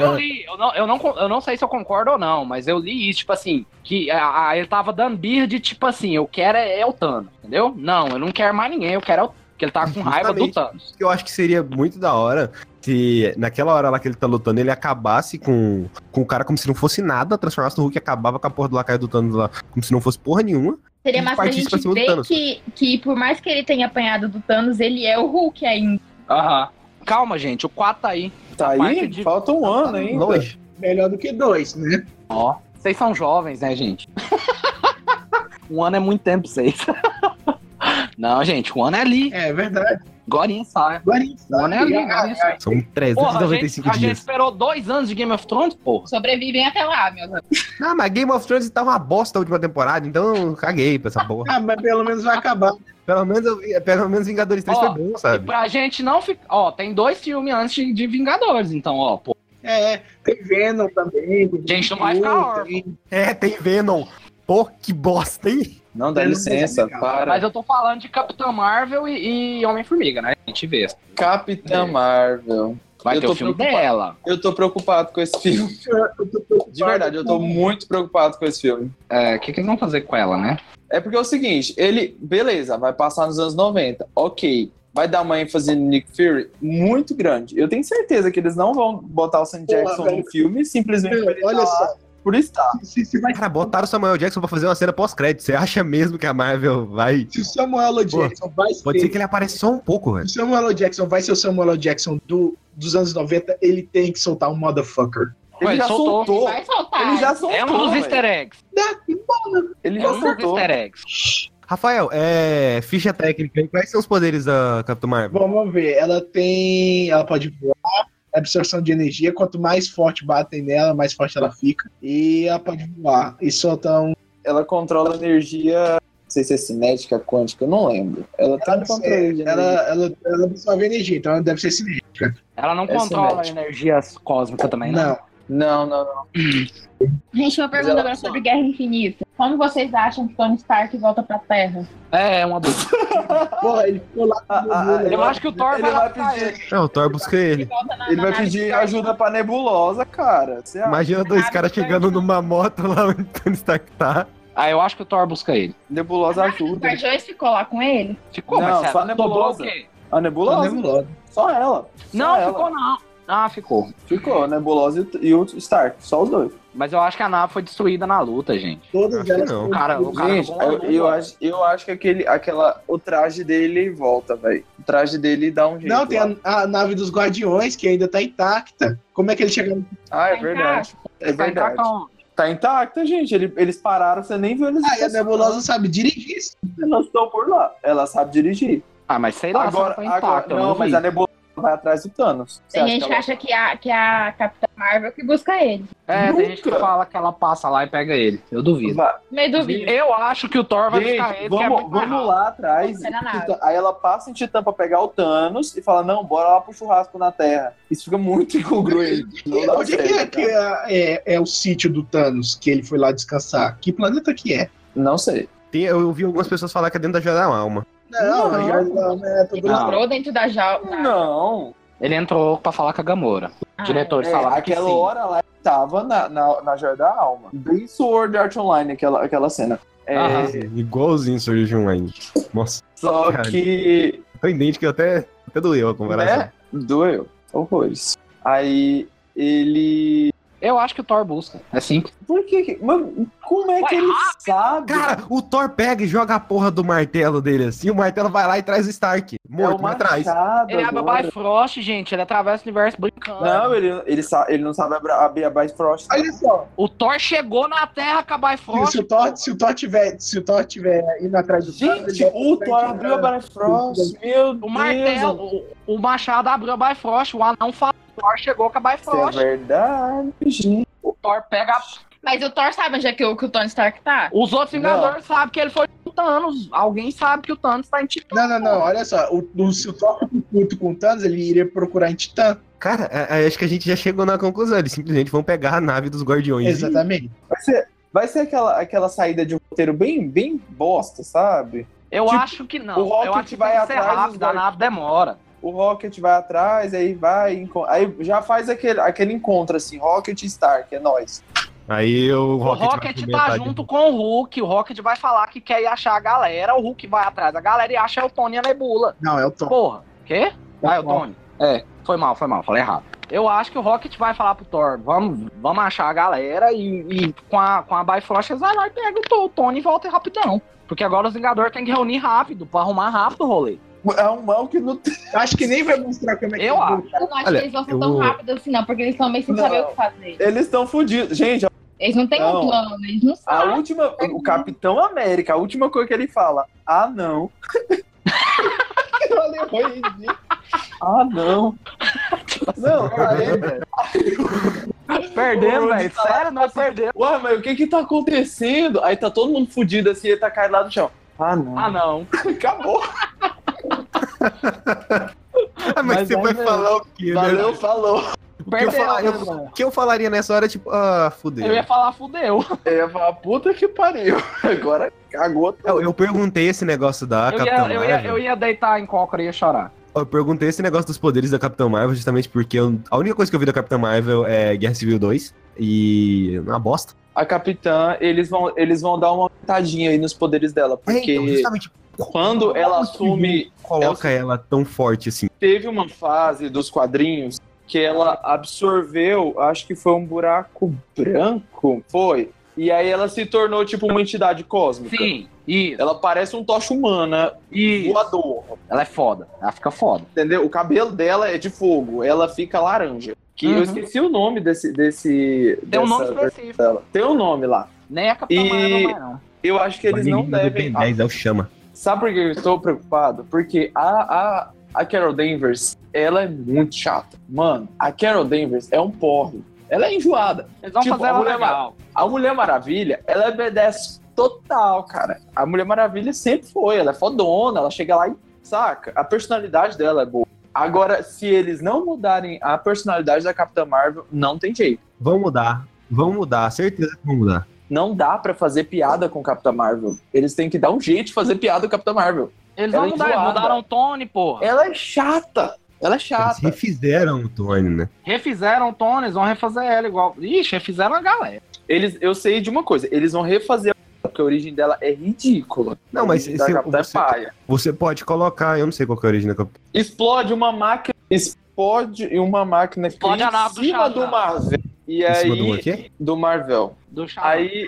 [SPEAKER 5] Eu li, eu não, eu, não, con- eu não sei se eu concordo ou não, mas eu li isso, tipo assim, que a, a- ele tava dando birra de tipo assim, eu quero é, é o Thanos, entendeu? Não, eu não quero mais ninguém, eu quero é o que ele tava com raiva do
[SPEAKER 4] Justamente.
[SPEAKER 5] Thanos.
[SPEAKER 4] Eu acho que seria muito da hora se naquela hora lá que ele tá lutando, ele acabasse com, com o cara como se não fosse nada, transformasse no Hulk e acabava com a porra do lacaio do Thanos lá, como se não fosse porra nenhuma.
[SPEAKER 6] Seria
[SPEAKER 4] Ele
[SPEAKER 6] massa a
[SPEAKER 4] partisse
[SPEAKER 6] gente
[SPEAKER 4] pra cima do
[SPEAKER 6] ver
[SPEAKER 4] Thanos.
[SPEAKER 6] que, que, por mais que ele tenha apanhado do Thanos, ele é o Hulk ainda.
[SPEAKER 5] Aham. Calma, gente, o 4 tá aí.
[SPEAKER 2] Tá
[SPEAKER 5] parte
[SPEAKER 2] aí?
[SPEAKER 5] de-
[SPEAKER 2] Falta um ano ainda.
[SPEAKER 4] Longe.
[SPEAKER 1] Melhor do que dois, né?
[SPEAKER 5] Ó, vocês são jovens, né, gente? um ano é muito tempo pra vocês. não, gente, um ano é ali.
[SPEAKER 1] É verdade.
[SPEAKER 5] Gorinha sai.
[SPEAKER 1] Agora
[SPEAKER 5] Um ano é ali,
[SPEAKER 1] ah,
[SPEAKER 5] gorinha sai.
[SPEAKER 4] São
[SPEAKER 5] Porra, a gente,
[SPEAKER 4] 395
[SPEAKER 5] a gente
[SPEAKER 4] dias.
[SPEAKER 5] esperou dois anos de Game of Thrones, porra.
[SPEAKER 6] Sobrevivem até lá, meus amigos.
[SPEAKER 4] Ah, mas Game of Thrones tá uma bosta a última temporada, então eu caguei pra essa porra.
[SPEAKER 1] ah, mas pelo menos vai acabar.
[SPEAKER 4] Pelo menos, eu- pelo menos Vingadores 3
[SPEAKER 5] Ó,
[SPEAKER 4] foi bom,
[SPEAKER 5] E
[SPEAKER 4] sabe?
[SPEAKER 5] pra gente não ficar. Ó, tem dois filmes antes de- de Vingadores, então, ó. Pô,
[SPEAKER 1] É, tem Venom também.
[SPEAKER 5] a gente não vai ficar órfão.
[SPEAKER 4] É, tem Venom. Pô, que bosta, hein?
[SPEAKER 2] Não, dá
[SPEAKER 1] Eu não
[SPEAKER 2] licença,
[SPEAKER 1] sei, cara.
[SPEAKER 2] para.
[SPEAKER 5] Mas eu tô falando de Capitão Marvel e, e Homem-Formiga, né? A gente vê.
[SPEAKER 2] Capitã Marvel.
[SPEAKER 5] Vai
[SPEAKER 2] Eu
[SPEAKER 5] ter
[SPEAKER 2] tô
[SPEAKER 5] o filme
[SPEAKER 2] preocupado.
[SPEAKER 5] dela.
[SPEAKER 2] Eu tô preocupado com esse filme. De verdade, eu tô muito preocupado com esse filme.
[SPEAKER 5] É, O que, que eles vão fazer com ela, né?
[SPEAKER 2] É porque é o seguinte, ele, beleza, vai passar nos anos 90, ok. Vai dar uma ênfase no Nick Fury muito grande. Eu tenho certeza que eles não vão botar o Sam Jackson
[SPEAKER 1] velho.
[SPEAKER 2] no filme, simplesmente por ele
[SPEAKER 1] Olha
[SPEAKER 2] tá lá,
[SPEAKER 1] só,
[SPEAKER 2] por estar.
[SPEAKER 1] se, se vai-
[SPEAKER 4] Cara, botaram o Samuel Jackson pra fazer uma cena pós-crédito. Você acha mesmo que a Marvel vai.
[SPEAKER 1] se o Samuel L. Jackson vai ser,
[SPEAKER 4] Pode ser que ele apareça só um pouco, velho.
[SPEAKER 1] o Samuel L. Jackson vai ser o Samuel L. Jackson do, dos anos 90, ele tem que soltar um motherfucker.
[SPEAKER 2] Ele
[SPEAKER 5] Ué,
[SPEAKER 2] já
[SPEAKER 5] soltou.
[SPEAKER 2] soltou.
[SPEAKER 6] Vai soltar.
[SPEAKER 2] Ele já soltou.
[SPEAKER 5] É um dos
[SPEAKER 2] velho.
[SPEAKER 5] easter eggs.
[SPEAKER 2] Ele
[SPEAKER 5] É
[SPEAKER 2] já
[SPEAKER 5] um dos
[SPEAKER 2] soltou.
[SPEAKER 5] easter eggs.
[SPEAKER 4] Rafael, é. Ficha técnica aí. Quais são os poderes da Capitão Marvel?
[SPEAKER 1] Vamos ver, ela tem. Ela pode voar, absorção de energia. Quanto mais forte batem nela, mais forte ela fica. E ela pode voar. E solta um.
[SPEAKER 2] Ela controla energia. Não sei se é cinética, quântica, eu não lembro. Ela tem
[SPEAKER 1] Ela,
[SPEAKER 2] um controle de
[SPEAKER 1] É, ela,
[SPEAKER 2] energia.
[SPEAKER 1] ela, ela absorve energia, então ela deve ser cinética.
[SPEAKER 5] Ela não
[SPEAKER 2] Essa
[SPEAKER 5] controla
[SPEAKER 2] é
[SPEAKER 5] energia cósmica também, né?
[SPEAKER 1] Não.
[SPEAKER 2] Não, não, não.
[SPEAKER 6] Gente, uma pergunta agora sobre Guerra Infinita. Como vocês acham que Tony Stark volta pra Terra?
[SPEAKER 5] É, é uma boa.
[SPEAKER 1] Porra, ele ficou lá.
[SPEAKER 2] Ah, ah,
[SPEAKER 5] Eu acho que o Thor
[SPEAKER 2] Ele
[SPEAKER 5] vai
[SPEAKER 2] vai
[SPEAKER 5] raptar ele.
[SPEAKER 2] pedir,
[SPEAKER 4] Não, o Thor busca ele.
[SPEAKER 6] volta na,
[SPEAKER 2] ele
[SPEAKER 6] na
[SPEAKER 2] vai
[SPEAKER 6] nave
[SPEAKER 2] pedir
[SPEAKER 6] Stark.
[SPEAKER 2] ajuda pra nebulosa, cara. Você acha?
[SPEAKER 4] Imagina dois caras
[SPEAKER 5] né?
[SPEAKER 4] chegando numa moto lá onde o Tony Stark tá.
[SPEAKER 5] Ah, eu acho que o Thor busca ele.
[SPEAKER 2] Nebulosa
[SPEAKER 6] O
[SPEAKER 2] ajuda.
[SPEAKER 6] Guardiões ficou lá com ele?
[SPEAKER 5] Ficou,
[SPEAKER 2] Não,
[SPEAKER 5] mas
[SPEAKER 2] só
[SPEAKER 5] ela dobrou o
[SPEAKER 2] nebulosa.
[SPEAKER 5] quê?
[SPEAKER 2] A nebulosa? Só ela. Só
[SPEAKER 5] Não,
[SPEAKER 2] ela.
[SPEAKER 5] ficou não. Ah, ficou.
[SPEAKER 2] Ficou, a Nebulosa e o- e o Stark, só os dois.
[SPEAKER 5] Mas eu acho que a nave foi destruída na luta, gente.
[SPEAKER 1] Todas
[SPEAKER 4] Acho que
[SPEAKER 1] elas.
[SPEAKER 4] não.
[SPEAKER 5] O cara, o cara né,
[SPEAKER 2] Gente,
[SPEAKER 5] jogou uma
[SPEAKER 2] eu,
[SPEAKER 5] luva.
[SPEAKER 2] eu acho, eu acho que aquele, aquela, o traje dele volta, velho. O traje dele dá um jeito.
[SPEAKER 1] Não, tem
[SPEAKER 2] lá.
[SPEAKER 1] a, a nave dos Guardiões, que ainda tá intacta. Como é que ele chega no
[SPEAKER 2] Ah, é
[SPEAKER 6] Tá
[SPEAKER 2] verdade. É
[SPEAKER 5] Tá
[SPEAKER 2] verdade.
[SPEAKER 5] intacão.
[SPEAKER 2] Tá intacta, gente. Ele- eles pararam, você nem viu eles.
[SPEAKER 1] Ah, e a Nebulosa sabe dirigir. isso.
[SPEAKER 2] Elas estão por lá. Ela sabe dirigir.
[SPEAKER 5] Ah, mas sei lá,
[SPEAKER 2] agora,
[SPEAKER 5] agora, tá
[SPEAKER 2] agora-
[SPEAKER 5] intacta. eu
[SPEAKER 2] não, mas
[SPEAKER 5] vi.
[SPEAKER 2] a Nebulosa vai atrás do Thanos. Você
[SPEAKER 6] Tem gente que
[SPEAKER 2] ela-
[SPEAKER 6] acha que a, que a Capitã Marvel que busca ele.
[SPEAKER 5] É, tem gente que
[SPEAKER 2] Nunca.
[SPEAKER 5] fala que ela passa lá e pega ele. Eu duvido.
[SPEAKER 2] Vai.
[SPEAKER 6] Meio duvido.
[SPEAKER 5] Eu acho que o Thor vai buscar ele.
[SPEAKER 2] Gente,
[SPEAKER 5] que é
[SPEAKER 2] vamos,
[SPEAKER 5] muito mais
[SPEAKER 2] vamos lá atrás.
[SPEAKER 6] Não, não é nada.
[SPEAKER 2] Titã- Aí ela passa em Titã pra pegar o Thanos e fala: Não, bora lá pro churrasco na Terra. Isso fica muito incongruente. Não dá
[SPEAKER 1] Onde é que, é,
[SPEAKER 2] certo,
[SPEAKER 1] que
[SPEAKER 2] cara.
[SPEAKER 1] é, é, é o sítio do Thanos que ele foi lá descansar? Que planeta que é?
[SPEAKER 2] Não sei.
[SPEAKER 4] Tem- eu ouvi algumas pessoas falar que é dentro da Joia da Alma.
[SPEAKER 1] Não,
[SPEAKER 2] Não.
[SPEAKER 1] já- não, né, tudo
[SPEAKER 6] Ele
[SPEAKER 1] lá.
[SPEAKER 6] entrou dentro da jaula.
[SPEAKER 2] Não.
[SPEAKER 5] Ele entrou pra falar com a Gamora.
[SPEAKER 6] Ah,
[SPEAKER 5] Os diretores
[SPEAKER 2] É,
[SPEAKER 5] falaram que
[SPEAKER 2] aquela
[SPEAKER 5] sim.
[SPEAKER 2] hora lá ele tava na, na, na Joia da Alma. Bem Sword Art Online, aquela, aquela cena. É,
[SPEAKER 5] Aham.
[SPEAKER 4] Igualzinho o Surge Online. Nossa,
[SPEAKER 2] Só
[SPEAKER 4] Caralho.
[SPEAKER 2] que.
[SPEAKER 4] tão idêntico que até, até doeu a comparação.
[SPEAKER 5] É?
[SPEAKER 2] Né? Doeu. Horrores. Aí ele.
[SPEAKER 5] Eu acho que o Thor busca. É simples.
[SPEAKER 2] Por que. que- Mano, como é que ele sabe?
[SPEAKER 4] Cara, o Thor pega e joga a porra do martelo dele assim, o martelo vai lá e traz o Stark.
[SPEAKER 2] é o
[SPEAKER 4] Morto, né? mas traz.
[SPEAKER 2] machado.
[SPEAKER 5] Ele abre a
[SPEAKER 2] agora.
[SPEAKER 5] Bifrost, gente. Ele atravessa o universo brincando.
[SPEAKER 2] Não, ele, ele, sa- ele não sabe abrir abrir a Bifrost.
[SPEAKER 1] Olha só,
[SPEAKER 5] O Thor chegou na Terra com a Bifrost.
[SPEAKER 1] se o Thor, se o Thor tiver, se o Thor tiver indo atrás do Thanos,
[SPEAKER 2] Gente,
[SPEAKER 1] ele-
[SPEAKER 2] o Thor abriu a Bifrost. Meu Deus.
[SPEAKER 5] O martelo, o, o machado abriu a Bifrost, o anão fala, o Thor chegou com a
[SPEAKER 2] Isso é
[SPEAKER 5] Bifrost,
[SPEAKER 2] verdade, gente.
[SPEAKER 5] o Thor pega, a-
[SPEAKER 6] Mas o Thor sabe onde é que o, que o Tony Stark tá?
[SPEAKER 5] os outros
[SPEAKER 2] Não.
[SPEAKER 5] Vingadores sabem que ele foi com o Thanos, alguém sabe que o Thanos tá em Titã.
[SPEAKER 1] Não, não, não, olha só, o, o, se o Thor fosse puto com o Thanos, ele iria procurar em Titã.
[SPEAKER 4] Cara, a- a- acho que a gente já chegou na conclusão. Eles simplesmente vão pegar a nave dos Guardiões.
[SPEAKER 1] Exatamente.
[SPEAKER 2] Vai ser, vai ser aquela, aquela saída de um roteiro bem, bem bosta, sabe?
[SPEAKER 5] Eu
[SPEAKER 2] Tipo,
[SPEAKER 5] acho que não,
[SPEAKER 2] o Rocket
[SPEAKER 5] eu acho que
[SPEAKER 2] vai
[SPEAKER 5] tem que ser
[SPEAKER 2] atrás dos
[SPEAKER 5] rápido, a
[SPEAKER 2] dois.
[SPEAKER 5] nave demora.
[SPEAKER 2] O Rocket vai atrás, aí vai. enco- Aí já faz aquele, aquele encontro assim: Rocket e Stark, é nóis.
[SPEAKER 4] Aí o
[SPEAKER 5] O
[SPEAKER 4] Rocket, vai
[SPEAKER 5] Rocket,
[SPEAKER 4] comentar
[SPEAKER 5] tá
[SPEAKER 4] de-
[SPEAKER 5] junto com o Hulk, o Rocket vai falar que quer ir achar a galera, o Hulk vai atrás da galera e acha o Tony e a Nebula.
[SPEAKER 1] Não, é o Thor.
[SPEAKER 5] Porra, quê?
[SPEAKER 1] É
[SPEAKER 5] Ah, é o
[SPEAKER 1] Thor.
[SPEAKER 5] Tony. É, foi mal, foi mal, falei errado. Eu acho que o Rocket vai falar pro Thor, vamos, vamos achar a galera e, e com, a, com a Bifrost eles vai lá e pega o To- o Tony e volta rapidão. Porque agora os Vingadores tem que reunir rápido, pra arrumar rápido o rolê.
[SPEAKER 2] É um mal que não tem.
[SPEAKER 1] Acho que nem vai mostrar como é que
[SPEAKER 5] Eu
[SPEAKER 1] ele-
[SPEAKER 5] acho.
[SPEAKER 6] Eu não acho
[SPEAKER 4] Olha,
[SPEAKER 6] que eles vão ser
[SPEAKER 4] eu-
[SPEAKER 6] tão rápidos assim, não, porque eles estão meio sem
[SPEAKER 2] Não.
[SPEAKER 6] saber o que fazer.
[SPEAKER 2] Eles estão fodidos. Gente,
[SPEAKER 6] Eles não têm
[SPEAKER 2] Não.
[SPEAKER 6] um plano, eles não
[SPEAKER 2] a
[SPEAKER 6] sabem.
[SPEAKER 2] última. O Capitão América, a última coisa que ele fala: Ah, não. Olha, foi ridículo. Ah, não. Não, aí, velho.
[SPEAKER 5] Perdemos,
[SPEAKER 2] Ô,
[SPEAKER 5] velho.
[SPEAKER 2] de falar-
[SPEAKER 5] Sério, nós perdemos.
[SPEAKER 2] Ué, mas o que que tá acontecendo? Aí tá todo mundo fudido assim, ele tá caindo lá no chão. Ah, não.
[SPEAKER 5] Ah, não.
[SPEAKER 2] Acabou.
[SPEAKER 4] Ah, mas,
[SPEAKER 2] Mas
[SPEAKER 4] você
[SPEAKER 2] aí
[SPEAKER 4] vai
[SPEAKER 2] não.
[SPEAKER 4] falar o quê, né?
[SPEAKER 2] Valeu, falou.
[SPEAKER 4] O que eu,
[SPEAKER 5] é, Perdeu,
[SPEAKER 4] falar- eu-
[SPEAKER 5] né, mano?
[SPEAKER 4] o que eu falaria nessa hora, tipo, ah, fudeu.
[SPEAKER 5] Eu ia falar, fudeu.
[SPEAKER 2] É, Eu ia falar, puta que pariu. Agora cagou tudo.
[SPEAKER 4] Eu, eu perguntei esse negócio da
[SPEAKER 5] Eu
[SPEAKER 4] Capitã
[SPEAKER 5] ia,
[SPEAKER 4] Marvel.
[SPEAKER 5] eu, ia, eu ia deitar em cócora e ia chorar.
[SPEAKER 4] Eu perguntei esse negócio dos poderes da Capitã Marvel justamente porque eu- a única coisa que eu vi da Capitã Marvel é Guerra Civil 2 e é uma bosta.
[SPEAKER 2] A capitã, eles vão, eles vão dar uma aumentadinha aí nos poderes dela, porque
[SPEAKER 4] Então, justamente
[SPEAKER 2] quando ela
[SPEAKER 4] Nossa,
[SPEAKER 2] assume,
[SPEAKER 4] coloca
[SPEAKER 2] é
[SPEAKER 4] ela tão forte assim.
[SPEAKER 2] teve uma fase dos quadrinhos que ela absorveu, acho que foi um buraco branco, foi. E aí ela se tornou tipo uma entidade cósmica.
[SPEAKER 5] Sim, isso.
[SPEAKER 2] Ela parece um tocha humana,
[SPEAKER 5] isso.
[SPEAKER 2] voador.
[SPEAKER 5] Ela é foda. Ela fica foda.
[SPEAKER 2] entendeu? O cabelo dela é de fogo, ela fica laranja. Que
[SPEAKER 5] Uhum.
[SPEAKER 2] eu esqueci o nome desse. desse
[SPEAKER 5] Tem um
[SPEAKER 2] dessa
[SPEAKER 5] nome
[SPEAKER 2] versão
[SPEAKER 5] específico.
[SPEAKER 2] dela. Tem um nome lá.
[SPEAKER 5] Nem a Capitã
[SPEAKER 2] E-
[SPEAKER 5] Marvel não é, não.
[SPEAKER 2] Eu acho que eles
[SPEAKER 4] Mas
[SPEAKER 2] não
[SPEAKER 4] ninguém do
[SPEAKER 2] devem.
[SPEAKER 4] Ben 10 é o chama.
[SPEAKER 2] Sabe por que eu estou preocupado? Porque a, a, a Carol Danvers, ela é muito chata. Mano, a Carol Danvers é um porre. Ela é enjoada.
[SPEAKER 5] Eles vão
[SPEAKER 2] Tipo,
[SPEAKER 5] fazer ela
[SPEAKER 2] a mulher
[SPEAKER 5] legal.
[SPEAKER 2] A Mulher Maravilha, ela é B10 total, cara. A Mulher Maravilha sempre foi, ela é fodona, ela chega lá e saca. A personalidade dela é boa. Agora, se eles não mudarem a personalidade da Capitã Marvel, não tem jeito.
[SPEAKER 4] Vão mudar, vão mudar, certeza que vão mudar.
[SPEAKER 2] Não dá pra fazer piada com Capitã Marvel. Eles têm que dar um jeito de fazer piada com Capitã Marvel.
[SPEAKER 5] Eles
[SPEAKER 2] Ela
[SPEAKER 5] vão
[SPEAKER 2] é
[SPEAKER 5] mudar, eles
[SPEAKER 2] enjoada.
[SPEAKER 5] mudaram o Tony, porra.
[SPEAKER 2] Ela é chata. Ela é
[SPEAKER 4] Eles
[SPEAKER 2] chata.
[SPEAKER 4] refizeram o Tony, né?
[SPEAKER 5] Refizeram o Tony, eles vão refazer ela igual. Ixi, refizeram a galera.
[SPEAKER 2] Eles, eu sei de uma coisa, eles vão refazer porque a origem dela é ridícula.
[SPEAKER 4] Não,
[SPEAKER 2] A
[SPEAKER 4] mas
[SPEAKER 2] origem da
[SPEAKER 4] se-
[SPEAKER 2] Capitã é
[SPEAKER 4] você-
[SPEAKER 2] paia.
[SPEAKER 4] Você pode colocar, eu não sei qual que é a origem da Capitã.
[SPEAKER 2] explode uma máquina, explode uma máquina que
[SPEAKER 5] Explode
[SPEAKER 2] tem
[SPEAKER 5] a nave do
[SPEAKER 2] em cima
[SPEAKER 5] Shazam.
[SPEAKER 2] do Marvel. E
[SPEAKER 4] Em
[SPEAKER 2] aí,
[SPEAKER 4] cima do é? quê?
[SPEAKER 2] do Marvel.
[SPEAKER 5] Do Shazam.
[SPEAKER 2] Aí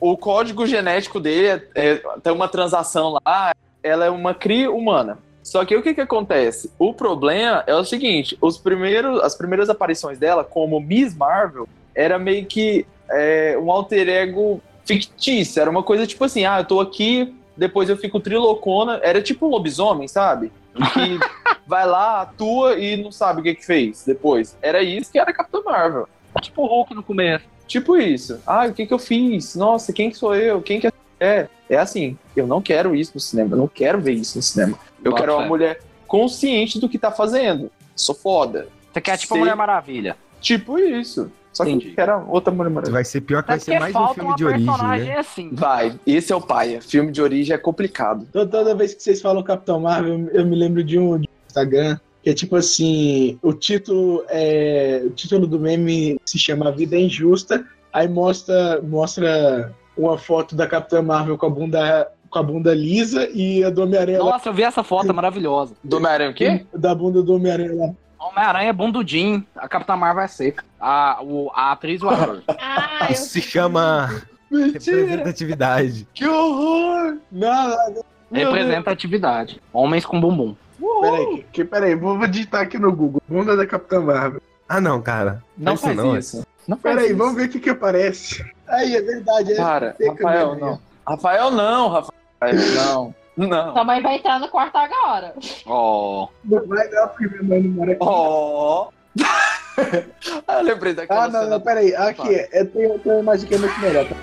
[SPEAKER 2] o- o, o código genético dele é- é- tem uma transação lá, ela é uma cria humana. Só que o que, que acontece? O problema é o seguinte: os primeiros, as primeiras aparições dela, como Miss Marvel, era meio que é, um alter ego fictício. Era uma coisa tipo assim: ah, eu tô aqui, depois eu fico trilocona. Era tipo um lobisomem, sabe? Que vai lá, atua e não sabe o que, que fez depois. Era isso que era Capitão Marvel.
[SPEAKER 5] Tipo o Hulk no começo.
[SPEAKER 2] Tipo isso. Ah, o que que eu fiz? Nossa, quem que sou eu? Quem que é? É assim, eu não quero isso no cinema, eu não quero ver isso no cinema. Eu
[SPEAKER 5] Bota
[SPEAKER 2] quero uma
[SPEAKER 5] fé.
[SPEAKER 2] mulher consciente do que tá fazendo. Sou foda.
[SPEAKER 5] Você quer tipo a
[SPEAKER 2] Sei.
[SPEAKER 5] Mulher Maravilha.
[SPEAKER 2] Tipo isso. Só que
[SPEAKER 5] Entendi.
[SPEAKER 2] que era outra mulher maravilhosa.
[SPEAKER 4] Vai ser pior que vai
[SPEAKER 5] Até
[SPEAKER 4] ser
[SPEAKER 5] É porque
[SPEAKER 4] mais um
[SPEAKER 5] falta
[SPEAKER 4] filme
[SPEAKER 5] uma
[SPEAKER 4] de origem,
[SPEAKER 5] personagem
[SPEAKER 4] né?
[SPEAKER 5] assim.
[SPEAKER 2] Vai, esse é o paia. Filme de origem é complicado.
[SPEAKER 1] Toda, toda vez que vocês falam Capitão Marvel, eu me lembro de um, de um Instagram que é tipo assim, o título é, o título do meme se chama A Vida é Injusta, aí mostra mostra uma foto da Capitã Marvel com a bunda com a bunda lisa e a do Homem-Aranha lá-
[SPEAKER 5] Nossa, eu vi essa foto, é maravilhosa.
[SPEAKER 2] Do Homem-Aranha o quê?
[SPEAKER 1] da bunda do Homem-Aranha lá.
[SPEAKER 5] Homem-Aranha é bundudinho, a Capitã Marvel é seca. A, o, a atriz e o ator.
[SPEAKER 6] Ah,
[SPEAKER 5] é
[SPEAKER 6] eu-
[SPEAKER 4] Isso se chama representatividade.
[SPEAKER 2] Que horror!
[SPEAKER 1] Não, não,
[SPEAKER 5] Representatividade. Homens com bumbum.
[SPEAKER 1] peraí, que, peraí, vou vou digitar aqui no Google, bunda da Capitã Marvel.
[SPEAKER 4] Ah, não, cara.
[SPEAKER 2] Não
[SPEAKER 4] Isso
[SPEAKER 2] faz
[SPEAKER 4] não, é.
[SPEAKER 2] isso. Não faz
[SPEAKER 1] Peraí,
[SPEAKER 2] isso.
[SPEAKER 1] vamos ver o que que aparece. Aí, é verdade, é.
[SPEAKER 2] Para, Rafael, não. Rafael, não, Rafael, não. Não.
[SPEAKER 6] Sua mãe vai entrar no quarto agora.
[SPEAKER 5] Oh.
[SPEAKER 1] Não vai não, porque minha mãe não mora aqui.
[SPEAKER 2] Ó. Ah, eu lembrei daquela
[SPEAKER 1] Ah, não,
[SPEAKER 2] cena
[SPEAKER 1] não, peraí. Aqui, é, tem, tem uma imagem que é muito melhor. tá?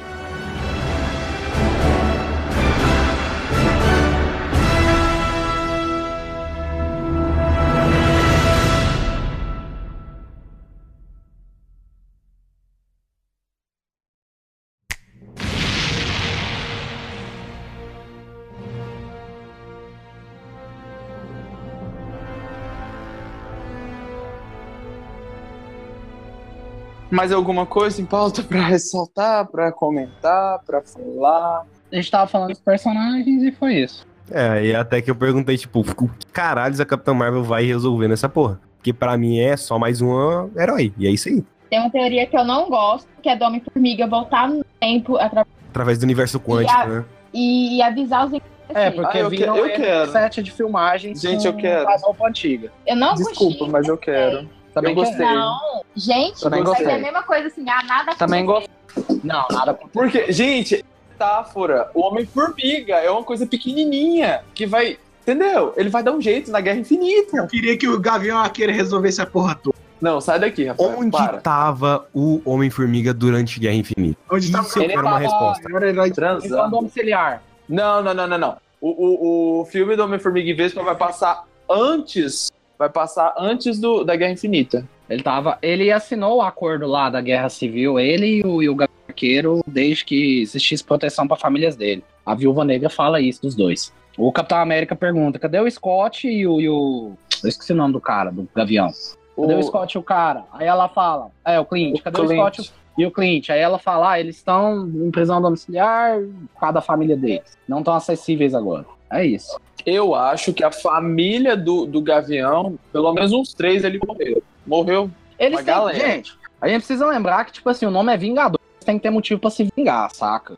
[SPEAKER 2] Mais alguma coisa em pauta pra ressaltar, pra comentar, pra falar?
[SPEAKER 5] A gente tava falando dos personagens e foi isso.
[SPEAKER 4] É, e até que eu perguntei, tipo, o que caralho a Capitã Marvel vai resolver nessa porra? Porque pra mim é só mais um herói. E é isso aí.
[SPEAKER 6] Tem uma teoria que eu não gosto, que é do Homem-Formiga voltar no tempo atra-
[SPEAKER 4] Através do universo
[SPEAKER 6] E
[SPEAKER 4] quântico,
[SPEAKER 6] a-
[SPEAKER 4] né?
[SPEAKER 6] e avisar os
[SPEAKER 5] É,
[SPEAKER 6] envelhecidos.
[SPEAKER 5] porque
[SPEAKER 2] Ah, eu
[SPEAKER 5] viram
[SPEAKER 2] que- eu
[SPEAKER 5] ele
[SPEAKER 2] quero.
[SPEAKER 5] no set de filmagem
[SPEAKER 2] Gente,
[SPEAKER 5] com
[SPEAKER 2] eu quero.
[SPEAKER 5] a Ah, roupa antiga.
[SPEAKER 6] Eu não
[SPEAKER 2] Desculpa,
[SPEAKER 6] gostei.
[SPEAKER 2] mas eu quero.
[SPEAKER 5] Também
[SPEAKER 2] Eu gostei.
[SPEAKER 6] Não, gente,
[SPEAKER 2] Também
[SPEAKER 6] mas é
[SPEAKER 2] gostei.
[SPEAKER 6] a mesma coisa assim, ah, nada
[SPEAKER 5] Também
[SPEAKER 6] aconteceu.
[SPEAKER 5] gosto. Não, nada aconteceu.
[SPEAKER 2] Porque, gente, metáfora, o Homem-Formiga é uma coisa pequenininha que vai... Entendeu? Ele vai dar um jeito na Guerra Infinita.
[SPEAKER 1] Eu queria que o Gavião Arqueiro resolvesse a porra toda.
[SPEAKER 2] Não, sai daqui, Rafael.
[SPEAKER 4] Onde
[SPEAKER 2] Para.
[SPEAKER 4] tava o Homem-Formiga durante Guerra Infinita?
[SPEAKER 1] Onde tá
[SPEAKER 4] Isso eu
[SPEAKER 1] o é
[SPEAKER 4] quero uma
[SPEAKER 5] tava-
[SPEAKER 4] resposta.
[SPEAKER 1] maior herói de
[SPEAKER 5] Ele mandou
[SPEAKER 2] Transando.
[SPEAKER 5] auxiliar.
[SPEAKER 2] Não, não, não, não, não. O, o, o filme do Homem-Formiga e Vespa vai passar antes. Vai passar antes do, da Guerra Infinita.
[SPEAKER 5] Ele tava. Ele assinou o acordo lá da Guerra Civil, ele e o, e o Gavião Arqueiro, desde que existisse proteção para famílias dele. A Viúva Negra fala isso dos dois. O Capitão América pergunta: cadê o Scott e o. E o... Eu esqueci o nome do cara, do Gavião. Cadê o, Scott e o cara? Aí ela fala: é, o Clint,
[SPEAKER 2] O
[SPEAKER 5] cadê o
[SPEAKER 2] Clint.
[SPEAKER 5] Scott e o- e o Clint? Aí ela fala: ah, eles estão em prisão domiciliar, cada família deles. Não estão acessíveis agora. É isso.
[SPEAKER 2] Eu acho que a família do, do Gavião, pelo menos uns três, ele morreu. Morreu.
[SPEAKER 5] Eles
[SPEAKER 2] Mas,
[SPEAKER 5] têm,
[SPEAKER 2] galera-
[SPEAKER 5] Gente, a gente precisa lembrar que, tipo assim, o nome é Vingador. Tem que ter motivo pra se vingar, saca?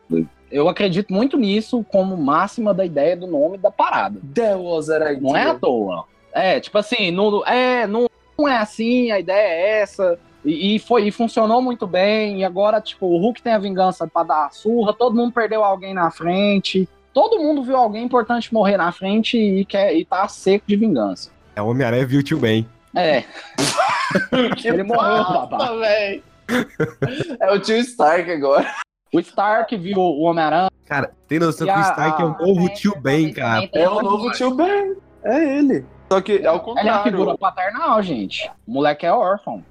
[SPEAKER 5] Eu acredito muito nisso como máxima da ideia do nome da parada.
[SPEAKER 2] There was an idea.
[SPEAKER 5] Não é à toa. É, tipo assim, não, é, não, não é assim, a ideia é essa. E, e foi, e funcionou muito bem. E agora, tipo, o Hulk tem a vingança pra dar a surra, todo mundo perdeu alguém na frente. Todo mundo viu alguém importante morrer na frente e, quer, e tá seco de vingança.
[SPEAKER 4] É o Homem-Aranha viu o tio Ben.
[SPEAKER 5] É, ele morreu, babá.
[SPEAKER 2] Nossa, véi. É o tio Stark agora.
[SPEAKER 5] O Stark viu o Homem-Aranha.
[SPEAKER 4] Cara, tem noção que
[SPEAKER 5] E
[SPEAKER 4] o
[SPEAKER 5] a-
[SPEAKER 4] Stark é o
[SPEAKER 6] Ah,
[SPEAKER 4] novo
[SPEAKER 6] é,
[SPEAKER 4] tio Ben, cara.
[SPEAKER 6] também tem
[SPEAKER 2] É o
[SPEAKER 6] um-
[SPEAKER 2] novo tio Ben. É ele. Só que é o
[SPEAKER 5] Ele é uma
[SPEAKER 2] contrário.
[SPEAKER 5] figura paternal, gente. O moleque é órfão.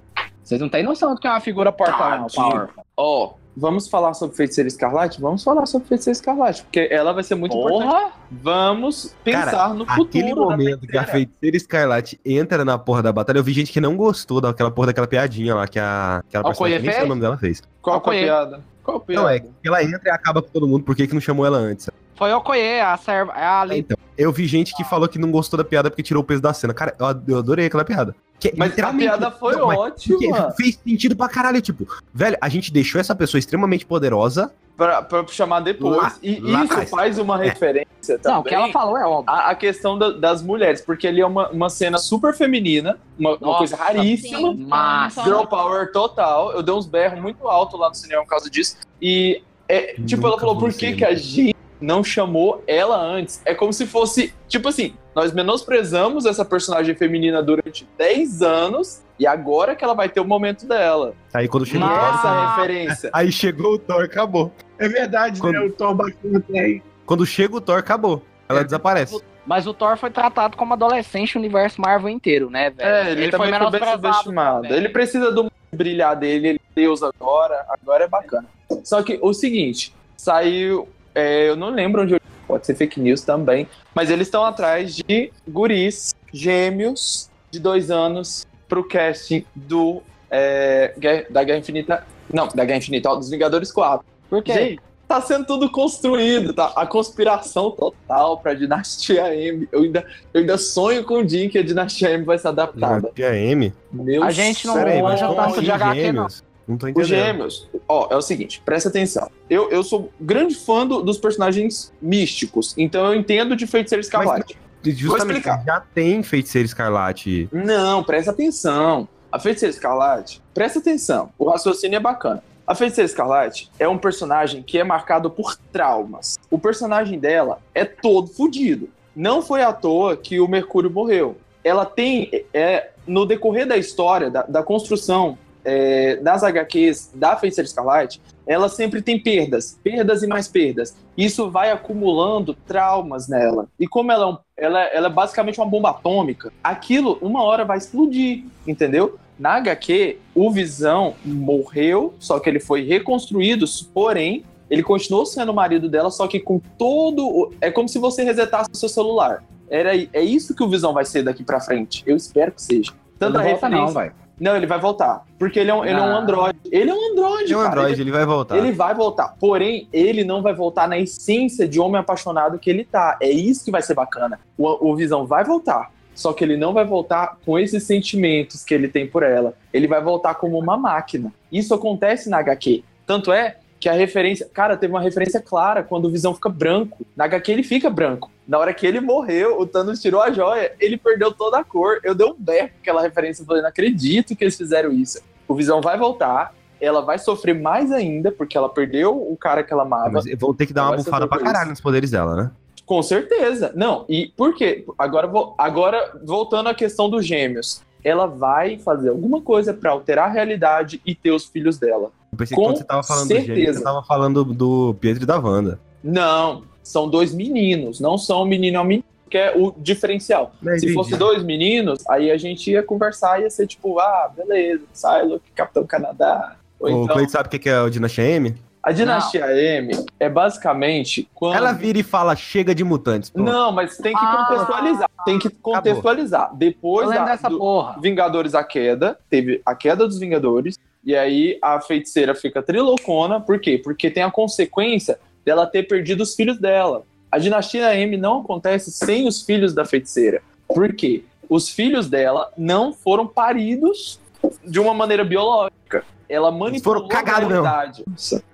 [SPEAKER 5] Vocês não têm noção do que é uma figura paternal pra
[SPEAKER 2] Tadinho.
[SPEAKER 5] órfão.
[SPEAKER 2] Ó, vamos falar sobre Feiticeira Escarlate? Vamos falar sobre Feiticeira Escarlate, porque ela vai ser muito importante. Vamos pensar
[SPEAKER 4] Cara,
[SPEAKER 2] no
[SPEAKER 4] Aquele
[SPEAKER 2] futuro. da
[SPEAKER 4] momento que a
[SPEAKER 2] feiticeira.
[SPEAKER 4] feiticeira escarlate entra na porra da batalha, eu vi gente que não gostou daquela porra daquela piadinha lá que a. Aquela
[SPEAKER 5] Alcoia
[SPEAKER 4] personagem, nem sei o
[SPEAKER 5] fez?
[SPEAKER 4] nome dela fez.
[SPEAKER 2] Qual que é a
[SPEAKER 5] Apoiei.
[SPEAKER 2] piada? Qual a piada?
[SPEAKER 4] Não, é que ela entra e acaba com todo mundo, por que, que não chamou ela antes?
[SPEAKER 5] Foi o Okoye, a serva. A
[SPEAKER 4] É, então, eu vi gente que falou que não gostou da piada porque tirou o peso da cena. Cara, eu ad- eu adorei aquela piada. Que é
[SPEAKER 2] Mas a
[SPEAKER 4] literalmente-
[SPEAKER 2] piada foi
[SPEAKER 4] Não, mas porque
[SPEAKER 2] ótima.
[SPEAKER 4] Fez sentido pra caralho, tipo, velho, a gente deixou essa pessoa extremamente poderosa.
[SPEAKER 2] Pra, pra chamar depois.
[SPEAKER 4] Lá-
[SPEAKER 2] e
[SPEAKER 4] lá
[SPEAKER 2] isso
[SPEAKER 4] atrás.
[SPEAKER 2] faz uma
[SPEAKER 4] É.
[SPEAKER 2] referência também.
[SPEAKER 5] Não, o que ela falou é óbvio.
[SPEAKER 2] a, a questão da- das mulheres, porque ali é uma, uma cena super feminina, uma, uma
[SPEAKER 5] Nossa, um
[SPEAKER 2] coisa raríssima.
[SPEAKER 6] Sim,
[SPEAKER 5] Mas-
[SPEAKER 6] só-
[SPEAKER 2] Girl power total. Eu dei uns berros muito alto lá no cinema por causa disso. E, é, tipo,
[SPEAKER 4] Nunca
[SPEAKER 2] ela falou,
[SPEAKER 4] vou
[SPEAKER 2] por
[SPEAKER 4] ver,
[SPEAKER 2] que, que a
[SPEAKER 4] né?"
[SPEAKER 2] gente não chamou ela antes? É como se fosse, tipo assim, nós menosprezamos essa personagem feminina durante 10 anos e agora que ela vai ter o momento dela.
[SPEAKER 4] tá? Aí quando chegou o Thor,
[SPEAKER 5] Mas-
[SPEAKER 2] Essa
[SPEAKER 5] Ah.
[SPEAKER 2] referência.
[SPEAKER 4] aí chegou o Thor, acabou.
[SPEAKER 1] É verdade,
[SPEAKER 4] Quando-
[SPEAKER 1] né? O Thor bateu até aí.
[SPEAKER 4] Quando chega o Thor, acabou.
[SPEAKER 2] É,
[SPEAKER 4] Ela desaparece.
[SPEAKER 5] Mas o Thor foi tratado como adolescente no universo Marvel inteiro, né, velho?
[SPEAKER 2] É, ele, foi
[SPEAKER 5] também
[SPEAKER 2] muito bem
[SPEAKER 5] menosprezado
[SPEAKER 2] subestimado.
[SPEAKER 5] também.
[SPEAKER 2] Ele precisa do brilhar dele, ele é Deus agora, agora é bacana. Só que o seguinte, saiu, é, eu não lembro onde eu- pode ser fake news também, mas eles estão atrás de guris, gêmeos de dois anos pro casting do é, Guerra- da Guerra Infinita, não, da Guerra Infinita, ó, dos Vingadores 4.
[SPEAKER 5] Por quê?
[SPEAKER 2] Gente, tá sendo tudo construído, tá? A conspiração total pra Dinastia M. Eu ainda, eu ainda sonho com o dia que a Dinastia M vai né? ser adaptada.
[SPEAKER 4] Não, Tia M.
[SPEAKER 2] Meu
[SPEAKER 5] A gente não-
[SPEAKER 4] Pera aí, mas
[SPEAKER 5] eu
[SPEAKER 4] como
[SPEAKER 2] tá
[SPEAKER 5] tava
[SPEAKER 4] assim,
[SPEAKER 5] de HQ,
[SPEAKER 4] gêmeos? Não tô
[SPEAKER 2] Os
[SPEAKER 4] entendendo.
[SPEAKER 2] gêmeos, ó, é o seguinte, presta atenção. Eu, eu sou grande fã do- dos personagens místicos, então eu entendo de feiticeiro escarlate.
[SPEAKER 4] Justamente,
[SPEAKER 2] explicar.
[SPEAKER 4] já tem feiticeira escarlate.
[SPEAKER 2] Não, presta atenção. A feiticeira escarlate, presta atenção. O raciocínio é bacana. A feiticeira escarlate é um personagem que é marcado por traumas. O personagem dela é todo fudido. Não foi à toa que o Mercúrio morreu. Ela tem, é, no decorrer da história, da, da construção é, das HQs da Feiticeira Escarlate, ela sempre tem perdas, perdas e mais perdas. Isso vai acumulando traumas nela. E como ela é, um- ela, ela é basicamente uma bomba atômica, aquilo uma hora vai explodir, entendeu? Na HQ, o Visão morreu, só que ele foi reconstruído, porém, ele continuou sendo o marido dela, só que com todo. o- É como se você resetasse o seu celular. Era, é isso que o Visão vai ser daqui pra frente. Eu espero que seja.
[SPEAKER 5] Ele
[SPEAKER 2] Tanta
[SPEAKER 5] não volta
[SPEAKER 2] referência.
[SPEAKER 5] não, velho.
[SPEAKER 2] Não, ele vai voltar. Porque ele é um, ele é um
[SPEAKER 5] Ah.
[SPEAKER 2] androide. Ele é um androide,
[SPEAKER 4] É um
[SPEAKER 2] cara.
[SPEAKER 4] androide, tá. ele vai voltar.
[SPEAKER 2] Ele vai voltar. Porém, ele não vai voltar na essência de homem apaixonado que ele tá. É isso que vai ser bacana. O, o Visão vai voltar. Só que ele não vai voltar com esses sentimentos que ele tem por ela. Ele vai voltar como uma máquina. Isso acontece na HQ. Tanto é que a referência. Cara, teve uma referência clara quando o Visão fica branco. Na HQ ele fica branco. Na hora que ele morreu, o Thanos tirou a joia, ele perdeu toda a cor. Eu dei um berro com aquela referência. Eu falei, não acredito que eles fizeram isso. O Visão vai voltar, ela vai sofrer mais ainda, porque ela perdeu o cara que ela amava.
[SPEAKER 4] Mas vão ter que dar uma
[SPEAKER 2] Vai ser
[SPEAKER 4] bufada pra
[SPEAKER 2] tudo isso.
[SPEAKER 4] caralho nos poderes dela, né?
[SPEAKER 2] Com certeza. Não, e por quê? Agora, vo- agora voltando à questão dos gêmeos. Ela vai fazer alguma coisa pra alterar a realidade e ter os filhos dela.
[SPEAKER 4] Eu pensei
[SPEAKER 2] Com
[SPEAKER 4] que quando você tava falando do gêmeo,
[SPEAKER 2] certeza.
[SPEAKER 4] você tava falando do Pietro e da Wanda.
[SPEAKER 2] Não, são dois meninos, não são menino e uma menina, que é o diferencial.
[SPEAKER 1] Mas
[SPEAKER 2] Se fosse dois meninos, aí a gente ia conversar, ia ser tipo, ah, beleza, Psylocke, Capitão Canadá. Ou
[SPEAKER 4] O
[SPEAKER 2] então,
[SPEAKER 4] Cleiton sabe o que que é o Dinastia M?
[SPEAKER 2] a Dinastia M é basicamente quando.
[SPEAKER 4] Ela vira e fala, chega de mutantes. Pronto.
[SPEAKER 2] Não, mas tem que
[SPEAKER 5] Ah.
[SPEAKER 2] contextualizar. Tem que contextualizar.
[SPEAKER 5] Eu
[SPEAKER 2] Depois
[SPEAKER 5] lembro
[SPEAKER 2] da-
[SPEAKER 5] dessa
[SPEAKER 2] do
[SPEAKER 5] porra.
[SPEAKER 2] Vingadores a queda, teve a queda dos Vingadores, e aí a feiticeira fica trilocona, por quê? Porque tem a consequência dela ter perdido os filhos dela. A dinastia M não acontece sem os filhos da feiticeira. Por quê? Os filhos dela não foram paridos de uma maneira biológica. Ela manipulou
[SPEAKER 4] foram cagados
[SPEAKER 2] a
[SPEAKER 4] mesmo.
[SPEAKER 2] humanidade.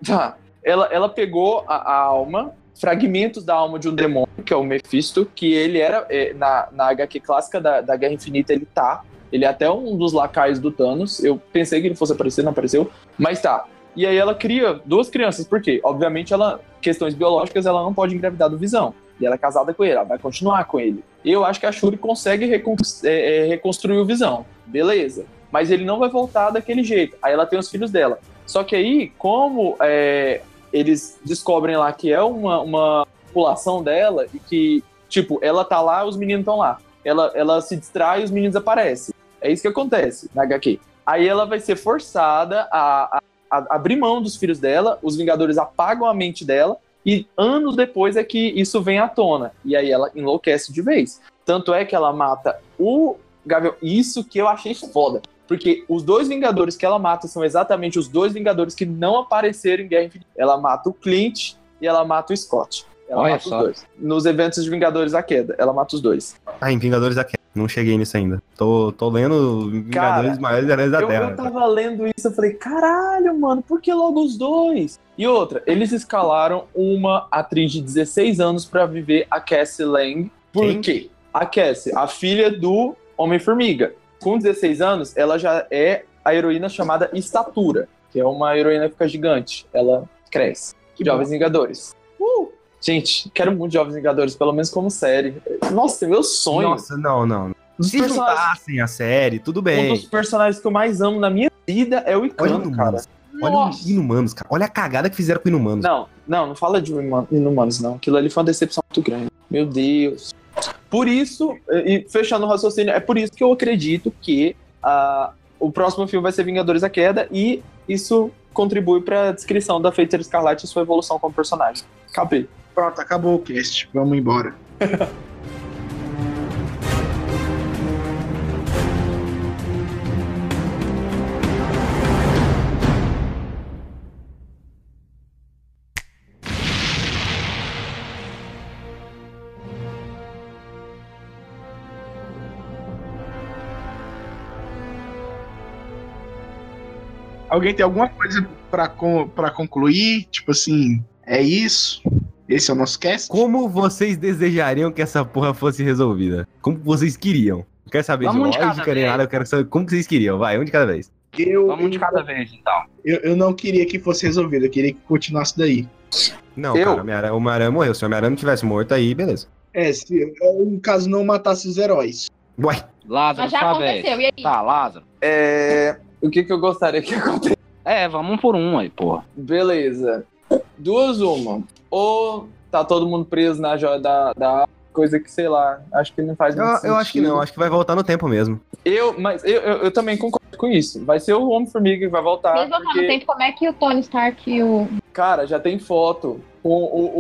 [SPEAKER 2] Tá. Ela, ela pegou a, a alma, fragmentos da alma de um demônio, que é o Mephisto, que ele era, é, na, na HQ clássica da, da Guerra Infinita, ele tá. Ele é até um dos lacaios do Thanos. Eu pensei que ele fosse aparecer, não apareceu. Mas tá. E aí ela cria duas crianças, porque, obviamente, ela, questões biológicas, ela não pode engravidar do Visão. E ela é casada com ele, ela vai continuar com ele. Eu acho que a Shuri consegue recon- é, é, reconstruir o Visão. Beleza. Mas ele não vai voltar daquele jeito. Aí ela tem os filhos dela. Só que aí, como é, eles descobrem lá que é uma, uma população dela e que, tipo, ela tá lá, os meninos estão lá. Ela, ela se distrai e os meninos aparecem. É isso que acontece na HQ. Aí ela vai ser forçada a, a- a abrir mão dos filhos dela, os Vingadores apagam a mente dela, e anos depois é que isso vem à tona. E aí ela enlouquece de vez. Tanto é que ela mata o Gavião. Isso que eu achei foda. Porque os dois Vingadores que ela mata são exatamente os dois Vingadores que não apareceram em Guerra Infinita. Ela mata o Clint e ela mata o Scott. Ela
[SPEAKER 5] Olha
[SPEAKER 2] mata
[SPEAKER 5] só.
[SPEAKER 2] os dois. Nos eventos de Vingadores a Queda, ela mata os dois.
[SPEAKER 4] Ah, em Vingadores da Queda. Não cheguei nisso ainda. Tô, tô lendo Vingadores Maiores Heróis da
[SPEAKER 2] Eu,
[SPEAKER 4] Terra.
[SPEAKER 2] eu tava lendo isso, eu falei, caralho, mano, por que logo os dois? E outra, eles escalaram uma atriz de 16 anos pra viver a Cassie Lang. Por
[SPEAKER 4] Quem?
[SPEAKER 2] quê? A Cassie, a filha do Homem-Formiga. Com 16 anos, ela já é a heroína chamada Estatura, que é uma heroína que fica gigante. Ela cresce. Jovens Vingadores. Uh! Gente, quero muito Jovens Vingadores, pelo menos como série. Nossa, meu sonho.
[SPEAKER 4] Nossa, não, não.
[SPEAKER 2] Os
[SPEAKER 4] Se
[SPEAKER 2] personagens-
[SPEAKER 4] juntassem a série, tudo
[SPEAKER 2] um
[SPEAKER 4] bem.
[SPEAKER 2] dos personagens que eu mais amo na minha vida é o
[SPEAKER 4] Olha
[SPEAKER 2] Icano, cara.
[SPEAKER 4] Inumanos. Olha
[SPEAKER 2] Nossa.
[SPEAKER 4] o Inumanos, cara. Olha a cagada que fizeram com o Inumanos.
[SPEAKER 2] Não, não, não fala de Inuman- Inumanos, não. Aquilo ali foi uma decepção muito grande. Meu Deus. Por isso, e e fechando o raciocínio, é por isso que eu acredito que ah, o próximo filme vai ser Vingadores a Queda e isso contribui pra descrição da Feiticeira Escarlate e sua evolução como personagem. Acabei.
[SPEAKER 1] Pronto, acabou o cast. Vamos embora. Alguém tem alguma coisa pra, con pra concluir? Tipo assim, é isso? Esse é o nosso cast?
[SPEAKER 4] Como vocês desejariam que essa porra fosse resolvida? Como vocês queriam? Não quero saber
[SPEAKER 5] Vamos um de
[SPEAKER 4] de lógica
[SPEAKER 5] cada
[SPEAKER 4] nem
[SPEAKER 5] vez.
[SPEAKER 4] nada, eu quero saber como que vocês queriam. Vai, um de cada vez.
[SPEAKER 1] Eu,
[SPEAKER 5] Vamos de cada vez, então.
[SPEAKER 1] eu, eu não queria que fosse resolvido, eu queria que continuasse daí.
[SPEAKER 4] Não,
[SPEAKER 2] Eu?
[SPEAKER 4] cara, Homem-Aranha- o Homem-Aranha morreu. Se o Homem-Aranha não tivesse morto aí, beleza.
[SPEAKER 1] É, se no caso não matasse os heróis.
[SPEAKER 4] Uai,
[SPEAKER 6] Mas
[SPEAKER 5] Lázaro,
[SPEAKER 6] já
[SPEAKER 5] sua vez.
[SPEAKER 6] aconteceu, e aí?
[SPEAKER 5] Tá, Lázaro.
[SPEAKER 2] É, o que, que eu gostaria que acontecesse?
[SPEAKER 5] É, vamos um por um aí, porra.
[SPEAKER 2] Beleza. Duas uma. Ou tá todo mundo preso na joia da, da coisa que, sei lá, acho que não faz
[SPEAKER 4] eu,
[SPEAKER 2] muito
[SPEAKER 4] eu acho que
[SPEAKER 2] sentido.
[SPEAKER 4] não, acho que vai voltar no tempo mesmo.
[SPEAKER 2] Eu, mas eu, eu, eu também concordo com isso. Vai ser o Homem-Formiga que vai voltar.
[SPEAKER 6] Mesmo ao mesmo
[SPEAKER 2] Porque,
[SPEAKER 6] tempo, como é que o Tony Stark e o.
[SPEAKER 2] cara, já tem foto com o,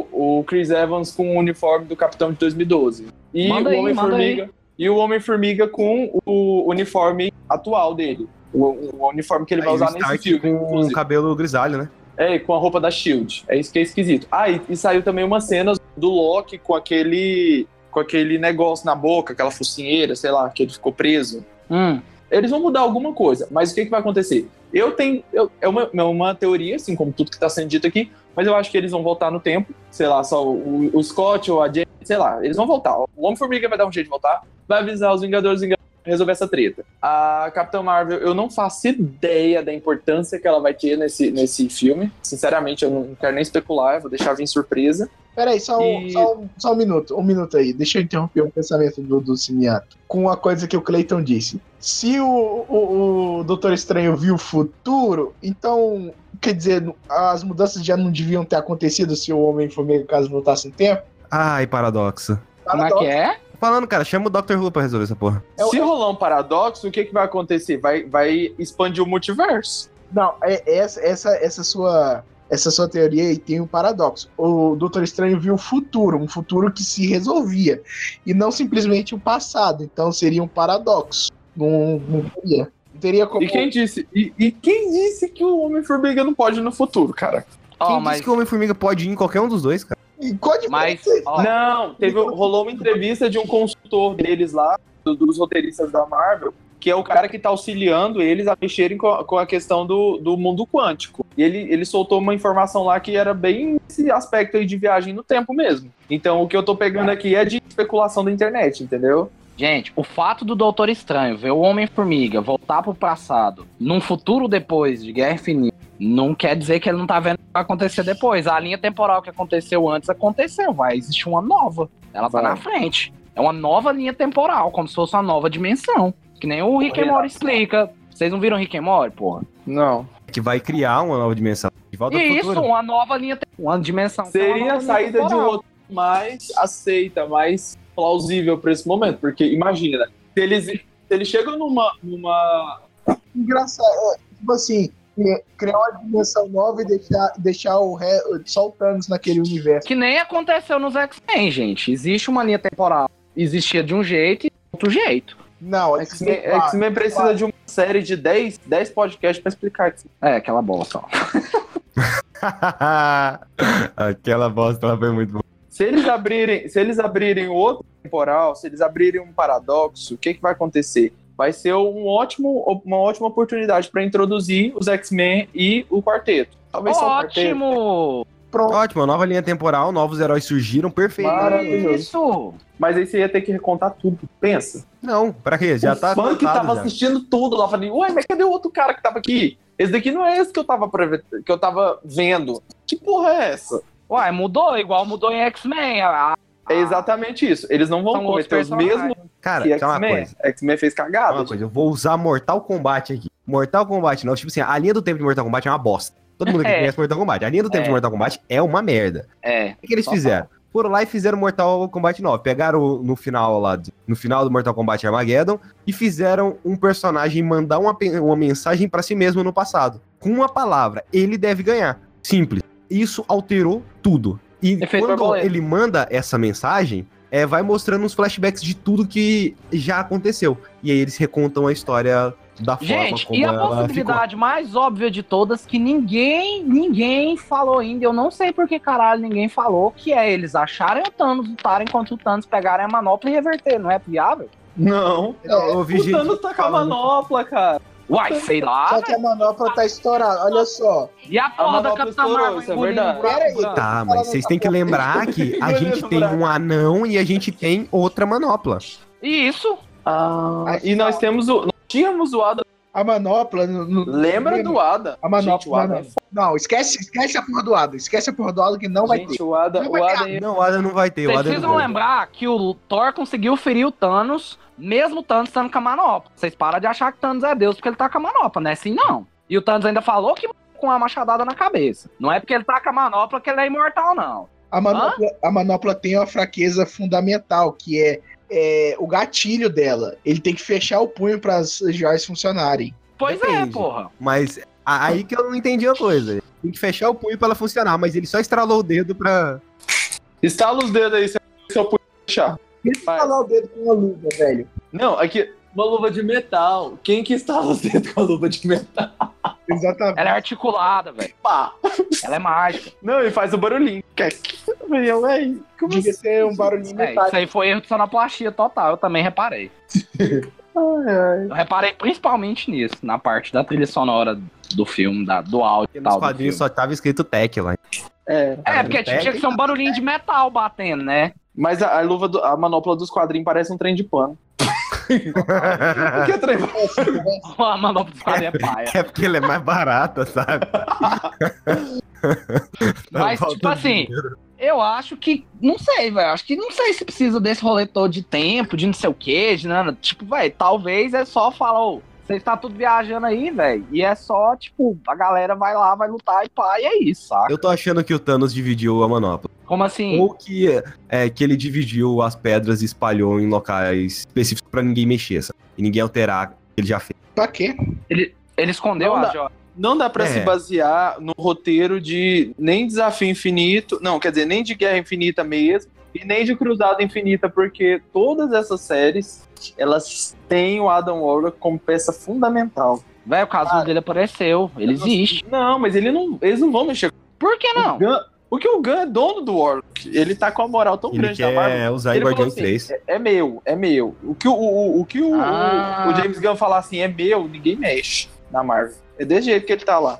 [SPEAKER 2] o, o, o Chris Evans com o uniforme do Capitão de 2012. E
[SPEAKER 5] Manda
[SPEAKER 2] o
[SPEAKER 5] aí,
[SPEAKER 2] Homem-Formiga. E o Homem-Formiga com o uniforme atual dele. O, o uniforme que ele vai
[SPEAKER 4] Aí o
[SPEAKER 2] usar nesse
[SPEAKER 4] Stark
[SPEAKER 2] filme.
[SPEAKER 4] com o
[SPEAKER 2] inclusive.
[SPEAKER 4] cabelo grisalho, né?
[SPEAKER 2] É, com a roupa da Shield. É isso que é esquisito. Ah, e, e saiu também umas cenas do Loki com aquele. com aquele negócio na boca, aquela focinheira, sei lá, que ele ficou preso.
[SPEAKER 5] Hum,
[SPEAKER 2] Eles vão mudar alguma coisa, mas o que, que vai acontecer? Eu tenho. eu- é, uma, é uma teoria, assim, como tudo que tá sendo dito aqui, mas eu acho que eles vão voltar no tempo. Sei lá, só o, o Scott ou a Jane, sei lá, eles vão voltar. O Homem-Formiga vai dar um jeito de voltar, vai avisar os Vingadores Vingadores resolver essa treta. A Capitã Marvel, eu não faço ideia da importância que ela vai ter nesse, nesse filme. Sinceramente, eu não quero nem especular, eu vou deixar vir surpresa.
[SPEAKER 1] Peraí, só um,
[SPEAKER 2] E-
[SPEAKER 1] só um, só um minuto, um minuto aí. Deixa eu interromper o pensamento do, do Cineato com uma coisa que o Clayton disse. Se o, o, o Doutor Estranho viu o futuro, então Quer dizer, as mudanças já não deviam ter acontecido se o Homem-Formiga caso voltasse em tempo?
[SPEAKER 4] Ai, paradoxo.
[SPEAKER 5] Como é que é?
[SPEAKER 4] Falando, cara, chama o Dr. Who pra resolver essa porra.
[SPEAKER 2] Se rolar um paradoxo, o que, que vai acontecer? Vai, vai expandir o multiverso.
[SPEAKER 1] Não, é- essa, essa, essa sua essa sua teoria aí tem um paradoxo. O Doutor Estranho viu o futuro, um futuro que se resolvia, e não simplesmente o passado. Então seria um paradoxo. Não, não teria. Não teria como.
[SPEAKER 2] E quem disse? E, e quem disse que o Homem-Formiga não pode ir no futuro, cara?
[SPEAKER 5] Ó,
[SPEAKER 4] Quem
[SPEAKER 5] mas,
[SPEAKER 4] disse que o Homem-Formiga pode ir em qualquer um dos dois, cara?
[SPEAKER 1] E qual a
[SPEAKER 5] mas,
[SPEAKER 1] diferença?
[SPEAKER 2] é
[SPEAKER 5] ó,
[SPEAKER 2] Não, teve, rolou uma entrevista de um consultor deles lá, do- dos roteiristas da Marvel, que é o cara que tá auxiliando eles a mexerem com a, com a questão do, do mundo quântico. E ele, ele soltou uma informação lá que era bem esse aspecto aí de viagem no tempo mesmo. Então o que eu tô pegando aqui é de especulação da internet, entendeu?
[SPEAKER 5] gente, o fato do Doutor Estranho ver o Homem-Formiga voltar pro passado, num futuro depois de Guerra Infinita, não quer dizer que ele não tá vendo o que vai acontecer depois. A linha temporal que aconteceu antes aconteceu, vai existir uma nova. Ela tá
[SPEAKER 2] Vai.
[SPEAKER 5] na frente. É uma nova linha temporal, como se fosse uma nova dimensão. Que nem o Rick and Morty explica. Vocês não viram Rick and Morty, porra?
[SPEAKER 2] Não.
[SPEAKER 4] Que vai criar uma nova dimensão. De volta ao
[SPEAKER 5] E isso,
[SPEAKER 4] futuro.
[SPEAKER 5] uma nova linha, te- uma dimensão. que é uma
[SPEAKER 2] Seria
[SPEAKER 5] nova
[SPEAKER 2] a
[SPEAKER 5] linha
[SPEAKER 2] saída de um
[SPEAKER 5] temporal.
[SPEAKER 2] roteiro mais aceita, mais plausível pra esse momento, porque imagina, se eles, se eles chegam numa, numa.
[SPEAKER 1] Engraçado, é, tipo assim, é, criar uma dimensão nova e deixar, deixar o ré, só o Thanos naquele universo.
[SPEAKER 5] Que nem aconteceu nos X-Men, gente. Existe uma linha temporal. Existia de um jeito e outro jeito.
[SPEAKER 1] Não, é que
[SPEAKER 2] X-Men X-Men precisa de uma série de 10, 10 podcasts pra explicar isso.
[SPEAKER 5] É, aquela bosta. ó.
[SPEAKER 4] Aquela bosta, ela foi muito boa.
[SPEAKER 2] Se eles abrirem, se eles abrirem um outro temporal, se eles abrirem um paradoxo, o que, que vai acontecer? Vai ser um ótimo, uma ótima oportunidade pra introduzir os X-Men e o quarteto. Talvez só o quarteto.
[SPEAKER 5] Ótimo!
[SPEAKER 4] Ótimo, nova linha temporal, novos heróis surgiram, perfeito.
[SPEAKER 2] Maravilhoso.
[SPEAKER 5] Isso!
[SPEAKER 2] Mas aí você ia ter que recontar tudo. Pensa.
[SPEAKER 4] Não, pra quê? Já
[SPEAKER 2] o
[SPEAKER 4] tá
[SPEAKER 2] fã que
[SPEAKER 4] tratado
[SPEAKER 2] tava
[SPEAKER 4] já.
[SPEAKER 2] assistindo tudo lá, falei, ué, mas cadê o outro cara que tava aqui? Esse daqui não é esse que eu tava, preve- que eu tava vendo. Que porra é essa?
[SPEAKER 5] Uai, mudou, igual mudou em X-Men. A- a-
[SPEAKER 2] É exatamente isso. Eles não vão
[SPEAKER 5] São outros
[SPEAKER 2] cometer os
[SPEAKER 5] personagens.
[SPEAKER 2] mesmos
[SPEAKER 4] Ah. Cara,
[SPEAKER 2] que
[SPEAKER 4] que uma
[SPEAKER 2] X-Men.
[SPEAKER 4] coisa.
[SPEAKER 2] X-Men fez
[SPEAKER 4] Tá
[SPEAKER 2] cagada.
[SPEAKER 5] Tipo,
[SPEAKER 4] uma coisa, eu vou usar Mortal Kombat aqui. Mortal Kombat não, tipo assim, a linha do tempo de Mortal Kombat é uma bosta. Todo mundo aqui
[SPEAKER 5] É.
[SPEAKER 4] conhece Mortal Kombat. A linha do tempo
[SPEAKER 5] É.
[SPEAKER 4] de Mortal Kombat é uma merda.
[SPEAKER 5] É.
[SPEAKER 4] O que eles fizeram? Foram lá e fizeram Mortal Kombat 9. Pegaram o- no final lá, do- no final do Mortal Kombat Armageddon e fizeram um personagem mandar uma, pe- uma mensagem pra si mesmo no passado. Com uma palavra, ele deve ganhar. Simples. Isso alterou tudo. E
[SPEAKER 5] Efeito
[SPEAKER 4] quando
[SPEAKER 5] borboleta.
[SPEAKER 4] ele manda essa mensagem, é, vai mostrando uns flashbacks de tudo que já aconteceu. E aí eles recontam a história da forma
[SPEAKER 5] Gente,
[SPEAKER 4] como
[SPEAKER 5] e a
[SPEAKER 4] ela ficou.
[SPEAKER 5] possibilidade mais óbvia de todas que ninguém, ninguém falou ainda, eu não sei por que caralho ninguém falou, que é eles acharem o Thanos, lutarem contra o Thanos, pegarem a manopla e reverter, não é viável?
[SPEAKER 2] Não.
[SPEAKER 4] Eu ouvi
[SPEAKER 2] o
[SPEAKER 4] gente
[SPEAKER 2] Thanos tá com a
[SPEAKER 4] falando-
[SPEAKER 2] manopla, cara.
[SPEAKER 5] Uai, sei lá,
[SPEAKER 1] Só que a manopla tá estourada. Olha só.
[SPEAKER 5] E a porra da
[SPEAKER 2] manopla
[SPEAKER 5] Capitã
[SPEAKER 2] estourou,
[SPEAKER 5] Marvel
[SPEAKER 2] isso é
[SPEAKER 5] engolindo
[SPEAKER 2] verdade.
[SPEAKER 5] um buraco
[SPEAKER 1] Pera aí.
[SPEAKER 5] branco.
[SPEAKER 4] Tá, mas vocês têm que lembrar que a
[SPEAKER 2] Eu
[SPEAKER 4] gente
[SPEAKER 2] lembro,
[SPEAKER 4] tem
[SPEAKER 2] Braga.
[SPEAKER 4] um anão e a gente tem outra manopla.
[SPEAKER 5] E isso?
[SPEAKER 2] Ah, e nós temos o. Nós tínhamos o Ada.
[SPEAKER 1] A manopla. no- no-
[SPEAKER 2] Lembra do Ada?
[SPEAKER 1] A manopla.
[SPEAKER 2] Gente, o Ada é
[SPEAKER 1] não, não, esquece, esquece a porra do Adam. Esquece a porra do Adam que não vai ter.
[SPEAKER 2] Gente, o Ada,
[SPEAKER 1] Não
[SPEAKER 2] o
[SPEAKER 1] vai ter
[SPEAKER 2] Ada é
[SPEAKER 4] Não, o Adam não vai ter. o
[SPEAKER 5] Vocês
[SPEAKER 4] Adam
[SPEAKER 5] precisam
[SPEAKER 4] não vai ter.
[SPEAKER 5] lembrar que o Thor conseguiu ferir o Thanos, mesmo o Thanos estando com a manopla. Vocês param de achar que o Thanos é Deus porque ele tá com a manopla, não é assim não. E o Thanos ainda falou que com a machadada na cabeça. Não é porque ele tá com a manopla que ele é imortal, não.
[SPEAKER 1] A manopla, a manopla tem uma fraqueza fundamental, que é, é o gatilho dela. Ele tem que fechar o punho para as joias funcionarem.
[SPEAKER 5] Pois é,
[SPEAKER 4] Depende.
[SPEAKER 5] porra.
[SPEAKER 4] Mas a- aí que eu não entendi a coisa. Tem que fechar o punho pra ela funcionar, mas ele só estralou o dedo pra.
[SPEAKER 2] Estala os dedos aí, se eu puder puxar.
[SPEAKER 1] Deixa eu
[SPEAKER 2] Vai.
[SPEAKER 1] falar o dedo com uma luva, velho.
[SPEAKER 2] Não, aqui. Uma luva de metal. Quem que estala os dedos com a luva de metal?
[SPEAKER 1] Exatamente.
[SPEAKER 5] Ela é articulada, velho.
[SPEAKER 2] Pá.
[SPEAKER 5] Ela é mágica.
[SPEAKER 2] Não, e faz o barulhinho. Que- Eu, véi, como assim?
[SPEAKER 1] Devia ser um barulhinho
[SPEAKER 5] É,
[SPEAKER 1] metálico.
[SPEAKER 5] isso aí foi erro de sonoplastia total, eu também reparei. Eu reparei principalmente nisso, na parte da trilha sonora do filme, da, do áudio
[SPEAKER 4] Porque
[SPEAKER 5] e
[SPEAKER 4] nos
[SPEAKER 5] tal. do
[SPEAKER 4] quadrinhos
[SPEAKER 5] filme.
[SPEAKER 4] só tava escrito tech lá.
[SPEAKER 2] É.
[SPEAKER 5] É, porque tinha que ser um barulhinho de metal batendo, né?
[SPEAKER 2] Mas a, a luva, do- a manopla dos quadrinhos parece um trem de pano. O que é trem?
[SPEAKER 5] A manopla dos caras é paia.
[SPEAKER 4] É porque ele é mais barata, sabe?
[SPEAKER 5] Mas,
[SPEAKER 4] Falta
[SPEAKER 5] tipo assim, eu acho que. Não sei, velho. Acho que não sei se precisa desse roletor de tempo, de não sei o quê, de nada. Tipo, velho, talvez é só falar, ô, Vocês tá tudo viajando aí, velho. E é só, tipo, a galera vai lá, vai lutar e pá, e é isso, saca?
[SPEAKER 4] Eu tô achando que o Thanos dividiu a manopla.
[SPEAKER 5] Como assim?
[SPEAKER 4] Ou que, é, que ele dividiu as pedras e espalhou em locais específicos pra ninguém mexer, sabe? E ninguém alterar o que ele já fez.
[SPEAKER 1] Pra quê?
[SPEAKER 5] Ele escondeu
[SPEAKER 2] Não
[SPEAKER 5] a
[SPEAKER 2] dá.
[SPEAKER 5] joia.
[SPEAKER 2] Não dá pra
[SPEAKER 4] É.
[SPEAKER 2] se basear no roteiro de nem Desafio Infinito, não, quer dizer, nem de Guerra Infinita mesmo, e nem de Cruzada Infinita, porque todas essas séries, elas têm o Adam Warlock como peça fundamental.
[SPEAKER 5] Velho, o casulo dele apareceu. Ele existe.
[SPEAKER 2] Não, mas ele não, eles não vão mexer com
[SPEAKER 5] Por que
[SPEAKER 2] o
[SPEAKER 5] não?
[SPEAKER 2] Gun, porque o Gun é dono do Warlock, ele tá com a moral tão
[SPEAKER 4] Ele
[SPEAKER 2] grande na Marvel.
[SPEAKER 4] quer usar em
[SPEAKER 2] Ele falou
[SPEAKER 4] Guardiões
[SPEAKER 2] assim,
[SPEAKER 4] 3.
[SPEAKER 2] É, é meu, é meu. O que o, o, o que o,
[SPEAKER 5] Ah.
[SPEAKER 2] o James Gunn falar assim, é meu, ninguém mexe na Marvel. É desse jeito que ele tá lá.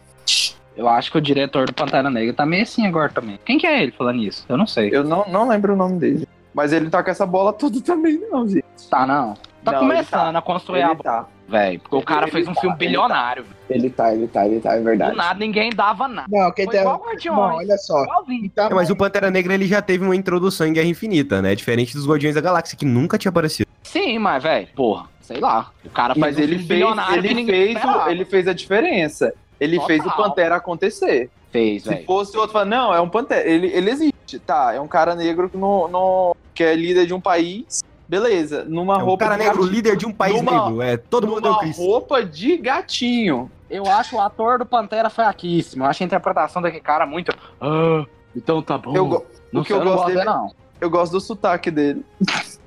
[SPEAKER 5] Eu acho que o diretor do Pantera Negra tá meio assim agora também. Quem que é ele falando isso? Eu não sei.
[SPEAKER 2] Eu não, não lembro o nome dele. Mas ele tá com essa bola toda também, não, gente.
[SPEAKER 5] Tá, não. Tá
[SPEAKER 2] Não,
[SPEAKER 5] começando a construir é a
[SPEAKER 2] Ele tá.
[SPEAKER 5] velho. Porque o cara
[SPEAKER 2] Ele
[SPEAKER 5] fez um
[SPEAKER 2] tá,
[SPEAKER 5] filme
[SPEAKER 2] ele
[SPEAKER 5] bilionário.
[SPEAKER 2] Ele tá, ele tá, ele tá, é
[SPEAKER 5] Do
[SPEAKER 2] verdade. é um
[SPEAKER 5] nada, ninguém dava nada.
[SPEAKER 1] Não, quem
[SPEAKER 5] Foi
[SPEAKER 1] tá.
[SPEAKER 5] igual
[SPEAKER 1] Bom,
[SPEAKER 5] o Guardiões.
[SPEAKER 1] olha só.
[SPEAKER 5] Igualzinho.
[SPEAKER 1] Então,
[SPEAKER 4] É, mas o Pantera Negra ele já teve uma introdução em Guerra Infinita, né? Diferente dos Guardiões da Galáxia, que nunca tinha aparecido.
[SPEAKER 5] Sim, mas, velho, porra, sei lá. O cara fez
[SPEAKER 2] Mas
[SPEAKER 5] um
[SPEAKER 2] ele
[SPEAKER 5] filme
[SPEAKER 2] fez,
[SPEAKER 5] bilionário que
[SPEAKER 2] ele
[SPEAKER 5] ninguém
[SPEAKER 2] fez, o-
[SPEAKER 5] esperava.
[SPEAKER 2] ele fez a diferença. Ele
[SPEAKER 5] Total.
[SPEAKER 2] fez o Pantera acontecer.
[SPEAKER 5] fez,
[SPEAKER 2] Se
[SPEAKER 5] velho.
[SPEAKER 2] fosse outro, fala, não, é um Pantera. Ele, ele existe, tá? É um cara negro que, não, não- que é líder de um país. Beleza, numa
[SPEAKER 4] É um
[SPEAKER 2] roupa
[SPEAKER 4] cara
[SPEAKER 2] de
[SPEAKER 4] negro,
[SPEAKER 2] gatinho.
[SPEAKER 4] líder de um país
[SPEAKER 2] Numa-
[SPEAKER 4] negro. É, todo mundo é o
[SPEAKER 2] numa
[SPEAKER 4] Chris.
[SPEAKER 2] roupa de gatinho.
[SPEAKER 5] Eu acho o ator do Pantera fraquíssimo. Eu acho a interpretação daquele cara muito. Ah, então tá bom.
[SPEAKER 2] Eu, go-
[SPEAKER 5] não
[SPEAKER 2] o que
[SPEAKER 5] sei,
[SPEAKER 2] eu, gosto
[SPEAKER 5] dele,
[SPEAKER 2] dele,
[SPEAKER 5] não.
[SPEAKER 2] eu gosto do sotaque dele.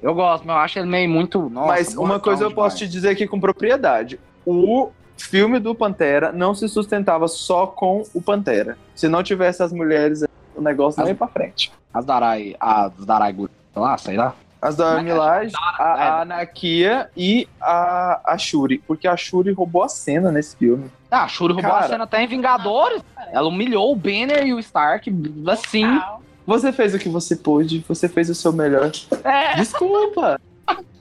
[SPEAKER 5] Eu gosto, mas eu acho ele meio muito. Nossa,
[SPEAKER 2] Mas uma coisa eu posso te dizer aqui com propriedade. O filme do Pantera não se sustentava só com o Pantera. Se não tivesse as mulheres, o negócio não
[SPEAKER 5] As-
[SPEAKER 2] ia pra frente.
[SPEAKER 5] As Darai. As Darai Gu- sei lá, sei lá.
[SPEAKER 2] As da
[SPEAKER 5] Mas- é
[SPEAKER 2] Milage,
[SPEAKER 5] né?
[SPEAKER 2] a, a Anakia e a, a Shuri. Porque a Shuri roubou a cena nesse filme.
[SPEAKER 5] Ah, a Shuri roubou a
[SPEAKER 2] Cara.
[SPEAKER 5] cena até em Vingadores. Ela humilhou o Banner e o Stark, assim.
[SPEAKER 6] Ah,
[SPEAKER 2] Você fez o que você pôde, você fez o seu melhor.
[SPEAKER 5] É.
[SPEAKER 2] Desculpa!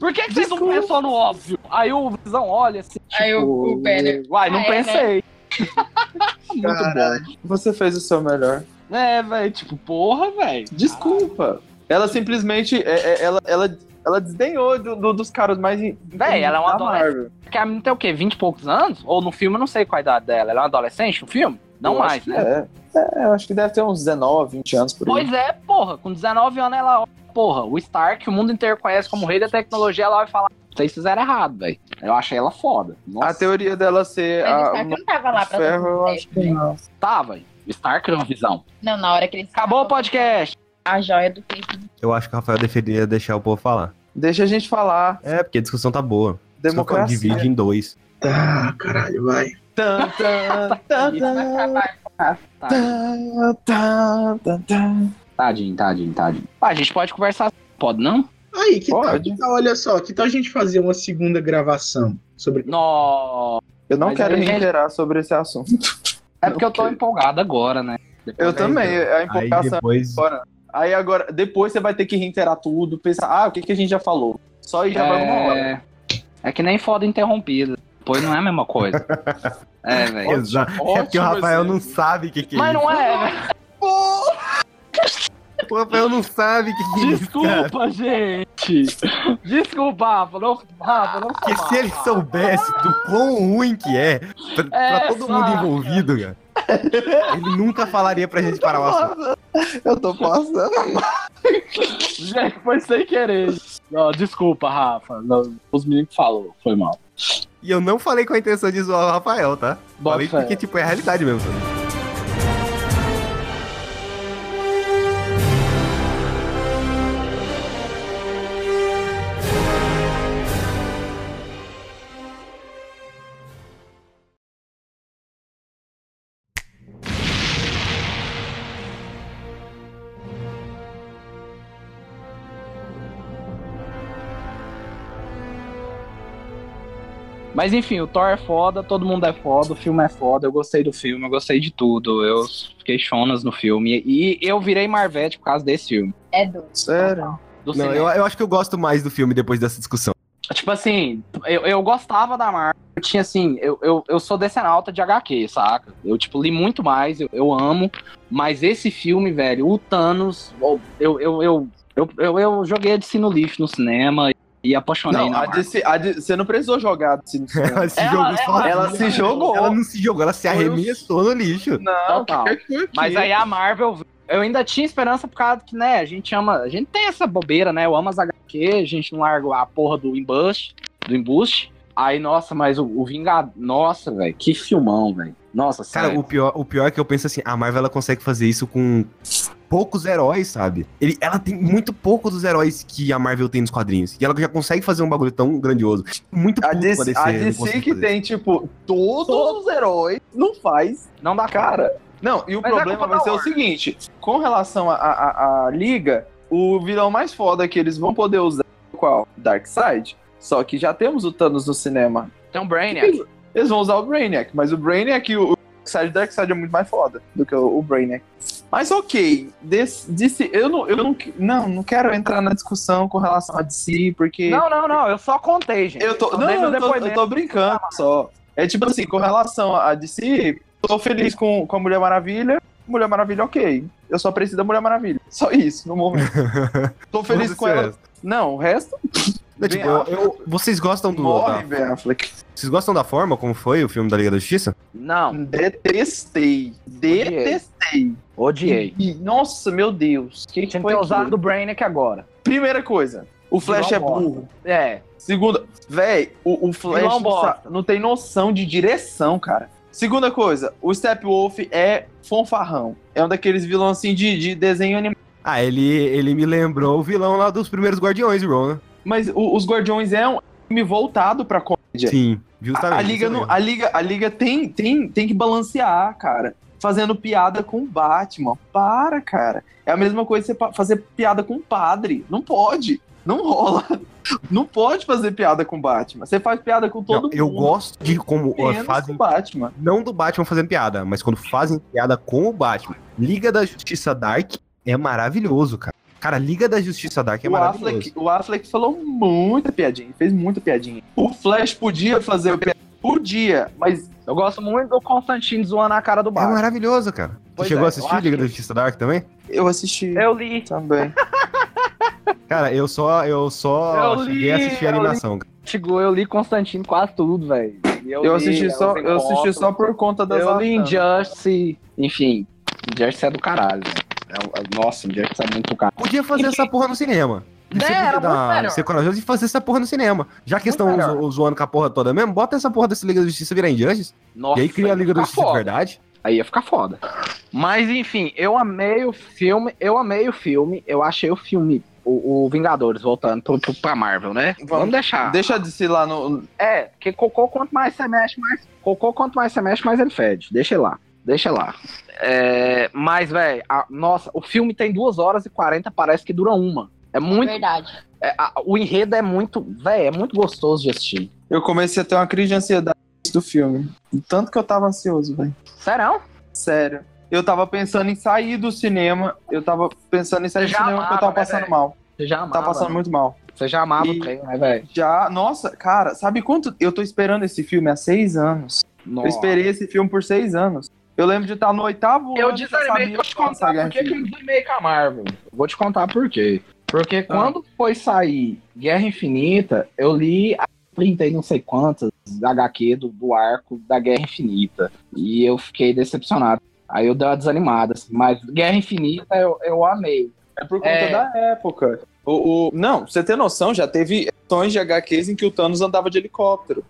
[SPEAKER 5] Por que, que vocês não pensam no óbvio? Aí o Visão olha assim.
[SPEAKER 6] Aí o, o Banner.
[SPEAKER 2] Uai, não
[SPEAKER 6] Ah, é,
[SPEAKER 2] pensei.
[SPEAKER 5] Muito
[SPEAKER 1] Caralho.
[SPEAKER 2] Você fez o seu melhor.
[SPEAKER 5] bom. É, velho. Tipo, porra, velho.
[SPEAKER 2] Desculpa. Ela simplesmente. é- é- ela, ela, ela desdenhou do- do- dos caras mais.
[SPEAKER 5] Véi, ela é uma
[SPEAKER 2] da Marvel.
[SPEAKER 5] Porque a menina tem o quê? 20 e poucos anos? Ou no filme, eu não sei qual a idade dela. Ela é uma adolescente no filme? Não
[SPEAKER 2] Eu
[SPEAKER 5] mais,
[SPEAKER 2] acho
[SPEAKER 5] né?
[SPEAKER 2] que É. É, eu acho que deve ter uns 19, 20 anos por aí.
[SPEAKER 5] Pois é, porra. Com 19 anos, ela... Porra, o Stark, o mundo inteiro conhece como rei da tecnologia, ela vai falar... Vocês fizeram errado, velho. Eu achei ela foda. Nossa,
[SPEAKER 2] A teoria dela
[SPEAKER 5] é,
[SPEAKER 2] ser.
[SPEAKER 6] Mas o
[SPEAKER 2] A,
[SPEAKER 6] Stark não tava lá pra
[SPEAKER 2] ferro, eu
[SPEAKER 6] defender.
[SPEAKER 2] acho que não.
[SPEAKER 5] tá, velho. O Stark é uma visão.
[SPEAKER 6] Não, na hora que ele
[SPEAKER 5] Acabou o podcast.
[SPEAKER 6] a joia do Chris.
[SPEAKER 4] Eu acho que o Rafael deveria deixar o povo falar.
[SPEAKER 2] Deixa a gente falar.
[SPEAKER 4] É, porque a discussão tá boa. A discussão tá-
[SPEAKER 2] Democracia.
[SPEAKER 4] Divide em dois.
[SPEAKER 1] Tá, caralho, vai.
[SPEAKER 2] Tan, tan,
[SPEAKER 5] Tá
[SPEAKER 2] tan, tan, Tá. tan, tan, tan, tan.
[SPEAKER 5] Tadinho, tadinho, tadinho. Ah, a gente pode conversar. Pode, não?
[SPEAKER 1] Aí, que tal,
[SPEAKER 2] Pode.
[SPEAKER 1] que tal, olha só, que tal a gente fazer uma segunda gravação sobre...
[SPEAKER 5] Não.
[SPEAKER 2] Eu não
[SPEAKER 5] Mas
[SPEAKER 2] quero
[SPEAKER 5] aí,
[SPEAKER 2] me
[SPEAKER 5] gente-
[SPEAKER 2] interar sobre esse assunto.
[SPEAKER 5] É porque eu tô
[SPEAKER 2] Ok.
[SPEAKER 5] empolgado agora, né?
[SPEAKER 2] Eu
[SPEAKER 5] Depois-
[SPEAKER 2] também. A
[SPEAKER 4] Aí
[SPEAKER 2] empolgação
[SPEAKER 4] depois.
[SPEAKER 2] Agora, aí agora, depois você vai ter que reiterar tudo, pensar, ah, o que, que a gente já falou? Só aí já vai uma hora.
[SPEAKER 5] É... é que nem foda interrompida. Pois não é a mesma coisa. é, velho.
[SPEAKER 4] Exa- É porque o
[SPEAKER 2] Ótimo
[SPEAKER 4] Rafael
[SPEAKER 2] exemplo.
[SPEAKER 4] não sabe o que, que é
[SPEAKER 5] Mas não é, velho.
[SPEAKER 2] é
[SPEAKER 4] isso. O Rafael não sabe o que, que é isso. cara.
[SPEAKER 5] Desculpa, gente. Desculpa, Rafa. Não, Rafa, não foi
[SPEAKER 4] Porque
[SPEAKER 5] mal,
[SPEAKER 4] se ele
[SPEAKER 5] Rafa.
[SPEAKER 4] soubesse do quão ruim que é, pra,
[SPEAKER 5] É,
[SPEAKER 4] pra todo
[SPEAKER 5] saca.
[SPEAKER 4] mundo envolvido, cara, ele nunca falaria pra gente parar o assunto.
[SPEAKER 2] Eu tô passando.
[SPEAKER 5] Gente, foi sem querer. Não, desculpa, Rafa. Não, os meninos que falou. Foi mal.
[SPEAKER 4] E eu não falei com a intenção de zoar o Rafael, tá?
[SPEAKER 5] Bota
[SPEAKER 4] falei
[SPEAKER 5] fé.
[SPEAKER 4] porque, tipo, é a realidade mesmo. sabe?
[SPEAKER 5] Mas enfim, o Thor é foda, todo mundo é foda, o filme é foda, eu gostei do filme, eu gostei de tudo. Eu fiquei chonas no filme. E eu virei Marvete por causa desse filme.
[SPEAKER 6] É do.
[SPEAKER 2] Sério?
[SPEAKER 5] Do
[SPEAKER 4] Não,
[SPEAKER 5] cinema.
[SPEAKER 4] eu, eu acho que eu gosto mais do filme depois dessa discussão.
[SPEAKER 5] Tipo assim, eu, eu gostava da Marvel. Eu tinha assim, eu, eu, eu sou decenalta de HQ, saca? Eu, tipo, li muito mais, eu, eu amo. Mas esse filme, velho, o Thanos, eu, eu, eu, eu, eu, eu, eu joguei de no lixo no cinema. E apaixonei
[SPEAKER 2] Não,
[SPEAKER 5] na
[SPEAKER 2] a
[SPEAKER 5] marca.
[SPEAKER 2] DC a D- você não precisou jogar. a DC no cinema.
[SPEAKER 4] Ela se
[SPEAKER 5] Ela-
[SPEAKER 4] jogou sozinha.
[SPEAKER 2] ela se jogou.
[SPEAKER 4] Ela não se jogou, ela se arremessou no lixo.
[SPEAKER 2] Não,
[SPEAKER 5] Total. Mas aí a Marvel, eu ainda tinha esperança por causa que, né, a gente ama, a gente tem essa bobeira, né? Eu amo as HQ, a gente não larga a porra do embuste, do embuste. Aí, nossa, mas o, o Vingador, nossa, velho, que filmão, velho. Nossa,
[SPEAKER 4] Cara,
[SPEAKER 5] sério.
[SPEAKER 4] o pior, o pior é que eu penso assim, a Marvel ela consegue fazer isso com poucos heróis, sabe? Ele, ela tem muito pouco dos heróis que a Marvel tem nos quadrinhos. E ela já consegue fazer um bagulho tão grandioso. Muito
[SPEAKER 2] A
[SPEAKER 4] pouco pra
[SPEAKER 2] DC,
[SPEAKER 4] DC
[SPEAKER 2] a
[SPEAKER 4] não
[SPEAKER 2] DC
[SPEAKER 4] consegue
[SPEAKER 2] que
[SPEAKER 4] fazer.
[SPEAKER 2] tem, tipo, todos os heróis, não faz
[SPEAKER 5] Não dá Tá, cara.
[SPEAKER 2] Cara, não, e o
[SPEAKER 5] Mas é
[SPEAKER 2] problema
[SPEAKER 5] culpa
[SPEAKER 2] vai
[SPEAKER 5] da
[SPEAKER 2] ser o
[SPEAKER 5] Warner.
[SPEAKER 2] seguinte: com relação à a, a, liga, o vilão mais foda que eles vão poder usar é qual? Darkseid. Só que já temos o Thanos no cinema.
[SPEAKER 5] Tem um Brainiac.
[SPEAKER 2] Eles vão usar o Brainiac, mas o Brainiac e o o Darkseid, o Darkseid é muito mais foda do que o, o Brainiac. Mas ok, desse, desse- eu, não, eu não, que- não, não quero entrar na discussão com relação a DC, porque.
[SPEAKER 5] Não, não, não, eu só contei, gente.
[SPEAKER 2] Eu tô,
[SPEAKER 5] Só
[SPEAKER 2] não,
[SPEAKER 5] dei
[SPEAKER 2] eu tô, eu
[SPEAKER 5] meu
[SPEAKER 4] né?
[SPEAKER 5] depoimento.
[SPEAKER 2] tô brincando só. É tipo assim, com relação a DC, tô feliz com, com a Mulher Maravilha. Mulher Maravilha, ok. Eu só preciso da Mulher Maravilha. Só isso, no momento. Tô feliz
[SPEAKER 4] Foda-se
[SPEAKER 2] com
[SPEAKER 4] o
[SPEAKER 2] ela.
[SPEAKER 4] resto.
[SPEAKER 2] Não, o resto
[SPEAKER 4] Não, é tipo, eu- eu- vocês gostam do.
[SPEAKER 2] morre,
[SPEAKER 4] da-
[SPEAKER 2] Ben Affleck.
[SPEAKER 4] vocês gostam da forma como foi o filme da Liga da Justiça?
[SPEAKER 5] Não,
[SPEAKER 2] Detestei. Detestei.
[SPEAKER 5] odiei.
[SPEAKER 2] E- Nossa, meu Deus. Que que
[SPEAKER 5] Tinha que
[SPEAKER 2] foi
[SPEAKER 5] ter
[SPEAKER 2] aquilo?
[SPEAKER 5] usado o Brainiac agora.
[SPEAKER 2] Primeira coisa, o Flash é
[SPEAKER 5] Vilão bosta.
[SPEAKER 2] burro.
[SPEAKER 5] É,
[SPEAKER 2] Segunda, véi, o, o Flash
[SPEAKER 5] Vilão
[SPEAKER 2] não, sa-
[SPEAKER 5] bosta.
[SPEAKER 2] não tem noção de direção, cara. Segunda coisa, o Steppenwolf é fanfarrão. É um daqueles vilões assim de, de desenho animado.
[SPEAKER 4] Ah, ele, ele me lembrou o vilão lá dos primeiros Guardiões, Ron. né?
[SPEAKER 2] Mas o- os Guardiões é um filme voltado pra comédia.
[SPEAKER 4] Sim,
[SPEAKER 2] a,
[SPEAKER 4] justamente.
[SPEAKER 2] a liga,
[SPEAKER 4] isso
[SPEAKER 2] não-
[SPEAKER 4] mesmo.
[SPEAKER 2] a liga, a liga tem, tem, tem que balancear, cara. Fazendo piada com o Batman. Para, cara. É a mesma coisa você pa- fazer piada com o padre. Não pode. Não rola. Não pode fazer piada com o Batman. Você faz piada com todo
[SPEAKER 4] Não,
[SPEAKER 2] mundo.
[SPEAKER 4] eu gosto de como ó,
[SPEAKER 2] menos
[SPEAKER 4] fazem
[SPEAKER 2] o Batman.
[SPEAKER 4] não do Batman fazendo piada, mas quando fazem piada com o Batman. Liga da Justiça Dark é maravilhoso, cara. Cara, Liga da Justiça Dark é
[SPEAKER 2] o,
[SPEAKER 4] maravilhoso.
[SPEAKER 2] Affleck, o Affleck falou muita piadinha, fez muita piadinha. O Flash podia fazer piada, podia, mas
[SPEAKER 5] eu gosto muito do Constantine zoando a cara do
[SPEAKER 4] É
[SPEAKER 5] Batman.
[SPEAKER 4] maravilhoso, cara.
[SPEAKER 2] Pois
[SPEAKER 4] Você chegou
[SPEAKER 2] é,
[SPEAKER 4] a
[SPEAKER 2] eu
[SPEAKER 4] assistir
[SPEAKER 2] acho
[SPEAKER 4] Liga
[SPEAKER 2] que-
[SPEAKER 4] da Justiça Dark também?
[SPEAKER 2] eu assisti
[SPEAKER 5] Eu li.
[SPEAKER 2] também.
[SPEAKER 4] Cara, eu só, eu
[SPEAKER 2] É
[SPEAKER 4] só
[SPEAKER 5] Eu
[SPEAKER 4] cheguei a
[SPEAKER 5] li,
[SPEAKER 4] assistir a
[SPEAKER 5] eu li.
[SPEAKER 4] animação. cara.
[SPEAKER 5] Chegou, Tipo, eu li Constantine quase tudo, velho. E
[SPEAKER 2] Eu assisti
[SPEAKER 5] li
[SPEAKER 2] só,
[SPEAKER 5] Elfen
[SPEAKER 2] eu assisti
[SPEAKER 5] Cotton.
[SPEAKER 2] só por conta das
[SPEAKER 5] Eu li
[SPEAKER 2] artes.
[SPEAKER 5] Injustice, enfim, Injustice é do caralho. velho. É, é- nossa, Injustice é muito do caralho.
[SPEAKER 4] Podia fazer essa porra no cinema. Você
[SPEAKER 5] Né, era
[SPEAKER 4] podia
[SPEAKER 5] muito
[SPEAKER 4] dar-
[SPEAKER 5] melhor.
[SPEAKER 4] ser corajoso e fazer essa porra no cinema. Já que eles
[SPEAKER 5] Muito
[SPEAKER 4] estão zo- zoando com a porra toda mesmo, bota essa porra dessa Liga da Justiça virar Injustice.
[SPEAKER 5] Nossa,
[SPEAKER 4] e aí cria a Liga da
[SPEAKER 5] ia ficar
[SPEAKER 4] Justiça de
[SPEAKER 5] foda.
[SPEAKER 4] verdade.
[SPEAKER 5] Aí ia ficar foda. Mas enfim, eu amei o filme, eu amei o filme, eu achei o filme, o, o Vingadores, voltando pro, pro, pra Marvel, né? Vamos,
[SPEAKER 2] Vamos
[SPEAKER 5] deixar.
[SPEAKER 2] Deixa de se lá no.
[SPEAKER 5] É, porque cocô quanto mais você mexe, mais. Cocô quanto mais você mexe, mais ele fede. Deixa ele lá. Deixa ele lá. É, mas, velho, nossa, o filme tem 2 horas e 40, parece que dura uma. É muito.
[SPEAKER 6] Verdade.
[SPEAKER 5] é, a- o enredo é muito. Velho, é muito gostoso de assistir.
[SPEAKER 2] Eu comecei a ter uma crise de ansiedade do filme. O Tanto que eu tava ansioso, velho.
[SPEAKER 5] Serão?
[SPEAKER 2] Sério. Eu tava pensando em sair do cinema. Eu tava pensando em sair
[SPEAKER 5] Você
[SPEAKER 2] do
[SPEAKER 5] já
[SPEAKER 2] cinema porque eu tava
[SPEAKER 5] amava, né,
[SPEAKER 2] passando
[SPEAKER 5] velho?
[SPEAKER 2] mal.
[SPEAKER 5] Você já
[SPEAKER 2] Eu
[SPEAKER 5] amava.
[SPEAKER 2] tava passando muito mal.
[SPEAKER 5] Você já amava
[SPEAKER 2] E-
[SPEAKER 5] o trem, né, velho?
[SPEAKER 2] Já, nossa, cara, sabe quanto? Eu tô esperando esse filme há seis anos. Eu esperei esse filme por seis anos. Eu lembro de estar no oitavo
[SPEAKER 5] Eu
[SPEAKER 2] ano. já
[SPEAKER 5] desanimei,
[SPEAKER 2] sabia
[SPEAKER 5] vou te
[SPEAKER 2] que era
[SPEAKER 5] contar
[SPEAKER 2] Guerra
[SPEAKER 5] por
[SPEAKER 4] é
[SPEAKER 5] que que
[SPEAKER 2] Infinita.
[SPEAKER 5] eu desanimei com a Marvel. Vou te contar por quê. Porque
[SPEAKER 4] Ah.
[SPEAKER 5] quando foi sair Guerra Infinita, eu li a 30 e não sei quantas HQ do, do arco da Guerra Infinita. E eu fiquei decepcionado. Aí eu dei uma desanimada. assim, Mas Guerra Infinita eu, eu amei.
[SPEAKER 2] É por conta
[SPEAKER 5] É.
[SPEAKER 2] da época. O, o- Não, pra você ter noção, já teve edições de HQs em que o Thanos andava de helicóptero.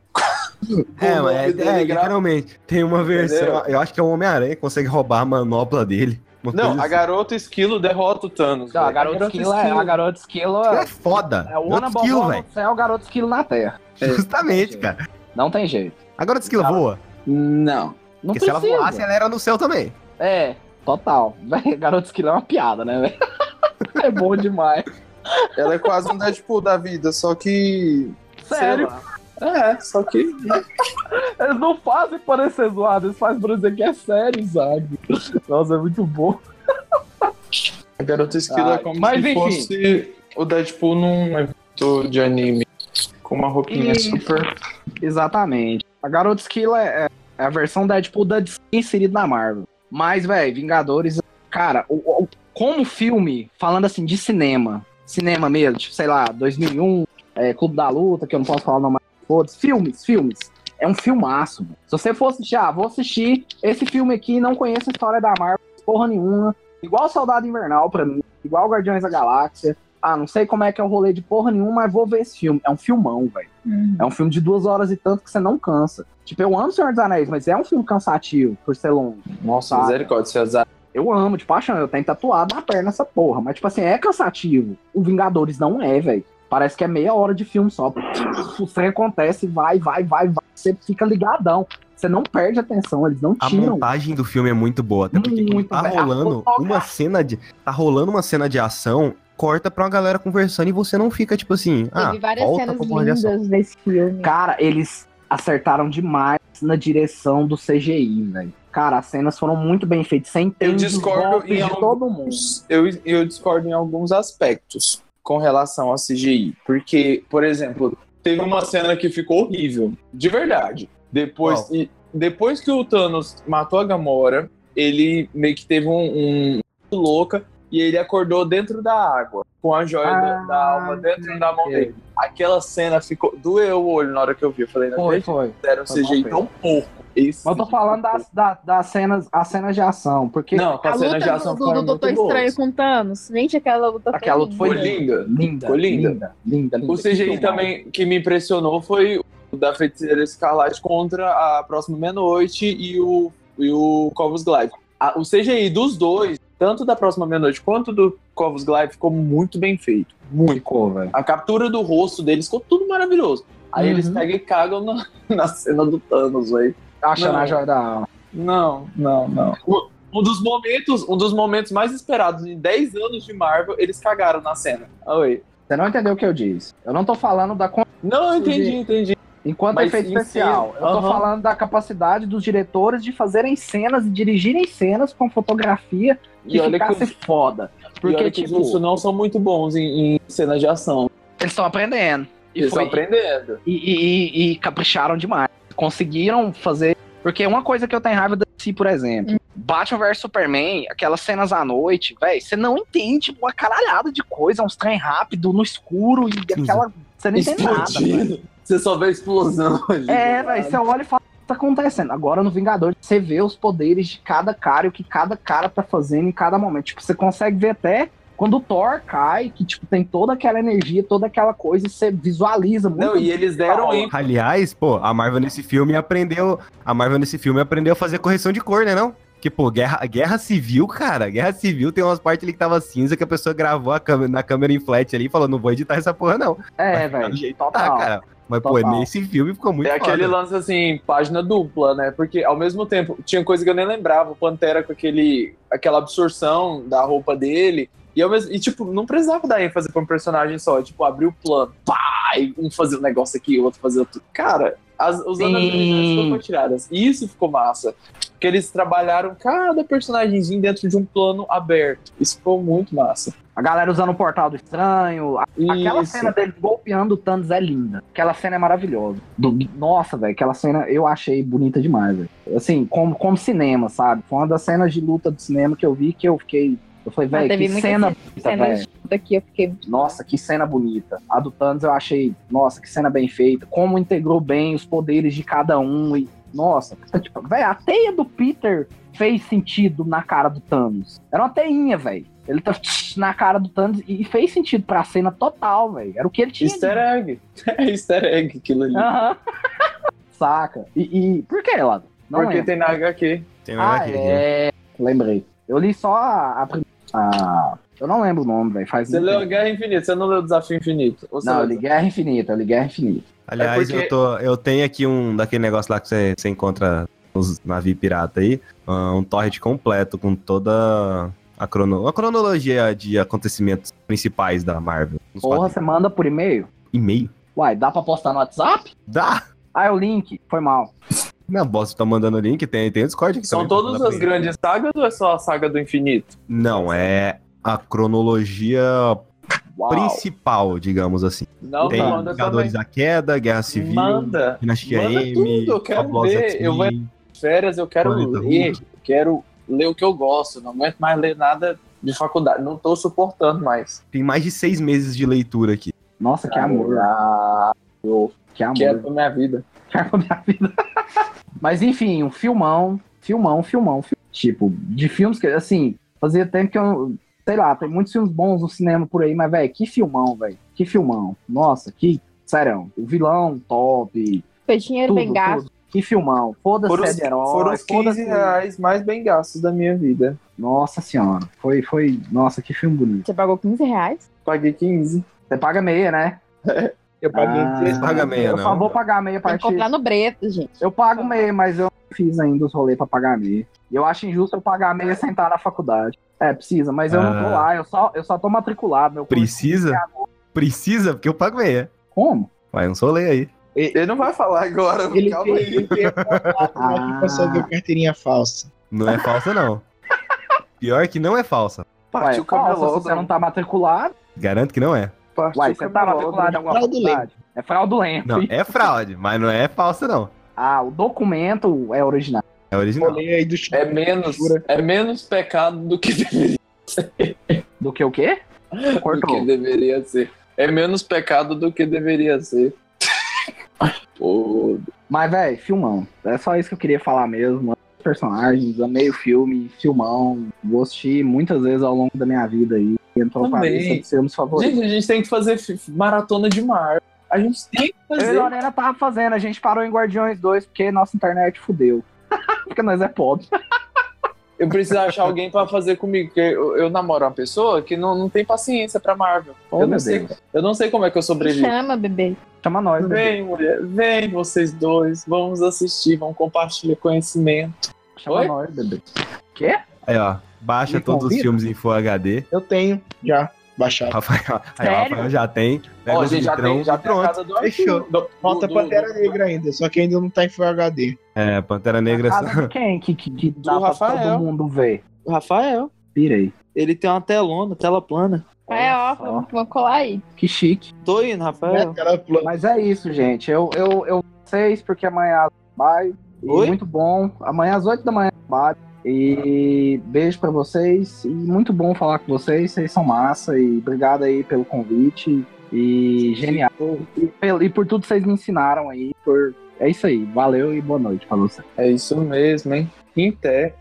[SPEAKER 4] É,
[SPEAKER 2] O nome
[SPEAKER 4] mas
[SPEAKER 2] dele
[SPEAKER 4] é, é,
[SPEAKER 2] gra-
[SPEAKER 4] literalmente. Tem uma versão.
[SPEAKER 2] Entendeu?
[SPEAKER 4] Eu acho que é o Homem-Aranha que consegue roubar a manopla dele. Uma
[SPEAKER 2] Não,
[SPEAKER 4] coisa assim.
[SPEAKER 2] a garota esquilo derrota o Thanos.
[SPEAKER 5] Não, a
[SPEAKER 2] velho.
[SPEAKER 5] Garota Esquilo é, a Garota Esquilo
[SPEAKER 4] assim.
[SPEAKER 5] é,
[SPEAKER 4] é foda.
[SPEAKER 5] é o
[SPEAKER 4] Garota
[SPEAKER 5] Ana
[SPEAKER 4] Skill,
[SPEAKER 5] Bobó
[SPEAKER 4] velho.
[SPEAKER 5] no céu, Garota Esquilo na terra.
[SPEAKER 4] Justamente, cara.
[SPEAKER 5] Não tem jeito.
[SPEAKER 4] Agora de esquila voa.
[SPEAKER 2] Não.
[SPEAKER 5] Não
[SPEAKER 4] Porque se
[SPEAKER 5] precisa.
[SPEAKER 4] ela voasse, ela era no céu também.
[SPEAKER 5] É, total. Véi, Garoto Esquilo é uma piada, né, velho? É bom demais.
[SPEAKER 2] Ela é quase um Deadpool da vida, só que.
[SPEAKER 5] Sério?
[SPEAKER 2] É, só que.
[SPEAKER 5] Eles não fazem parecer zoado, eles fazem parecer que é sério, Zag. Nossa, é muito bom.
[SPEAKER 2] A garota esquilo
[SPEAKER 5] Ah,
[SPEAKER 2] é como
[SPEAKER 5] mas
[SPEAKER 2] se
[SPEAKER 5] enfim.
[SPEAKER 2] fosse o Deadpool num evento de anime. Com uma roupinha
[SPEAKER 5] Isso.
[SPEAKER 2] super.
[SPEAKER 5] Exatamente. A Garota Esquilo é, é- é a versão Deadpool da DC inserida na Marvel. Mas, velho, Vingadores, cara, o, o- como filme, falando assim de cinema, cinema mesmo, tipo, sei lá, 2001, é, Clube da Luta, que eu não posso falar não mais. Foda-se. Filmes, filmes. É um filmaço. Mano. Se você for assistir, ah, vou assistir esse filme aqui, não conheço a história da Marvel, porra nenhuma. Igual Saudade Invernal pra mim, igual Guardiões da Galáxia. Ah, não sei como é que é o rolê de porra nenhuma, mas vou ver esse filme. É um filmão, velho.
[SPEAKER 6] Uhum.
[SPEAKER 5] É um filme de duas horas e tanto que você não cansa. Tipo, eu amo Senhor dos Anéis, mas é um filme cansativo por ser longo.
[SPEAKER 2] Nossa,
[SPEAKER 5] Tá.
[SPEAKER 2] misericórdia, seu azar.
[SPEAKER 5] Eu amo, de paixão, eu tenho tatuado na perna essa porra. Mas, tipo assim, é cansativo. O Vingadores não é, velho. Parece que é meia hora de filme só. O trem acontece, vai, vai, vai, vai. Você fica ligadão. Você não perde atenção, eles não
[SPEAKER 4] A
[SPEAKER 5] tiram.
[SPEAKER 4] montagem do filme é muito boa, até porque
[SPEAKER 5] Muito,
[SPEAKER 4] tá
[SPEAKER 5] velho.
[SPEAKER 4] rolando
[SPEAKER 5] Ah,
[SPEAKER 4] uma cena de tá rolando uma cena de ação, corta pra uma galera conversando e você não fica tipo assim, ah,
[SPEAKER 6] Teve várias
[SPEAKER 4] volta
[SPEAKER 6] cenas
[SPEAKER 4] pra porra de ação.
[SPEAKER 6] lindas nesse filme.
[SPEAKER 5] Cara, eles acertaram demais na direção do CGI, velho. Cara, as cenas foram muito bem feitas. Você entende
[SPEAKER 2] Eu discordo
[SPEAKER 5] os golpes
[SPEAKER 2] em
[SPEAKER 5] de todo mundo.
[SPEAKER 2] Eu, eu discordo em alguns aspectos com relação ao CGI. Porque, por exemplo, teve uma cena que ficou horrível. De verdade. Depois, e- depois que o Thanos matou a Gamora, ele meio que teve um, um louca e ele acordou dentro da água, com a joia da,
[SPEAKER 5] Ah,
[SPEAKER 2] da alma dentro da mão
[SPEAKER 5] entendi.
[SPEAKER 2] dele. Aquela cena ficou. Doeu o olho na hora que eu vi. Eu falei, não
[SPEAKER 5] Foi,
[SPEAKER 2] acredito
[SPEAKER 5] foi.
[SPEAKER 2] que fizeram um
[SPEAKER 5] foi mal
[SPEAKER 2] CGI
[SPEAKER 5] feito.
[SPEAKER 2] tão pouco. Esse
[SPEAKER 5] Mas eu tô falando das, da- das, cenas, as cenas de ação, porque
[SPEAKER 2] Não, com
[SPEAKER 6] A
[SPEAKER 2] a
[SPEAKER 6] luta
[SPEAKER 2] cena de
[SPEAKER 6] do,
[SPEAKER 2] ação
[SPEAKER 6] do, do
[SPEAKER 2] foram
[SPEAKER 6] Doutor
[SPEAKER 2] muito boas.
[SPEAKER 6] Estranho com Thanos. Gente, aquela luta
[SPEAKER 5] Aquela luta
[SPEAKER 2] Foi
[SPEAKER 5] foi
[SPEAKER 6] linda.
[SPEAKER 2] linda.
[SPEAKER 5] linda,
[SPEAKER 2] Ficou linda.
[SPEAKER 5] linda, linda, linda.
[SPEAKER 2] O CGI também que me impressionou foi o da Feiticeira Escarlate contra a Próxima Meia-Noite e o, e o Corvus Glaive. A- o CGI dos dois, tanto da Próxima Meia-Noite quanto do Corvus Glaive, ficou muito bem feito. Muito.
[SPEAKER 5] Ficou, velho.
[SPEAKER 2] A captura do rosto deles ficou tudo maravilhoso. Aí eles
[SPEAKER 5] Uhum.
[SPEAKER 2] pegam e cagam na, na cena do Thanos, velho.
[SPEAKER 5] Achando
[SPEAKER 2] Não.
[SPEAKER 5] a joia da alma.
[SPEAKER 2] Não, não, não. Um- Um dos momentos, um dos momentos mais esperados em 10 anos de Marvel, eles cagaram na cena. Oi.
[SPEAKER 5] Você não entendeu o que eu disse. Eu não tô falando da. con-
[SPEAKER 2] Não, eu entendi,
[SPEAKER 5] CGI.
[SPEAKER 2] entendi.
[SPEAKER 5] Enquanto
[SPEAKER 2] Mas
[SPEAKER 5] efeito
[SPEAKER 2] em
[SPEAKER 5] especial.
[SPEAKER 2] cena,
[SPEAKER 5] Eu tô
[SPEAKER 2] aham.
[SPEAKER 5] falando da capacidade dos diretores de fazerem cenas e dirigirem cenas com fotografia que
[SPEAKER 2] E olha que
[SPEAKER 5] ficasse
[SPEAKER 2] os-
[SPEAKER 5] foda.
[SPEAKER 2] Porque
[SPEAKER 5] Porque,
[SPEAKER 2] que os
[SPEAKER 5] tipo,
[SPEAKER 2] russos não são muito bons em, em cenas de ação.
[SPEAKER 5] eles estão aprendendo. E,
[SPEAKER 2] Eles estão
[SPEAKER 5] foi,
[SPEAKER 2] aprendendo.
[SPEAKER 5] e, e- e- e capricharam demais. Conseguiram fazer. Porque uma coisa que eu tenho raiva da DC, por exemplo, Batman vs Superman, aquelas cenas à noite, velho, você não entende uma caralhada de coisa, uns trem rápido no escuro e aquela. Você não entende nada. velho.
[SPEAKER 2] Explodindo. Você só vê a explosão.
[SPEAKER 5] É, velho, você olha e fala o que tá acontecendo. Agora no Vingador, você vê os poderes de cada cara e o que cada cara tá fazendo em cada momento. Tipo, você consegue ver até. Quando o Thor cai, que tipo, tem toda aquela energia, toda aquela coisa, e você visualiza muito.
[SPEAKER 2] Não, e eles deram ênfase.
[SPEAKER 4] Aliás, pô, a Marvel nesse filme aprendeu, a Marvel nesse filme aprendeu a fazer correção de cor, né não? Que, pô, guerra, guerra civil, cara, guerra civil tem umas partes ali que tava cinza que a pessoa gravou a câmera, na câmera em flat ali e falou, não vou editar essa porra não.
[SPEAKER 5] É, velho.
[SPEAKER 4] Do jeito que
[SPEAKER 5] Total.
[SPEAKER 4] Tá, cara. Mas, pô,
[SPEAKER 5] Total.
[SPEAKER 4] nesse filme ficou muito
[SPEAKER 2] É aquele
[SPEAKER 4] foda.
[SPEAKER 2] lance assim, página dupla, né? Porque ao mesmo tempo, tinha coisa que eu nem lembrava, o Pantera com aquele, aquela absorção da roupa dele. E, ao mesmo, e, tipo, não precisava dar ênfase pra um personagem só. Tipo, abrir o plano, pá, e um fazer um negócio aqui, o outro fazer outro. Cara, as, usando as
[SPEAKER 5] Sim.
[SPEAKER 2] habilidades que foram tiradas. E isso ficou massa. Porque eles trabalharam cada personagemzinho dentro de um plano aberto. Isso ficou muito massa.
[SPEAKER 5] A galera usando o portal do estranho. A- Aquela
[SPEAKER 2] Isso.
[SPEAKER 5] cena dele golpeando o Thanos é linda. Aquela cena é maravilhosa. Do- Nossa, velho, aquela cena eu achei bonita demais, velho. Assim, como, como cinema, sabe? Foi uma das cenas de luta do cinema que eu vi que eu fiquei. Eu falei,
[SPEAKER 6] Mas
[SPEAKER 5] velho,
[SPEAKER 6] Ah, teve
[SPEAKER 5] que
[SPEAKER 6] muita
[SPEAKER 5] cena
[SPEAKER 6] ce-
[SPEAKER 5] bonita,
[SPEAKER 6] Cenas
[SPEAKER 5] velho.
[SPEAKER 6] de luta que eu fiquei.
[SPEAKER 5] Nossa, que cena bonita. A do Thanos eu achei, nossa, que cena bem feita. Como integrou bem os poderes de cada um. E, nossa, tá tipo, velho, a teia do Peter fez sentido na cara do Thanos. Era uma teinha, velho. Ele tá na cara do Thanos e fez sentido pra cena total, velho. Era o que ele tinha. Ah,
[SPEAKER 2] Easter egg. É easter egg aquilo ali.
[SPEAKER 5] Aham. Saca. E, e- por que, Lado? Não
[SPEAKER 2] é
[SPEAKER 5] é.
[SPEAKER 2] Porque
[SPEAKER 5] lembro.
[SPEAKER 2] tem na HQ.
[SPEAKER 4] Tem nada
[SPEAKER 5] Ah,
[SPEAKER 4] aqui, né?
[SPEAKER 5] é. Lembrei. Eu li só a, a prim- a- Eu não lembro o nome, velho. Faz
[SPEAKER 2] Você
[SPEAKER 5] muito
[SPEAKER 2] leu a
[SPEAKER 5] tempo.
[SPEAKER 2] Guerra Infinita, você não leu o Desafio Infinito. Ou você
[SPEAKER 5] Não, eu
[SPEAKER 2] leu?
[SPEAKER 5] li Guerra Infinita, eu li Guerra Infinita.
[SPEAKER 4] Aliás,
[SPEAKER 2] É porque-
[SPEAKER 4] eu, tô, eu tenho aqui um daquele negócio lá que você, você encontra nos navios pirata aí, ah, um torrent completo com toda a, crono, a cronologia de acontecimentos principais da Marvel. nos
[SPEAKER 5] Porra,
[SPEAKER 4] quadrinhos.
[SPEAKER 5] você manda por e-mail?
[SPEAKER 4] E-mail?
[SPEAKER 5] Uai, dá pra postar no WhatsApp?
[SPEAKER 4] Dá!
[SPEAKER 5] Ah, é o link. Foi mal.
[SPEAKER 4] Na bosta tá mandando o link, tem, tem o Discord aqui
[SPEAKER 2] São
[SPEAKER 4] também,
[SPEAKER 2] todas
[SPEAKER 4] dá pra
[SPEAKER 2] as
[SPEAKER 4] ir.
[SPEAKER 2] grandes sagas ou é só a saga do infinito?
[SPEAKER 4] Não, é a cronologia
[SPEAKER 5] Uau.
[SPEAKER 4] principal, digamos assim.
[SPEAKER 2] Não,
[SPEAKER 4] tem
[SPEAKER 2] Então tá, manda
[SPEAKER 4] Vingadores da Queda, Guerra
[SPEAKER 2] também.
[SPEAKER 4] Civil,
[SPEAKER 2] Manda.
[SPEAKER 4] Dinastia
[SPEAKER 2] Manda
[SPEAKER 4] M,
[SPEAKER 2] tudo, eu quero
[SPEAKER 4] Fabulosa
[SPEAKER 2] ver, eu vou-
[SPEAKER 4] X-Men.
[SPEAKER 2] Férias eu quero
[SPEAKER 4] Planeta
[SPEAKER 2] ler. Quero ler o que eu gosto. Não aguento mais ler nada de faculdade. Não tô suportando mais.
[SPEAKER 5] Tá
[SPEAKER 4] Tem mais de seis meses de leitura aqui.
[SPEAKER 5] Nossa,
[SPEAKER 2] Tá
[SPEAKER 5] que amor. Que amor.
[SPEAKER 2] Que é pra minha vida.
[SPEAKER 5] Caramba, minha vida. Mas enfim, um filmão, filmão, filmão, fi- Tipo, de filmes que, assim, fazia tempo que eu. Sei lá, tem muitos filmes bons no cinema por aí, mas, velho, que filmão, velho. Que filmão. Nossa, que. Sério, o vilão top.
[SPEAKER 6] Foi dinheiro
[SPEAKER 5] Tudo,
[SPEAKER 6] bem gasto.
[SPEAKER 5] tudo. Que filmão. Foda-se,
[SPEAKER 2] Foram,
[SPEAKER 5] é
[SPEAKER 2] os-
[SPEAKER 5] de herói.
[SPEAKER 2] foram os 15
[SPEAKER 5] foda-se-
[SPEAKER 2] reais mais bem gastos da minha vida.
[SPEAKER 5] Nossa senhora. Foi, foi. Nossa, que filme bonito.
[SPEAKER 6] Você pagou 15 reais?
[SPEAKER 2] Paguei 15.
[SPEAKER 5] Você paga meia, né?
[SPEAKER 2] Eu paguei
[SPEAKER 5] Ah,
[SPEAKER 2] 16.
[SPEAKER 4] Paga meia,
[SPEAKER 5] eu
[SPEAKER 4] não.
[SPEAKER 5] só vou pagar meia a
[SPEAKER 6] Tem que
[SPEAKER 5] partir.
[SPEAKER 6] comprar no Breto, gente.
[SPEAKER 5] Eu pago meia, mas eu não fiz ainda os rolês pra pagar meia. E Eu acho injusto eu pagar meia sem estar na faculdade. É, precisa, mas eu não tô
[SPEAKER 4] Ah.
[SPEAKER 5] lá, eu só, eu só tô matriculado. Meu curso-
[SPEAKER 4] Precisa? Precisa, porque eu pago meia.
[SPEAKER 5] Como?
[SPEAKER 4] Vai um solê aí.
[SPEAKER 2] Ele não vai falar agora,
[SPEAKER 1] Ele
[SPEAKER 2] calma
[SPEAKER 1] tem,
[SPEAKER 2] aí. Ah.
[SPEAKER 1] ele tem a passando a carteirinha falsa.
[SPEAKER 4] Não é falsa, não. Pior que não é falsa.
[SPEAKER 5] Ué,
[SPEAKER 2] Partiu o
[SPEAKER 5] falsa, se
[SPEAKER 2] cabelão.
[SPEAKER 5] você não tá matriculado,
[SPEAKER 4] Garanto que não é.
[SPEAKER 5] uai, você tá matriculado em alguma
[SPEAKER 1] Fraudulento.
[SPEAKER 5] faculdade. É fraudulento.
[SPEAKER 4] Não, é fraude, mas não é falsa, não.
[SPEAKER 5] Ah, o documento é original.
[SPEAKER 4] É original.
[SPEAKER 1] Rolê aí do
[SPEAKER 2] É menos, é menos pecado do que deveria,
[SPEAKER 5] Do que o quê?
[SPEAKER 2] do que
[SPEAKER 5] Cortou.
[SPEAKER 2] deveria ser. É menos pecado do que deveria ser. Pô,
[SPEAKER 5] Mas, velho, filmão. É só isso que eu queria falar mesmo. Personagens, amei o filme, filmão. Vou assistir muitas vezes ao longo da minha vida aí. Entrou pra
[SPEAKER 2] Também.
[SPEAKER 5] lista de filmes favoritos.
[SPEAKER 2] gente, a gente tem que fazer fi- maratona de mar. A gente tem que
[SPEAKER 5] Eu e
[SPEAKER 2] fazer.
[SPEAKER 5] a Lorena tava fazendo, a gente parou em Guardiões 2 porque nossa internet fudeu. porque nós é pobre.
[SPEAKER 2] Eu preciso achar alguém pra fazer comigo, porque eu, eu namoro uma pessoa que não, não tem paciência pra Marvel.
[SPEAKER 5] Oh,
[SPEAKER 2] eu,
[SPEAKER 5] meu
[SPEAKER 2] não sei,
[SPEAKER 5] Deus.
[SPEAKER 2] eu não sei como é que eu
[SPEAKER 6] Me
[SPEAKER 2] sobrevivo.
[SPEAKER 6] chama, bebê.
[SPEAKER 5] Chama nós, né?
[SPEAKER 2] Vem, mulher, vem vocês dois, vamos assistir, vamos compartilhar conhecimento.
[SPEAKER 5] Chama
[SPEAKER 2] Oi?
[SPEAKER 5] nós, bebê.
[SPEAKER 4] Aí, ó. Baixa
[SPEAKER 5] Me
[SPEAKER 4] todos os
[SPEAKER 5] convida?
[SPEAKER 4] filmes em Full HD.
[SPEAKER 1] Eu tenho já baixado.
[SPEAKER 4] Rafael, aí, ó,
[SPEAKER 5] Sério?
[SPEAKER 4] Rafael já tem. Pega
[SPEAKER 2] Ó,
[SPEAKER 4] o
[SPEAKER 2] gente, já
[SPEAKER 4] litrão
[SPEAKER 2] tem, já
[SPEAKER 4] e
[SPEAKER 2] tem a
[SPEAKER 4] pronto.
[SPEAKER 2] casa do Arthur.
[SPEAKER 1] Fechou.
[SPEAKER 2] Do-
[SPEAKER 1] Falta
[SPEAKER 2] do-
[SPEAKER 1] Pantera
[SPEAKER 2] do-
[SPEAKER 1] Negra ainda, só que ainda não tá em Full HD.
[SPEAKER 4] É, Pantera Negra.
[SPEAKER 5] Casa de quem que, que, que dá
[SPEAKER 2] Do
[SPEAKER 5] pra
[SPEAKER 2] Rafael.
[SPEAKER 5] todo mundo ver?
[SPEAKER 2] Rafael,
[SPEAKER 5] Pirei.
[SPEAKER 2] ele tem uma telona, tela plana.
[SPEAKER 6] É, ó,
[SPEAKER 5] só.
[SPEAKER 6] vamos colar aí.
[SPEAKER 5] Que chique.
[SPEAKER 2] Tô indo,
[SPEAKER 1] Né?
[SPEAKER 2] Rafael.
[SPEAKER 1] Aquela pla-
[SPEAKER 5] Mas é isso, gente. Eu, eu, eu vocês, porque amanhã vai. E
[SPEAKER 2] Oi?
[SPEAKER 5] Muito bom. Amanhã às 8 da manhã vai. E beijo pra vocês. E muito bom falar com vocês. Vocês são massa. E obrigado aí pelo convite. E genial. E, pel- e por tudo que vocês me ensinaram aí. Por... É isso aí. Valeu e boa noite pra vocês.
[SPEAKER 2] É isso mesmo, hein? Quinté.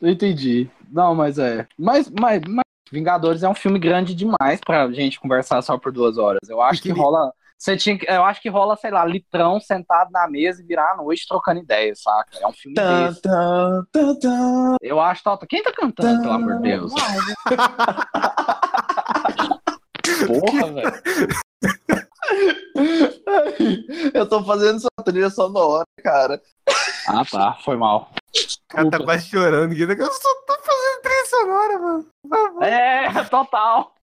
[SPEAKER 5] Eu entendi. Não, mas é. Mas, mas, mas Vingadores é um filme grande demais pra gente conversar só por duas horas. Eu acho
[SPEAKER 4] E
[SPEAKER 5] que
[SPEAKER 4] que li-
[SPEAKER 5] rola. Você tinha, que- eu acho que rola, sei lá, litrão sentado na mesa e virar a noite trocando ideia, saca? É um filme
[SPEAKER 2] Tan,
[SPEAKER 5] desse.
[SPEAKER 2] tan, tan, tan.
[SPEAKER 5] Eu acho total. Quem tá cantando, pelo amor de Deus?
[SPEAKER 2] Porra, velho. Eu tô fazendo sua trilha sonora, cara.
[SPEAKER 5] Ah, tá. Foi mal.
[SPEAKER 4] O cara tá quase chorando. aqui. Eu só tô fazendo trilha sonora, mano.
[SPEAKER 5] É, total.